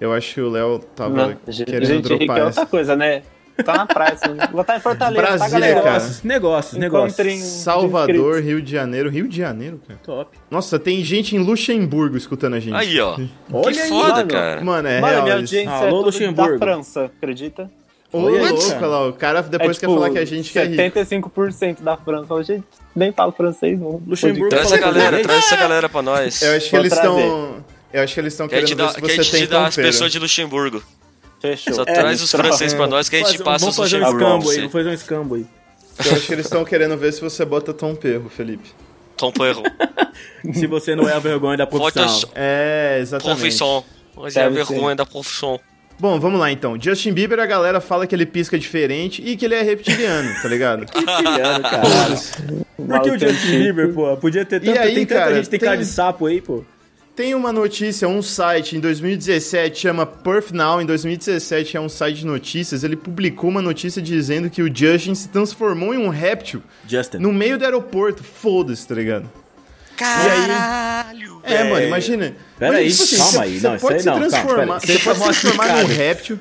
Speaker 1: Eu acho que o Léo tava querendo
Speaker 5: gente rica
Speaker 1: dropar
Speaker 5: é
Speaker 1: essa.
Speaker 5: outra coisa, né? Tá na praia, assim. Vou estar em Fortaleza, tá,
Speaker 1: Brasília,
Speaker 5: galera?
Speaker 1: cara. um
Speaker 3: Negócios, negócios,
Speaker 5: Encontrem
Speaker 3: negócios.
Speaker 1: Salvador,
Speaker 5: inscritos.
Speaker 1: Rio de Janeiro. Rio de Janeiro, cara.
Speaker 3: Top.
Speaker 1: Nossa, tem gente em Luxemburgo escutando a gente.
Speaker 2: Aí, ó.
Speaker 3: Olha
Speaker 2: que
Speaker 3: aí,
Speaker 2: foda,
Speaker 5: mano.
Speaker 2: cara.
Speaker 1: Mano, é
Speaker 5: Mano, minha
Speaker 1: real isso.
Speaker 5: audiência é
Speaker 3: Alô,
Speaker 5: tudo
Speaker 3: Luxemburgo.
Speaker 5: da França, acredita? É tipo
Speaker 1: Ô,
Speaker 3: Olha isso,
Speaker 1: louco,
Speaker 3: cara.
Speaker 1: lá, o cara depois quer falar que a gente quer rico.
Speaker 5: 75% da França. Fala, gente, nem falo francês, não.
Speaker 3: Luxemburgo
Speaker 5: Pode-
Speaker 2: Traz essa
Speaker 3: Fala
Speaker 2: galera,
Speaker 3: português.
Speaker 2: traz essa galera pra nós.
Speaker 1: Eu acho que
Speaker 5: Vou
Speaker 1: eles
Speaker 5: trazer.
Speaker 1: estão... Eu acho que eles estão
Speaker 2: Que a
Speaker 1: querendo
Speaker 2: gente
Speaker 1: ver
Speaker 2: dá,
Speaker 1: se
Speaker 2: que a
Speaker 1: você
Speaker 2: gente
Speaker 1: tem
Speaker 2: dá as
Speaker 1: pampeiro.
Speaker 2: pessoas de Luxemburgo.
Speaker 5: Fechou.
Speaker 2: Só
Speaker 5: É,
Speaker 2: traz os
Speaker 5: troca.
Speaker 2: franceses pra nós que a gente
Speaker 3: Faz-
Speaker 2: passa
Speaker 3: Vamos
Speaker 2: os
Speaker 3: fazer um
Speaker 2: Luxemburgo.
Speaker 3: escambo aí,
Speaker 2: você.
Speaker 3: vamos fazer um escambo aí.
Speaker 1: Eu acho que eles estão querendo ver se você bota Tom Perro, Felipe.
Speaker 2: Tom Perro.
Speaker 3: Se você não é a vergonha da profissão.
Speaker 2: Fotos-
Speaker 1: É, exatamente.
Speaker 2: Profissão. Mas é a
Speaker 5: Deve
Speaker 2: vergonha da profissão.
Speaker 1: Bom, vamos lá então. Justin Bieber, a galera fala que ele pisca diferente e que ele é reptiliano, tá ligado?
Speaker 3: Reptiliano, cara. Por que o Justin Bieber, pô? Podia ter tanto,
Speaker 1: aí,
Speaker 3: tem tanta
Speaker 1: cara,
Speaker 3: gente que tem
Speaker 1: tem-
Speaker 3: cara de sapo aí, pô.
Speaker 1: Tem uma notícia, um site em 2017 chama Perth Now, em 2017 é um site de notícias, ele publicou uma notícia dizendo que o Justin se transformou em um réptil
Speaker 3: Justin.
Speaker 1: no meio do aeroporto. Foda-se, tá ligado?
Speaker 2: Caralho!
Speaker 1: É, mano, imagina. tipo
Speaker 3: Pera
Speaker 1: Mas,
Speaker 3: aí, calma
Speaker 1: cê-
Speaker 3: aí,
Speaker 1: cê
Speaker 3: não, isso
Speaker 1: pode
Speaker 3: aí
Speaker 1: se
Speaker 3: não, calma,
Speaker 1: transformar,
Speaker 3: pera aí.
Speaker 1: Você
Speaker 3: Deixa
Speaker 1: pode
Speaker 3: eu
Speaker 1: se transformar
Speaker 3: explicar. né?
Speaker 1: num réptil.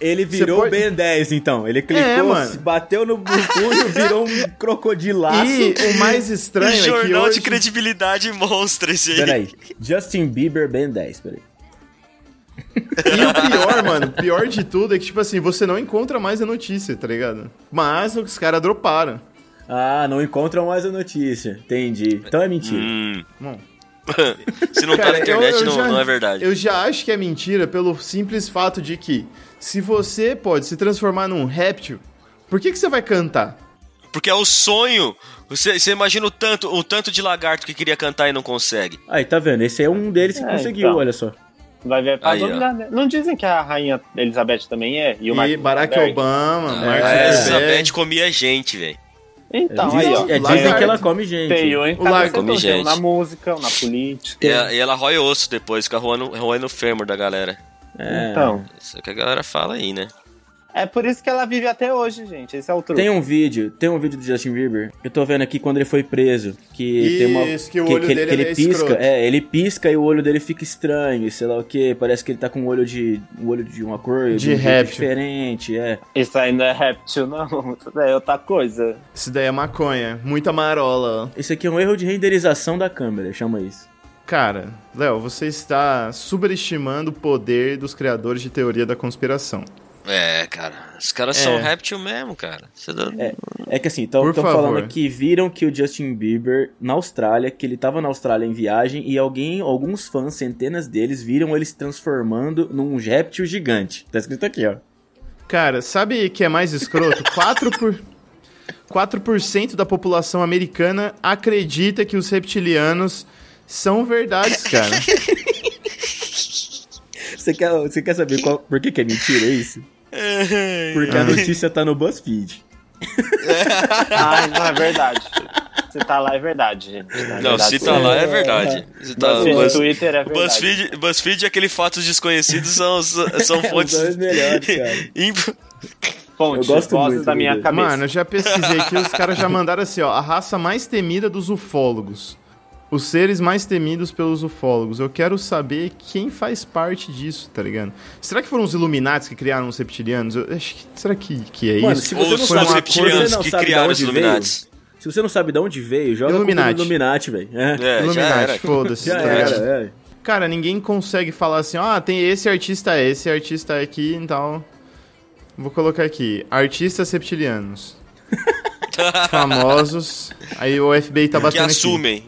Speaker 3: Ele virou
Speaker 1: pode- É,
Speaker 3: o Ben 10, então. Ele clicou,
Speaker 1: mano.
Speaker 3: se bateu no punho, virou um crocodilaço.
Speaker 1: E o mais estranho é que
Speaker 2: jornal
Speaker 1: hoje...
Speaker 2: de credibilidade monstra esse aí.
Speaker 3: Peraí, Justin Bieber Ben 10, peraí.
Speaker 1: E o pior, mano, o pior de tudo é que, tipo assim, você não encontra mais a notícia, tá ligado? Mas os caras droparam.
Speaker 3: Ah, não encontram mais a notícia. Entendi. Então é mentira.
Speaker 2: Hum.
Speaker 1: Bom.
Speaker 2: Se não tá na
Speaker 1: Cara,
Speaker 2: internet,
Speaker 1: eu- eu
Speaker 2: não,
Speaker 1: já-
Speaker 2: não é verdade.
Speaker 1: Eu já acho que é mentira pelo simples fato de que se você pode se transformar num réptil, por que, que você vai cantar?
Speaker 2: Porque é o sonho. Você, você imagina o tanto, o tanto de lagarto que queria cantar e não consegue.
Speaker 3: Aí, tá vendo? Esse é um deles que
Speaker 5: É,
Speaker 3: conseguiu,
Speaker 5: então.
Speaker 3: olha só.
Speaker 5: Vai ver pra
Speaker 2: Aí,
Speaker 5: todo
Speaker 2: ó.
Speaker 5: lugar, né? Não dizem que a rainha Elizabeth também é? E o Mark
Speaker 1: e Barack
Speaker 5: Zuckerberg?
Speaker 1: Obama, Mark
Speaker 2: a
Speaker 1: Zuckerberg.
Speaker 2: Elizabeth comia gente, velho.
Speaker 5: Então,
Speaker 3: Diz-
Speaker 5: aí, ó.
Speaker 3: é,
Speaker 1: Lagarto.
Speaker 3: dizem que ela come gente.
Speaker 5: Feio, hein?
Speaker 1: O
Speaker 5: Cada
Speaker 1: Lago-
Speaker 5: setor
Speaker 2: Come
Speaker 5: tem um
Speaker 2: gente.
Speaker 5: Na música, um na política.
Speaker 2: E, a- e ela rói osso depois, fica roendo, roendo o fêmur da galera.
Speaker 3: É.
Speaker 5: Então,
Speaker 2: Isso é o que a galera fala aí, né?
Speaker 5: é por isso que ela vive até hoje, gente. Esse é o truque.
Speaker 3: Tem um vídeo, tem um vídeo do Justin Bieber. Eu tô vendo aqui quando ele foi preso. Que tem uma.
Speaker 1: Isso, que o olho dele é
Speaker 3: pisca.
Speaker 1: escroto.
Speaker 3: É, ele pisca e o olho dele fica estranho, sei lá o que. Parece que ele tá com um olho de. um olho de uma cor um jeito
Speaker 1: réptil.
Speaker 3: diferente, é.
Speaker 5: Isso aí não é réptil, não. Isso daí é outra coisa.
Speaker 1: Isso daí é maconha, muita marola.
Speaker 3: Esse aqui é um erro de renderização da câmera, chama isso.
Speaker 1: Cara, Léo, você está superestimando o poder dos criadores de teoria da conspiração.
Speaker 2: É, cara. Os caras
Speaker 1: É.
Speaker 2: são réptil mesmo, cara. Você tá- dá-
Speaker 3: É que assim, estão
Speaker 1: Por favor.
Speaker 3: falando aqui, viram que o Justin Bieber na Austrália, que ele tava na Austrália em viagem, e alguém, alguns fãs, centenas deles, viram ele se transformando num réptil gigante. Tá escrito aqui, ó.
Speaker 1: Cara, sabe o que é mais escroto? 4 por 4% da população americana acredita que os reptilianos são verdades, cara.
Speaker 3: Você quer, você quer saber qual- por que, que é mentira isso? Porque
Speaker 1: É.
Speaker 3: a notícia tá no BuzzFeed.
Speaker 5: Ah, não é verdade. Se tá lá, é verdade, gente. Não, é
Speaker 2: Não,
Speaker 5: verdade,
Speaker 2: se tá
Speaker 5: sim.
Speaker 2: lá é verdade. Se tá
Speaker 5: Buzzfeed,
Speaker 2: Buzz-
Speaker 5: Twitter é verdade.
Speaker 2: BuzzFeed, BuzzFeed e aquele fatos desconhecidos são, são fontes.
Speaker 3: dois melhores, cara.
Speaker 2: Imp-
Speaker 5: Fonte,
Speaker 3: Eu gosto
Speaker 5: vozes
Speaker 3: muito
Speaker 5: da minha
Speaker 3: dele.
Speaker 5: cabeça.
Speaker 1: Mano, eu já pesquisei aqui, os caras já mandaram assim, ó, a raça mais temida dos ufólogos. Os seres mais temidos pelos ufólogos. Eu quero saber quem faz parte disso, tá ligado? Será que foram os Illuminati que criaram os reptilianos? Eu acho que- será que, que é
Speaker 3: Mano,
Speaker 1: isso?
Speaker 3: se você
Speaker 2: Ou são
Speaker 3: não sabe,
Speaker 2: os
Speaker 3: se
Speaker 2: reptilianos
Speaker 3: você não
Speaker 2: que
Speaker 3: sabe
Speaker 2: criaram
Speaker 3: de
Speaker 2: os
Speaker 3: onde
Speaker 2: Illuminati.
Speaker 3: veio, se você não sabe de onde veio, joga Illuminati.
Speaker 1: Illuminati.
Speaker 3: no Illuminati, velho. É.
Speaker 2: É, já era.
Speaker 1: Illuminati, foda-se.
Speaker 3: Já
Speaker 1: tá ligado?
Speaker 3: era, é.
Speaker 1: Cara, ninguém consegue falar assim, ah, tem esse artista, esse artista aqui, então... Vou colocar aqui, artistas reptilianos. Famosos. Aí o FBI tá
Speaker 2: Que
Speaker 1: batendo aqui.
Speaker 2: assumem.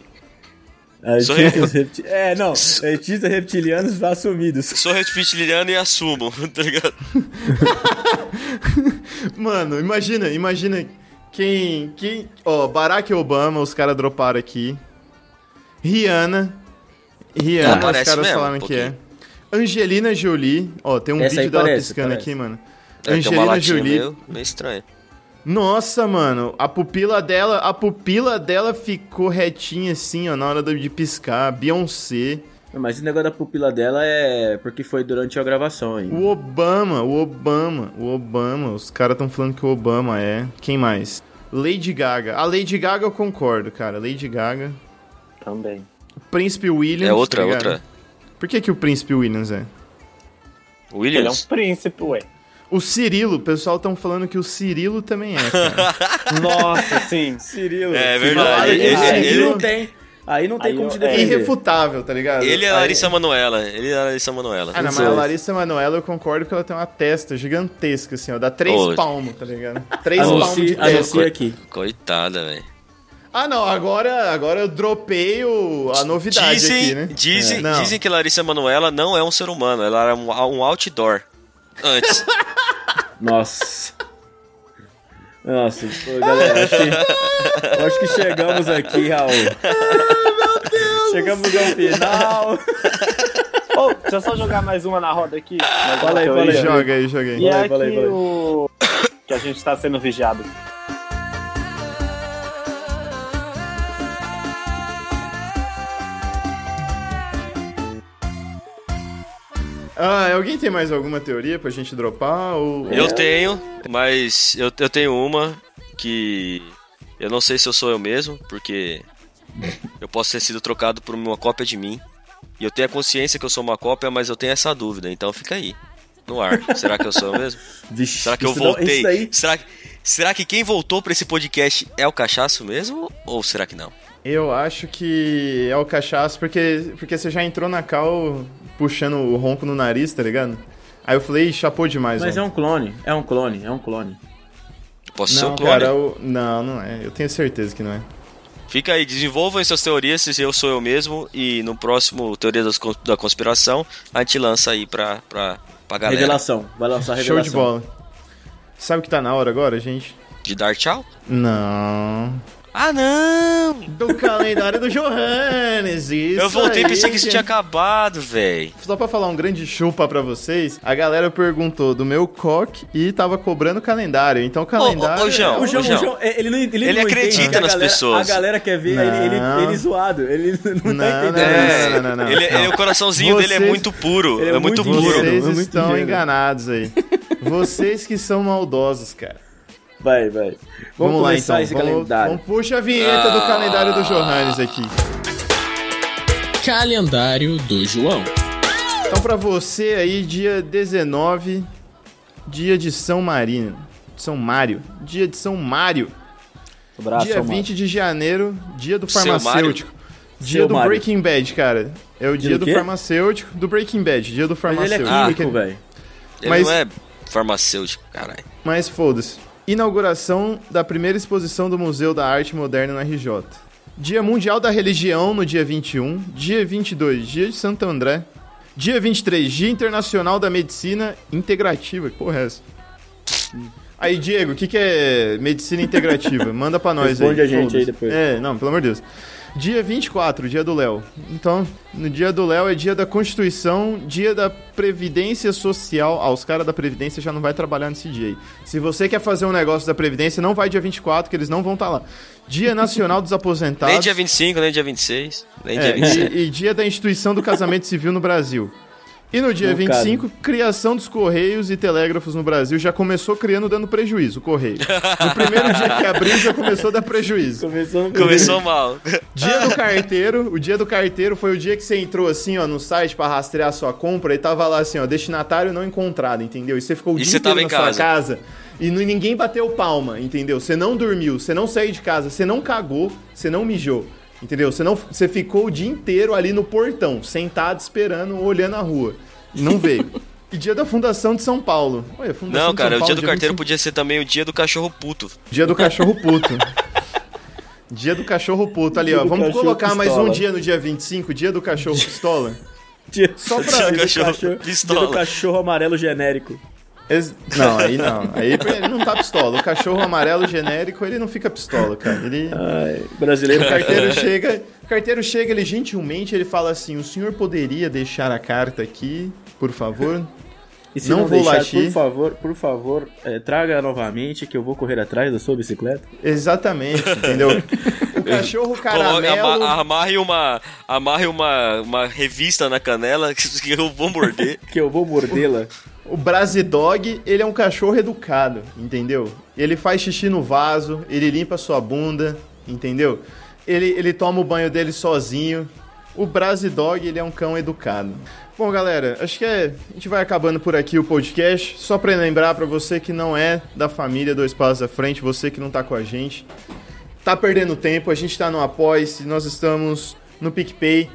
Speaker 2: Sou
Speaker 3: Artistas repti- É, não. Artistas reptilianos assumidos.
Speaker 2: Sou reptiliano e assumo, tá ligado?
Speaker 1: Mano, imagina, imagina quem... quem ó, Barack Obama, os caras droparam aqui. Rihanna.
Speaker 2: Ela
Speaker 1: Rihanna, os
Speaker 2: aparece
Speaker 1: caras
Speaker 2: mesmo,
Speaker 1: falaram
Speaker 2: um
Speaker 1: que é. Angelina Jolie. Ó, tem um
Speaker 3: Essa aí
Speaker 1: vídeo dela
Speaker 3: parece,
Speaker 1: piscando
Speaker 3: parece.
Speaker 1: aqui, mano.
Speaker 2: É, tem uma
Speaker 1: Angelina
Speaker 2: latinha
Speaker 1: Jolie.
Speaker 2: meio, meio estranha.
Speaker 1: Nossa, mano, a pupila dela, a pupila dela ficou retinha assim, ó, na hora do- de piscar. Beyoncé,
Speaker 3: Mas esse negócio da pupila dela é porque foi durante a gravação ainda.
Speaker 1: o Obama, o Obama, o Obama. Os caras estão falando que o Obama é. Quem mais? Lady Gaga. A Lady Gaga eu concordo, cara. Lady Gaga.
Speaker 5: Também.
Speaker 1: Príncipe tá William.
Speaker 2: É outra, outra.
Speaker 1: Por que que o Príncipe Williams é?
Speaker 5: Ele é um
Speaker 2: Williams?
Speaker 5: príncipe, ué.
Speaker 1: O Cirilo, o pessoal estão falando que o Cirilo também é, cara.
Speaker 5: Nossa, sim.
Speaker 3: Cirilo.
Speaker 2: É
Speaker 3: se
Speaker 2: verdade,
Speaker 3: falar
Speaker 5: ele-
Speaker 3: desse
Speaker 5: ele-
Speaker 3: aí
Speaker 2: ele-
Speaker 3: não tem. Aí não tem
Speaker 5: Aí
Speaker 3: como
Speaker 5: eu-
Speaker 3: te
Speaker 5: é.
Speaker 3: defender.
Speaker 1: Irrefutável, tá ligado?
Speaker 2: Ele é a
Speaker 1: Aí-
Speaker 2: Larissa Manoela. Ele é a Larissa Manoela.
Speaker 1: Ah, não, mas a Larissa Manoela, eu concordo que ela tem uma testa gigantesca, assim, ó. Dá três
Speaker 2: Ô.
Speaker 1: palmos, tá ligado? Três palmos de
Speaker 3: Anuncie,
Speaker 1: testa.
Speaker 3: anuncie aqui.
Speaker 2: Coitada, velho.
Speaker 1: Ah, não, agora, agora eu dropei o- a novidade
Speaker 2: Dizem,
Speaker 1: aqui, né?
Speaker 2: dizem,
Speaker 1: É, não.
Speaker 2: dizem que Larissa Manoela não é um ser humano, ela era um, um outdoor. Antes.
Speaker 3: Nossa. Nossa, pô, galera, acho que, acho que chegamos aqui, Raul.
Speaker 1: Ah,
Speaker 3: Chegamos ao final.
Speaker 5: Ô, deixa eu só jogar mais uma na roda aqui. é Mais
Speaker 3: Fala
Speaker 5: uma
Speaker 3: aí, fala
Speaker 5: teoria.
Speaker 3: aí.
Speaker 1: Joga aí, joga aí.
Speaker 5: E
Speaker 3: Fala
Speaker 5: é
Speaker 3: aí, fala aí,
Speaker 5: que
Speaker 3: fala aí.
Speaker 5: o... Que a gente tá sendo vigiado.
Speaker 1: Ah, alguém tem mais alguma teoria pra gente dropar? Ou...
Speaker 2: Eu tenho, mas eu, eu tenho uma que eu não sei se eu sou eu mesmo, porque eu posso ter sido trocado por uma cópia de mim. E eu tenho a consciência que eu sou uma cópia, mas eu tenho essa dúvida, então fica aí, no ar. Será que eu sou eu mesmo?
Speaker 3: Vixe,
Speaker 2: Será que eu
Speaker 3: isso não-
Speaker 2: voltei?
Speaker 3: Isso daí,
Speaker 2: será, que, será que quem voltou pra esse podcast é o cachaço mesmo? Ou será que não?
Speaker 1: Eu acho que é o cachaço, porque, porque você já entrou na cal puxando o ronco no nariz, tá ligado? Aí eu falei, "Ih, chapou demais,
Speaker 3: mas é
Speaker 1: ó."
Speaker 3: um clone, é um clone, é um clone.
Speaker 2: Posso ser
Speaker 1: Não,
Speaker 2: um clone?
Speaker 1: cara, eu- não, não é. Eu tenho certeza que não é.
Speaker 2: Fica aí, desenvolvam suas teorias se eu sou eu mesmo. E no próximo Teoria das Cons- da Conspiração, a gente lança aí pra, pra, pra galera.
Speaker 3: Revelação, vai lançar a
Speaker 1: Show
Speaker 3: revelação.
Speaker 1: de bola. Sabe o que tá na hora agora, gente?
Speaker 2: De dar tchau?
Speaker 1: Não.
Speaker 2: Ah, não!
Speaker 1: Do calendário do Johannes, isso
Speaker 2: eu voltei e
Speaker 1: aí,
Speaker 2: pensei que isso
Speaker 1: gente.
Speaker 2: tinha acabado, velho.
Speaker 1: Só pra falar um grande chupa pra vocês, a galera perguntou do meu coque e tava cobrando o calendário. Então o calendário...
Speaker 2: ô, João,
Speaker 1: é
Speaker 3: O João,
Speaker 2: ô,
Speaker 3: o
Speaker 2: João.
Speaker 3: João, ele não, ele
Speaker 2: Ele
Speaker 3: não entende
Speaker 2: acredita
Speaker 3: que a
Speaker 2: nas
Speaker 3: galera-
Speaker 2: pessoas.
Speaker 3: A galera quer ver ele,
Speaker 1: Não.
Speaker 3: ele, ele zoado, ele não,
Speaker 1: Não,
Speaker 3: tá entendendo.
Speaker 1: É,
Speaker 2: É,
Speaker 1: não, não, não, não.
Speaker 2: ele, ele- o coraçãozinho dele
Speaker 1: Vocês-
Speaker 2: é muito puro.
Speaker 3: ele
Speaker 2: É,
Speaker 3: é
Speaker 2: muito,
Speaker 3: muito
Speaker 2: puro.
Speaker 3: ingênuo.
Speaker 1: Vocês
Speaker 3: é muito
Speaker 1: estão
Speaker 3: ingênuo.
Speaker 1: enganados aí. Vocês que são maldosos, cara.
Speaker 3: Vai, vai. Vamos,
Speaker 1: Vamos, lá,
Speaker 3: começar
Speaker 1: então.
Speaker 3: esse
Speaker 1: vamos,
Speaker 3: calendário.
Speaker 1: vamos- puxa a vinheta
Speaker 2: Ah.
Speaker 1: do calendário do Johannes aqui.
Speaker 8: Calendário do João.
Speaker 1: Então, pra você aí, dia 19, dia de São Marino. São Mário. Dia de São Mário.
Speaker 3: Abraço,
Speaker 1: dia
Speaker 3: Tá, mano.
Speaker 1: 20 de janeiro, dia do
Speaker 2: Seu
Speaker 1: farmacêutico. Dia
Speaker 3: Seu
Speaker 1: do
Speaker 3: Mário.
Speaker 1: Breaking Bad, cara. É o dia,
Speaker 3: do
Speaker 1: do,
Speaker 3: quê?
Speaker 1: farmacêutico, do Breaking Bad, dia do
Speaker 3: Mas ele é
Speaker 1: farmacêutico.
Speaker 3: químico,
Speaker 2: Ah,
Speaker 3: velho.
Speaker 2: Ele
Speaker 1: Mas-
Speaker 2: não é farmacêutico, caralho.
Speaker 1: Mas foda-se. Inauguração da primeira exposição do Museu da Arte Moderna na RJ. Dia Mundial da Religião no dia 21. Dia 22, Dia de Santo André. Dia 23, Dia Internacional da Medicina Integrativa. Que porra é essa? Aí, Diego, o que, que é medicina integrativa? Manda pra nós
Speaker 3: Responde
Speaker 1: aí.
Speaker 3: a gente
Speaker 1: foda-se.
Speaker 3: aí depois.
Speaker 1: É, não, pelo amor de Deus. Dia 24, dia do Léo. Então, no dia do Léo é dia da Constituição, dia da Previdência Social. Ah, os caras da Previdência já não vai trabalhar nesse dia aí. Se você quer fazer um negócio da Previdência, não vai dia 24, que eles não vão estar lá. Dia Nacional dos Aposentados.
Speaker 2: Nem dia 25, nem dia 26, nem dia
Speaker 1: Tá. É,
Speaker 2: 27.
Speaker 1: e, e dia da instituição do casamento civil no Brasil. E no dia
Speaker 3: Não
Speaker 1: 25, criação dos Correios e Telégrafos no Brasil já começou criando dando prejuízo, o Correio. No primeiro dia que abriu, já começou a dar prejuízo.
Speaker 3: Começou no
Speaker 2: Começou mal.
Speaker 1: Dia
Speaker 2: Ah.
Speaker 1: do carteiro, o dia do carteiro foi o dia que você entrou assim, ó, no site pra rastrear sua compra e tava lá assim, ó, destinatário não encontrado, entendeu? E você ficou o
Speaker 2: E
Speaker 1: dia
Speaker 2: você
Speaker 1: inteiro
Speaker 2: tava em
Speaker 1: na sua casa e n- ninguém bateu palma, entendeu? Você não dormiu, você não saiu de casa, você não cagou, você não mijou, entendeu? Você não, você ficou o dia inteiro ali no portão, sentado esperando, olhando a rua. Não veio. E dia da fundação de São Paulo. Olha, a fundação
Speaker 2: Não,
Speaker 1: de
Speaker 2: cara,
Speaker 1: São
Speaker 2: o
Speaker 1: Paulo,
Speaker 2: dia do carteiro
Speaker 1: 25.
Speaker 2: podia ser também o dia do cachorro puto.
Speaker 1: Dia do cachorro puto. dia do cachorro puto ali, ó.
Speaker 3: do
Speaker 1: Vamos
Speaker 3: cachorro
Speaker 1: colocar mais um
Speaker 3: pistola.
Speaker 1: dia no dia 25, dia do cachorro pistola.
Speaker 3: dia, só
Speaker 2: pra-
Speaker 3: do
Speaker 2: Cachorro-
Speaker 3: cachorro,
Speaker 2: pistola.
Speaker 3: dia do cachorro amarelo genérico.
Speaker 1: Ex- Não, aí não. Aí ele não tá pistola. O cachorro amarelo genérico, ele não fica pistola, cara. Ele...
Speaker 3: Ai,
Speaker 1: O
Speaker 3: brasileiro
Speaker 1: carteiro chega, o carteiro chega, ele gentilmente ele fala assim: "O senhor poderia deixar a carta aqui, por favor?"
Speaker 3: E se
Speaker 1: Não
Speaker 3: não,
Speaker 1: vou
Speaker 3: deixar,
Speaker 1: latir.
Speaker 3: por favor, por favor, eh, traga novamente que eu vou correr atrás da sua bicicleta.
Speaker 1: Exatamente, entendeu? O cachorro
Speaker 2: Coloca,
Speaker 1: caramelo,
Speaker 2: ama- amarre uma, amarre uma, uma revista na canela que eu vou morder.
Speaker 3: Que eu vou mordê-la.
Speaker 1: o Brasidog, ele é um cachorro educado, entendeu? Ele faz xixi no vaso, ele limpa sua bunda, entendeu? Ele, ele toma o banho dele sozinho. O Brasidog, ele é um cão educado. Bom, galera, acho que é- a gente vai acabando por aqui o podcast. Só pra lembrar pra você que não é da família Dois Passos à Frente, você que não tá com a gente, tá perdendo tempo, a gente tá no Apoia-se, nós estamos no PicPay.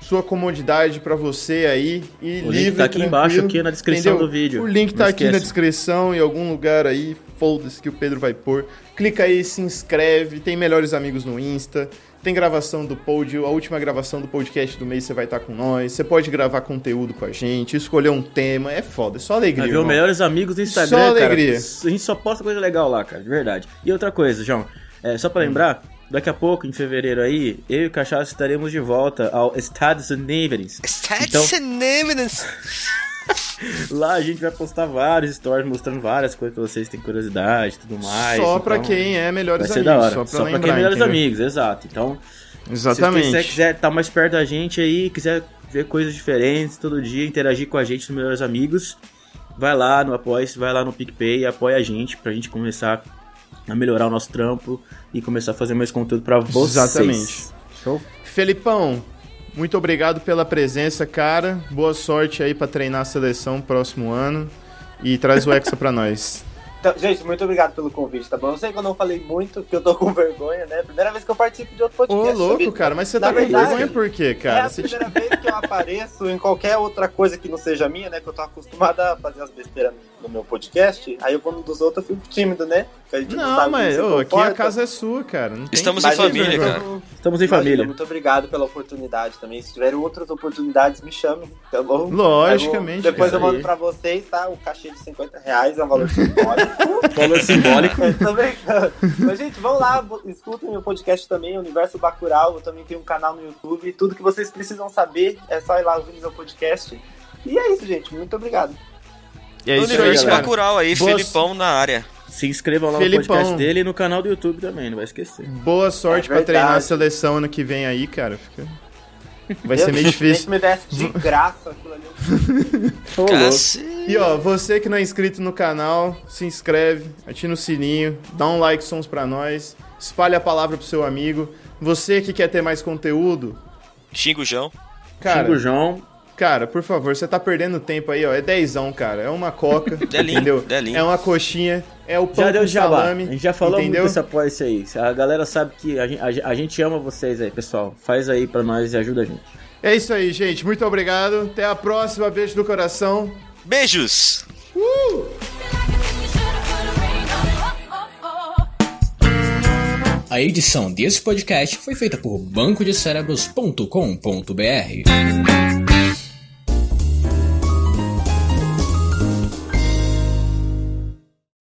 Speaker 1: Sua comodidade pra você aí e
Speaker 3: O link
Speaker 1: livre,
Speaker 3: tá aqui embaixo,
Speaker 1: tranquilo,
Speaker 3: aqui na descrição
Speaker 1: entendeu?
Speaker 3: do vídeo.
Speaker 1: O link tá
Speaker 3: Não
Speaker 1: aqui na
Speaker 3: esquece.
Speaker 1: descrição, em algum lugar aí, foda-se que o Pedro vai pôr. Clica aí, se inscreve, tem melhores amigos no Insta, tem gravação do pod, a última gravação do podcast do mês você vai estar com nós, você pode gravar conteúdo com a gente, escolher um tema, é foda, é só alegria.
Speaker 3: Vai ver os
Speaker 1: irmão.
Speaker 3: melhores amigos do Instagram,
Speaker 1: Só
Speaker 3: cara.
Speaker 1: alegria.
Speaker 3: A gente só posta coisa legal lá, cara, de verdade. E outra coisa, João, é, só
Speaker 1: Hum.
Speaker 3: pra lembrar, daqui a pouco, em fevereiro aí, eu e o Cachaça estaremos de volta ao Estados Unidos. Então- Lá a gente vai postar vários stories mostrando várias coisas pra vocês que têm curiosidade e tudo mais.
Speaker 1: só pra
Speaker 3: Então,
Speaker 1: quem é
Speaker 3: Vai
Speaker 1: melhores
Speaker 3: ser
Speaker 1: amigos,
Speaker 3: da hora.
Speaker 1: só pra
Speaker 3: Só pra
Speaker 1: lembrar,
Speaker 3: quem é melhores
Speaker 1: entendeu?
Speaker 3: amigos, exato. Então, Se você
Speaker 1: Exatamente.
Speaker 3: quiser estar mais perto da gente aí, quiser ver coisas diferentes todo dia, interagir com a gente nos Melhores Amigos, vai lá no Apoia-se, vai lá no PicPay e apoia a gente pra gente começar a melhorar o nosso trampo e começar a fazer mais conteúdo pra vocês.
Speaker 1: Exatamente.
Speaker 3: Show?
Speaker 1: Felipão, muito obrigado pela presença, cara. Boa sorte aí pra treinar a seleção próximo ano e traz o Hexa pra nós.
Speaker 5: Então, gente, muito obrigado pelo convite, tá bom? Eu sei que eu não falei muito, que eu tô com vergonha, né? Primeira vez que eu participo de outro
Speaker 1: Ô,
Speaker 5: podcast.
Speaker 1: louco,
Speaker 5: sabia?
Speaker 1: cara, mas você
Speaker 5: Na
Speaker 1: tá com
Speaker 5: verdade,
Speaker 1: vergonha por quê, cara?
Speaker 5: é a
Speaker 1: Você-
Speaker 5: primeira vez que eu apareço em qualquer outra coisa que não seja minha, né? Que eu tô acostumado a fazer as besteiras no meu podcast. Aí eu vou num dos outros, eu fico tímido, né? Que a gente
Speaker 1: Não, mas
Speaker 5: como se
Speaker 1: ô, aqui a
Speaker 5: comporta.
Speaker 1: casa é sua, cara. Não tem
Speaker 2: Estamos
Speaker 1: que-
Speaker 2: em família,
Speaker 5: então,
Speaker 2: cara.
Speaker 3: Estamos em
Speaker 5: imagina,
Speaker 3: família.
Speaker 5: Muito obrigado pela oportunidade também. Se tiver outras oportunidades, me chame, tá bom?
Speaker 1: Logicamente.
Speaker 5: Eu vou- depois
Speaker 1: cara.
Speaker 5: eu mando pra vocês, tá? O cachê de 50 reais é um valor simbólico.
Speaker 3: Valor simbólico.
Speaker 5: Eu tô brincando. Mas, gente, vão lá, bo- escutem meu podcast também, Universo Bacurau. Eu também tenho um canal no YouTube. Tudo que vocês precisam saber é só ir lá ouvir meu podcast. E é isso, gente. Muito obrigado.
Speaker 1: E é isso aí,
Speaker 2: Universo
Speaker 1: galera.
Speaker 2: Bacurau aí,
Speaker 1: Boas-
Speaker 2: Felipão na área.
Speaker 3: Se inscrevam lá
Speaker 1: Felipão.
Speaker 3: no podcast dele e no canal do YouTube também, não vai esquecer.
Speaker 1: Boa sorte
Speaker 5: É
Speaker 1: pra treinar a
Speaker 5: verdade.
Speaker 1: seleção ano que vem aí, cara. Fica- Vai
Speaker 5: Eu-
Speaker 1: ser meio
Speaker 5: Nem que
Speaker 1: difícil.
Speaker 5: me desse de graça aquilo ali.
Speaker 2: Cacete.
Speaker 1: E ó, você que não é inscrito no canal, se inscreve, atina o sininho, dá um like sons pra nós, espalha a palavra pro seu amigo. Você que quer ter mais conteúdo,
Speaker 2: Xinga o João.
Speaker 1: cara,
Speaker 3: Xinga o João,
Speaker 1: Cara, por favor, você tá perdendo tempo aí, ó. É dezão, cara. É uma coca,
Speaker 2: Delinho,
Speaker 1: entendeu?
Speaker 2: delinho.
Speaker 1: É uma coxinha, é o pão
Speaker 3: Já deu
Speaker 1: com
Speaker 3: jabá.
Speaker 1: salame,
Speaker 3: a gente já falou
Speaker 1: entendeu?
Speaker 3: muito dessa apoia-se aí. A galera sabe que a gen- a gen- a gente, ama vocês aí, pessoal. Faz aí pra nós e ajuda a gente.
Speaker 1: É isso aí, gente. Muito obrigado. Até a próxima. Beijo do coração.
Speaker 2: Beijos!
Speaker 8: A edição desse podcast foi feita por bancodecerebros.com.br.